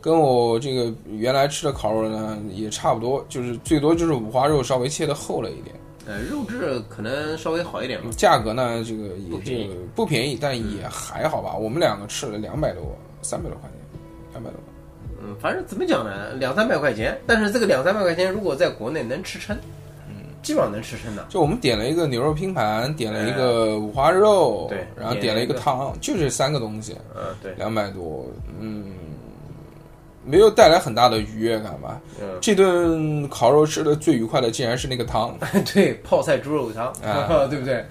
A: 跟我这个原来吃的烤肉呢也差不多，就是最多就是五花肉稍微切的厚了一点。嗯
B: 呃，肉质可能稍微好一点吧。
A: 价格呢，这个也
B: 不便宜嗯
A: 就不便宜，但也还好吧。我们两个吃了两百多，三百多块钱，两百多。
B: 嗯，反正怎么讲呢，两三百块钱，但是这个两三百块钱如果在国内能吃撑，嗯，基本上能吃撑的。
A: 就我们点了一个牛肉拼盘，点了一个五花肉，
B: 对
A: 然后
B: 点
A: 点了一个
B: 了一个
A: 汤，就这三个东西，
B: 嗯，对，
A: 两百多，嗯，没有带来很大的愉悦感吧。
B: 嗯，
A: 这顿烤肉吃的最愉快的竟然是那个汤，
B: 嗯 (laughs) 对，泡菜猪肉汤，
A: 啊
B: (laughs) 对不对？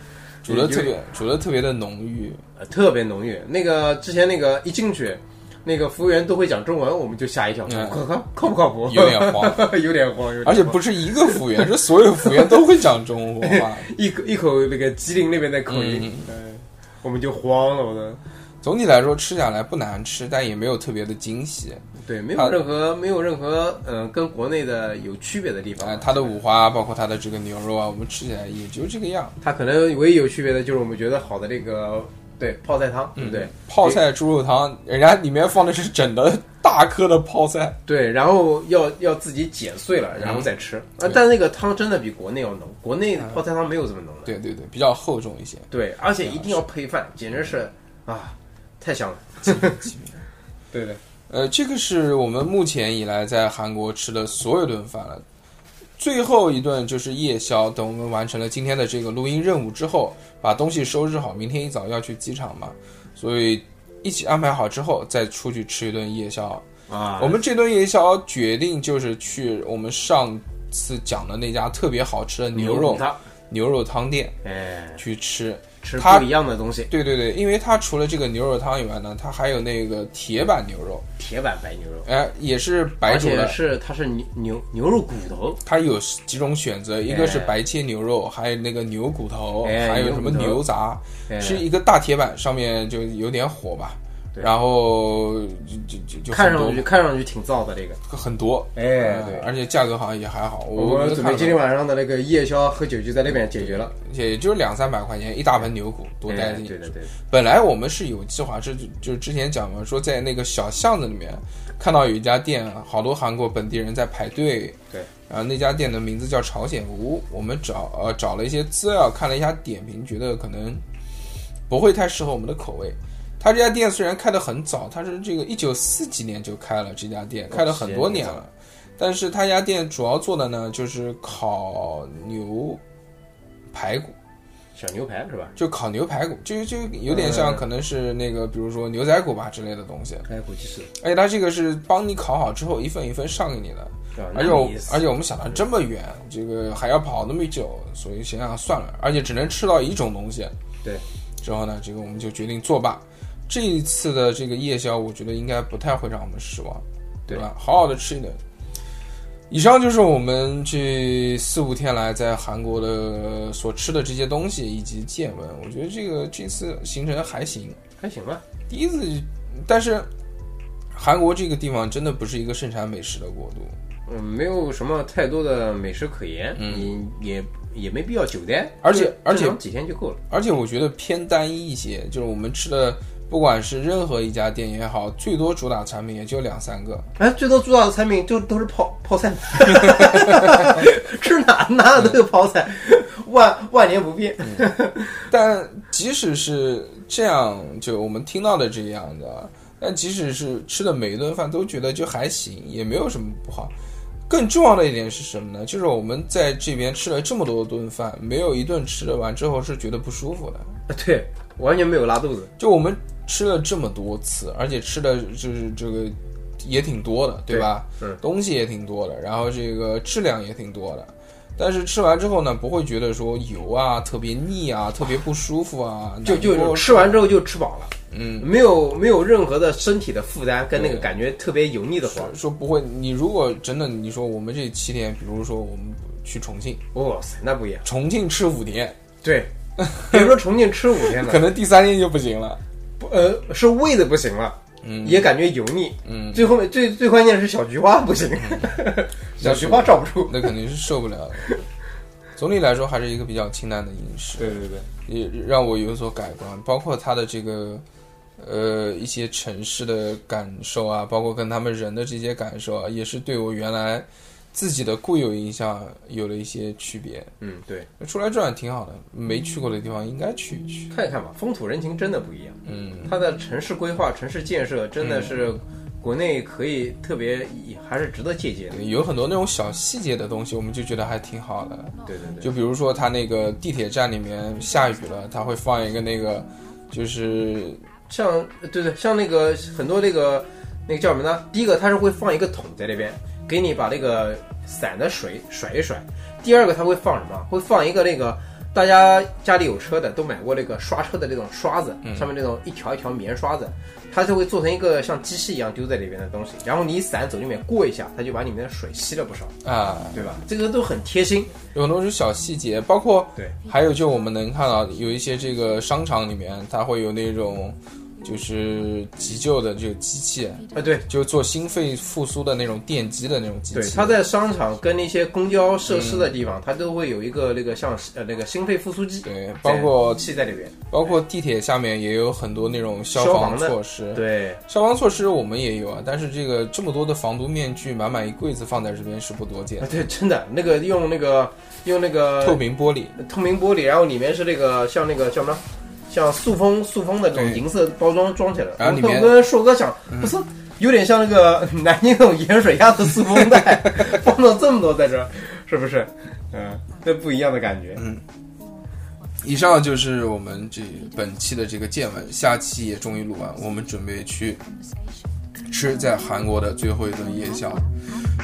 A: 煮的
B: (laughs) 有
A: 特别煮的特别的浓郁，
B: 呃特别浓郁。那个之前那个一进去，那个服务员都会讲中文，我们就吓一跳，
A: 嗯
B: 靠靠靠不靠谱？
A: 有点慌。
B: (laughs) 有点慌，有点慌
A: 而且不是一个服务员，是所有服务员都会讲中国话。 (laughs)
B: 一口一口那个吉林那边的口音，嗯我们就慌了，我的，
A: 总体来说，吃下来不难吃，但也没有特别的惊喜。
B: 对，没有
A: 好
B: 任何没有任何嗯、呃跟国内的有区别的地
A: 啊、
B: 方，
A: 它的五花，包括它的这个牛肉啊，我们吃起来也就这个样。
B: 它可能唯一有区别的就是我们觉得好的那个对泡菜汤，
A: 嗯
B: 对不对？
A: 泡菜猪肉汤，人家里面放的是整的大颗的泡菜，
B: 对，然后要要自己剪碎了，然后再吃。啊
A: 对，啊
B: 但那个汤真的比国内要浓，国内的泡菜汤没有这么浓的。
A: 对对对，比较厚重一些。
B: 对，而
A: 啊
B: 且一定要配饭，简直是啊，太香了。 (laughs) 对的，
A: 呃，这个是我们目前以来在韩国吃的所有顿饭了。最后一顿就是夜宵。等我们完成了今天的这个录音任务之后，把东西收拾好，明天一早要去机场嘛，所以一起安排好之后，再出去吃一顿夜宵。
B: 啊，
A: 我们这顿夜宵决定就是去我们上次讲的那家特别好吃的牛肉
B: 汤，
A: 牛肉汤店
B: 哎，
A: 去吃。
B: 吃
A: 它
B: 不一样的东西，
A: 对对对，因为它除了这个牛肉汤以外呢，它还有那个铁板牛肉，
B: 铁板白牛肉，
A: 哎、也是白
B: 而
A: 煮
B: 且
A: 的。
B: 是它是牛牛牛肉骨头，
A: 它有几种选择，一个是白切牛肉，还有那个牛骨头，
B: 哎
A: 还有什么
B: 牛骨头
A: 牛杂，
B: 哎
A: 是一个大铁板，上面就有点火吧，
B: 对
A: 然后就就就就
B: 看
A: 很多
B: 上去看上去挺燥的这个。
A: 很多，
B: 哎
A: 嗯
B: 对
A: 而且价格好像也还好，
B: 我
A: 们
B: 们准备今
A: 天
B: 天晚上的那个夜宵喝酒就在那边解决了，
A: 也就两三百块钱一大盆牛骨，多带
B: 哎
A: 劲！
B: 对的对的，
A: 本来我们是有计划，是就是之前讲嘛，说在那个小巷子里面看到有一家店，好多韩国本地人在排队。
B: 对。
A: 然后那家店的名字叫朝鲜屋，我们找呃找了一些资料，看了一下点评，觉得可能不会太适合我们的口味。他这家店虽然开得很早，他是这个一九四几年就开了这家店，
B: 哦
A: 开了很多年
B: 时间
A: 了。但是他家店主要做的呢，就是烤牛排骨，
B: 小牛排是吧？
A: 就烤牛排骨，就就有点像可能是那个，比如说牛仔骨吧之类的东西。
B: 开火鸡翅，
A: 而且它这个是帮你烤好之后一份一份上给你的，
B: 啊
A: 而且我
B: 那意思
A: 而且我们想到这么远，这个还要跑那么久，所以想想算了，而且只能吃到一种东西。
B: 对，
A: 之后呢，这个我们就决定作罢。这一次的这个夜宵，我觉得应该不太会让我们失望，对
B: 对
A: 吧？好好的吃一顿。以上就是我们这四五天来在韩国的所吃的这些东西以及见闻。我觉得这个这次行程还行，
B: 还行啊吧，
A: 第一次，但是韩国这个地方真的不是一个盛产美食的国度。
B: 嗯，没有什么太多的美食可言，
A: 嗯
B: 也也也没必要久待，
A: 而且
B: 正
A: 而且
B: 正常几天就够了。
A: 而且我觉得偏单一一些，就是我们吃的，不管是任何一家店也好，最多主打产品也就两三个。
B: 哎，最多主打的产品就都是泡泡 (laughs) 菜，吃哪哪都有泡菜，万万年不变。
A: 但即使是这样，就我们听到的这样的，但即使是吃的每一顿饭都觉得就还行，也没有什么不好。更重要的一点是什么呢？就是我们在这边吃了这么多顿饭，没有一顿吃的完之后是觉得不舒服的。
B: 嗯对，完全没有拉肚子。
A: 就我们吃了这么多次，而且吃的就是这个也挺多的，
B: 对
A: 吧？
B: 嗯，
A: 东西也挺多的，然后这个质量也挺多的。但是吃完之后呢，不会觉得说油啊特别腻啊，特别不舒服啊，
B: 就就
A: 难过
B: 就吃完之后就吃饱了，
A: 嗯，
B: 没有没有任何的身体的负担跟那个感觉特别油腻的慌。
A: 说不会。你如果真的你说我们这七天，比如说我们去重庆，
B: 哇塞，那不一样。
A: 重庆吃五天，
B: (laughs) 对，比如说重庆吃五天
A: 可
B: 的，
A: 能第三天就不行了。
B: 不呃，是胃的不行了，
A: 嗯
B: 也感觉油腻，
A: 嗯，
B: 最后面最最关键是小菊花不行，嗯 (laughs) 小菊花罩不住。
A: 那肯定是受不了的。总体来说，还是一个比较清淡的饮食。
B: 对对对，
A: 也让我有所改观，包括它的这个呃一些城市的感受啊，包括跟他们人的这些感受啊，也是对我原来自己的固有印象有了一些区别。
B: 嗯对，
A: 出来转挺好的，没去过的地方应该去一去。
B: 看一看吧，风土人情真的不一样。
A: 嗯，
B: 它的城市规划、城市建设真的是国内可以特别，还是值得借鉴的。
A: 嗯有很多那种小细节的东西，我们就觉得还挺好的。
B: 对对对，
A: 就比如说，它那个地铁站里面下雨了，它会放一个那个，就是
B: 像对对，像那个很多那个那个叫什么呢？第一个它是会放一个桶在那边，给你把那个伞的水甩一甩；第二个它会放什么？会放一个那个大家家里有车的都买过那个刷车的那种刷子，上面那种一条一条棉刷子，它就会做成一个像机器一样丢在里面的东西，然后你一伞走进里面过一下，它就把里面的水吸了不少，
A: 啊，
B: 对吧？这个都很贴心，
A: 有很多是小细节，包括
B: 对，
A: 还有就我们能看到有一些这个商场里面，它会有那种就是急救的这个机器，
B: 啊对。
A: 就做心肺复苏的那种电击的那种机
B: 对，
A: 器。
B: 它在商场跟那些公交设施的地方，它都会有一个那个像呃那个心肺复苏机，
A: 对，包括
B: 气在里面。
A: 包括地铁下面也有很多那种消
B: 消
A: 防
B: 防的
A: 措施。
B: 对，
A: 消防措施我们也有啊，但是这个这么多的防毒面具满满一柜子放在这边是不多见
B: 啊
A: 的，
B: (laughs) 对，真的那个用那个用那个
A: 透明玻璃。
B: 透明玻璃，然后里面是那个像那个叫什么，像塑封塑封的这种
A: 对
B: 银色包装装起来的。
A: 然后里面嗯
B: 我跟硕哥讲，不是有点像那个 (laughs) 南京那种盐水鸭的塑封袋， (laughs) 放了这么多在这儿，是不是？嗯，这不一样的感觉。
A: 以上就是我们这本期的这个见闻，下期也终于录完，我们准备去吃在韩国的最后一顿夜宵。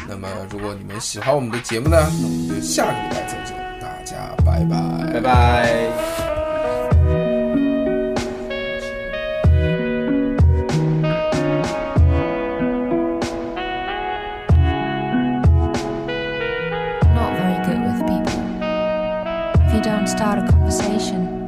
A: 那么，如果你们喜欢我们的节目呢，那我们就下个礼拜再见，大家拜拜，
B: 拜拜。
C: not very good with people. If you don't start a conversation,